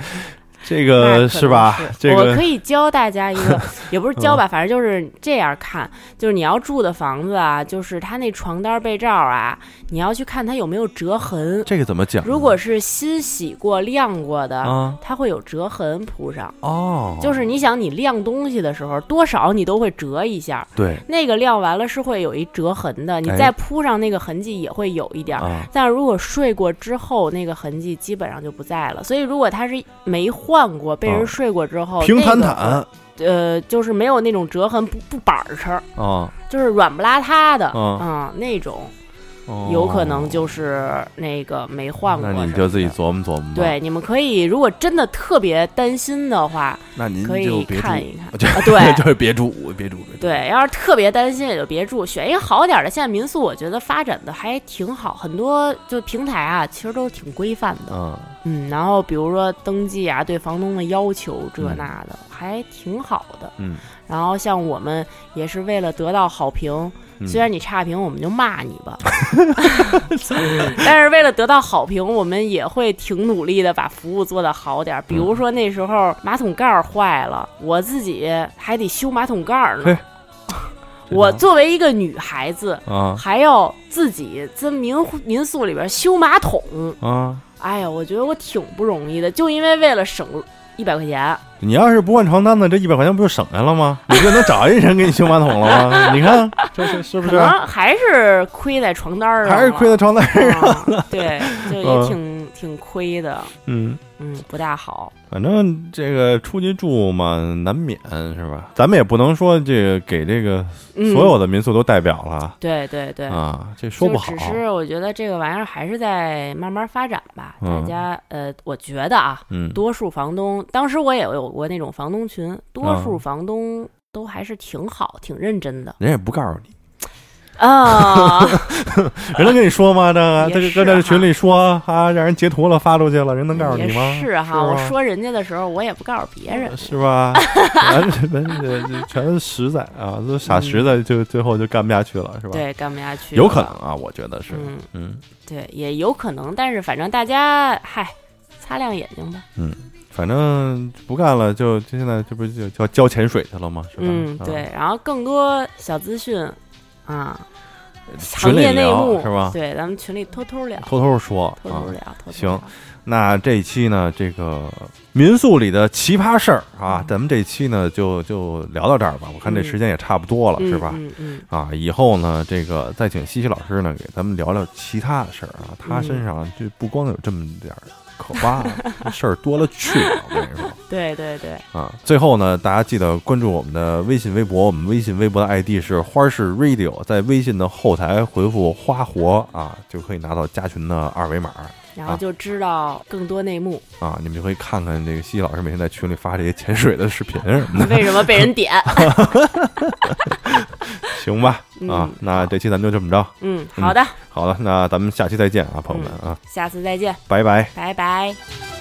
[SPEAKER 1] 这
[SPEAKER 3] 那可
[SPEAKER 1] 个
[SPEAKER 3] 能
[SPEAKER 1] 呃是吧？这
[SPEAKER 3] 我
[SPEAKER 1] 个嗯
[SPEAKER 3] 可以教大家
[SPEAKER 1] [LAUGHS]
[SPEAKER 3] 一个，也不是教吧，反正就是这样看，就是你要住的房子啊，就是它那床单被罩啊，你要去看它有没有折痕。
[SPEAKER 1] 这个怎么讲呢？
[SPEAKER 3] 如果是新洗过、晾过的，
[SPEAKER 1] 啊
[SPEAKER 3] 它会有折痕铺上。
[SPEAKER 1] 哦，
[SPEAKER 3] 就是你想你晾东西的时候，多少你都会折一下。
[SPEAKER 1] 对
[SPEAKER 3] 那个晾完了是会有一折痕的，你
[SPEAKER 1] 哎
[SPEAKER 3] 再铺上那个痕迹也会有一点儿。
[SPEAKER 1] 啊，
[SPEAKER 3] 但如果睡过之后，那个痕迹基本上就不在了。所以如果它是没换过，被
[SPEAKER 1] 啊
[SPEAKER 3] 人睡过之后，
[SPEAKER 1] 平
[SPEAKER 3] 那
[SPEAKER 1] 坦
[SPEAKER 3] 哦个
[SPEAKER 1] 坦
[SPEAKER 3] 呃，就是没有那种折痕，不不板儿碴儿，
[SPEAKER 1] 啊
[SPEAKER 3] 就是软不拉塌的，
[SPEAKER 1] 啊
[SPEAKER 3] 嗯，那种。
[SPEAKER 1] 哦
[SPEAKER 3] 有可能就是那个没换过
[SPEAKER 1] 那
[SPEAKER 3] 什么的。
[SPEAKER 1] 你们就自己琢磨琢磨吧。，
[SPEAKER 3] 对，你们可以，如果真的特别担心的话，
[SPEAKER 4] 那您
[SPEAKER 3] 可以
[SPEAKER 4] 就别住，
[SPEAKER 1] [LAUGHS]
[SPEAKER 3] 看一看
[SPEAKER 4] 就
[SPEAKER 3] 啊对
[SPEAKER 4] 就是别住，别住，别住。
[SPEAKER 3] 对，要是特别担心也就别住，选一个好点儿的。现在民宿我觉得发展的还挺好，很多就平台啊，其实都挺规范的。
[SPEAKER 1] 嗯，
[SPEAKER 3] 嗯，然后比如说登记啊，对房东的要求这那的，还挺好的。
[SPEAKER 1] 嗯，
[SPEAKER 3] 然后像我们也是为了得到好评，
[SPEAKER 1] 嗯
[SPEAKER 3] 虽然你差评，我们就骂你
[SPEAKER 1] [LAUGHS]
[SPEAKER 3] 吧，但是为了得到好评，我们也会挺努力的把服务做得好点儿。
[SPEAKER 1] 嗯
[SPEAKER 3] 比如说那时候马桶盖儿坏了，我自己还得修马桶盖儿
[SPEAKER 1] 嘿
[SPEAKER 3] 呢。我作为一个女孩子，
[SPEAKER 1] 啊
[SPEAKER 3] 还要自己在民民宿里边修马桶。
[SPEAKER 1] 啊，
[SPEAKER 3] 哎呀，我觉得我挺不容易的，就因为为了省一百块钱，
[SPEAKER 1] 你要是不换床单子，这一百块钱不就省下了吗？你就能找一人给你修马桶了吗？你看，这是是不
[SPEAKER 3] 可
[SPEAKER 1] 是？
[SPEAKER 3] 能啊还是亏在床单儿上了，
[SPEAKER 1] 还是亏在床
[SPEAKER 3] [LAUGHS]
[SPEAKER 1] 单上。
[SPEAKER 3] 啊
[SPEAKER 1] [LAUGHS]
[SPEAKER 3] 对，就
[SPEAKER 1] 嗯
[SPEAKER 3] 也挺、挺亏的，
[SPEAKER 1] 嗯，
[SPEAKER 3] 嗯，不大好。
[SPEAKER 1] 反正这个出去住嘛，难免是吧？咱们也不能说这个给这个
[SPEAKER 3] 嗯，
[SPEAKER 1] 所有的民宿都代表了、
[SPEAKER 3] 对对对，
[SPEAKER 1] 啊，这说不好
[SPEAKER 3] 嗯就。只是我觉得这个玩意儿还是在慢慢发展吧，
[SPEAKER 1] 嗯
[SPEAKER 3] 大家呃，我觉得啊，
[SPEAKER 1] 嗯，
[SPEAKER 3] 多数房东，当时我也有过那种房东群，多数房东都还是挺好、挺认真的
[SPEAKER 1] 人也不告诉你，
[SPEAKER 3] 啊。
[SPEAKER 1] [LAUGHS] 人能跟你说吗？这个
[SPEAKER 3] [LAUGHS] 也
[SPEAKER 1] 这
[SPEAKER 3] 是啊
[SPEAKER 1] 个在这
[SPEAKER 3] 哈
[SPEAKER 1] 群里说啊，让人截图了发出去了，人能告诉
[SPEAKER 3] 也
[SPEAKER 1] 你吗？
[SPEAKER 3] 是哈，
[SPEAKER 1] 是
[SPEAKER 3] 我
[SPEAKER 1] 吗
[SPEAKER 3] 说人家的时候，我也不告诉别人。
[SPEAKER 1] 是
[SPEAKER 3] [LAUGHS]
[SPEAKER 1] 吧？全全全是实在啊，这傻实在就最后就干不下去了，是吧？
[SPEAKER 3] 嗯对，干不下去了，
[SPEAKER 1] 有可能啊，我觉得是，
[SPEAKER 3] 嗯，
[SPEAKER 1] 嗯，
[SPEAKER 3] 对，也有可能，但是反正大家嗨，擦亮眼睛吧。
[SPEAKER 1] 反正不干了，就就现在这不就叫交潜水去了吗？是吧？
[SPEAKER 3] 嗯，
[SPEAKER 1] 啊
[SPEAKER 3] 对，，然后更多小资讯啊，行
[SPEAKER 1] 群里
[SPEAKER 3] 业内幕
[SPEAKER 1] 聊是吧？
[SPEAKER 3] 对，咱们群里偷偷聊，
[SPEAKER 1] 偷偷说
[SPEAKER 3] 偷
[SPEAKER 1] 啊
[SPEAKER 3] 偷。聊，偷偷
[SPEAKER 1] 行
[SPEAKER 3] 聊
[SPEAKER 1] 那这一期呢，这个民宿里的奇葩事儿啊，咱们这期呢就就聊到这儿吧。我看这
[SPEAKER 3] 嗯
[SPEAKER 1] 时间也差不多了，
[SPEAKER 3] 嗯
[SPEAKER 1] 是吧？
[SPEAKER 3] 嗯嗯，
[SPEAKER 1] 啊，以后呢，这个再请西西老师呢，给咱们聊聊其他的事儿啊。他
[SPEAKER 3] 嗯
[SPEAKER 1] 身上就不光有这么点儿可怕的事儿多了去了，我跟你说
[SPEAKER 3] 对对对，
[SPEAKER 1] 啊。最后呢，大家记得关注我们的微信、微博，我们微信、微博的 ID 是花式 Radio，在微信的后台回复“花活”啊，就可以拿到加群的二维码
[SPEAKER 3] 然后
[SPEAKER 1] 啊
[SPEAKER 3] 就知道更多内幕，
[SPEAKER 1] 啊，你们就可以看看这个西西老师每天在群里发这些潜水的视频什么的，
[SPEAKER 3] 为什么被人点？
[SPEAKER 1] [LAUGHS] 行吧？啊
[SPEAKER 3] 嗯，
[SPEAKER 1] 那这期咱们就这么着。
[SPEAKER 3] 嗯，好的，
[SPEAKER 1] 好了，那咱们下期再见啊，朋友们啊，
[SPEAKER 3] 下次再见，
[SPEAKER 1] 拜拜。
[SPEAKER 3] 拜拜。
[SPEAKER 2] 我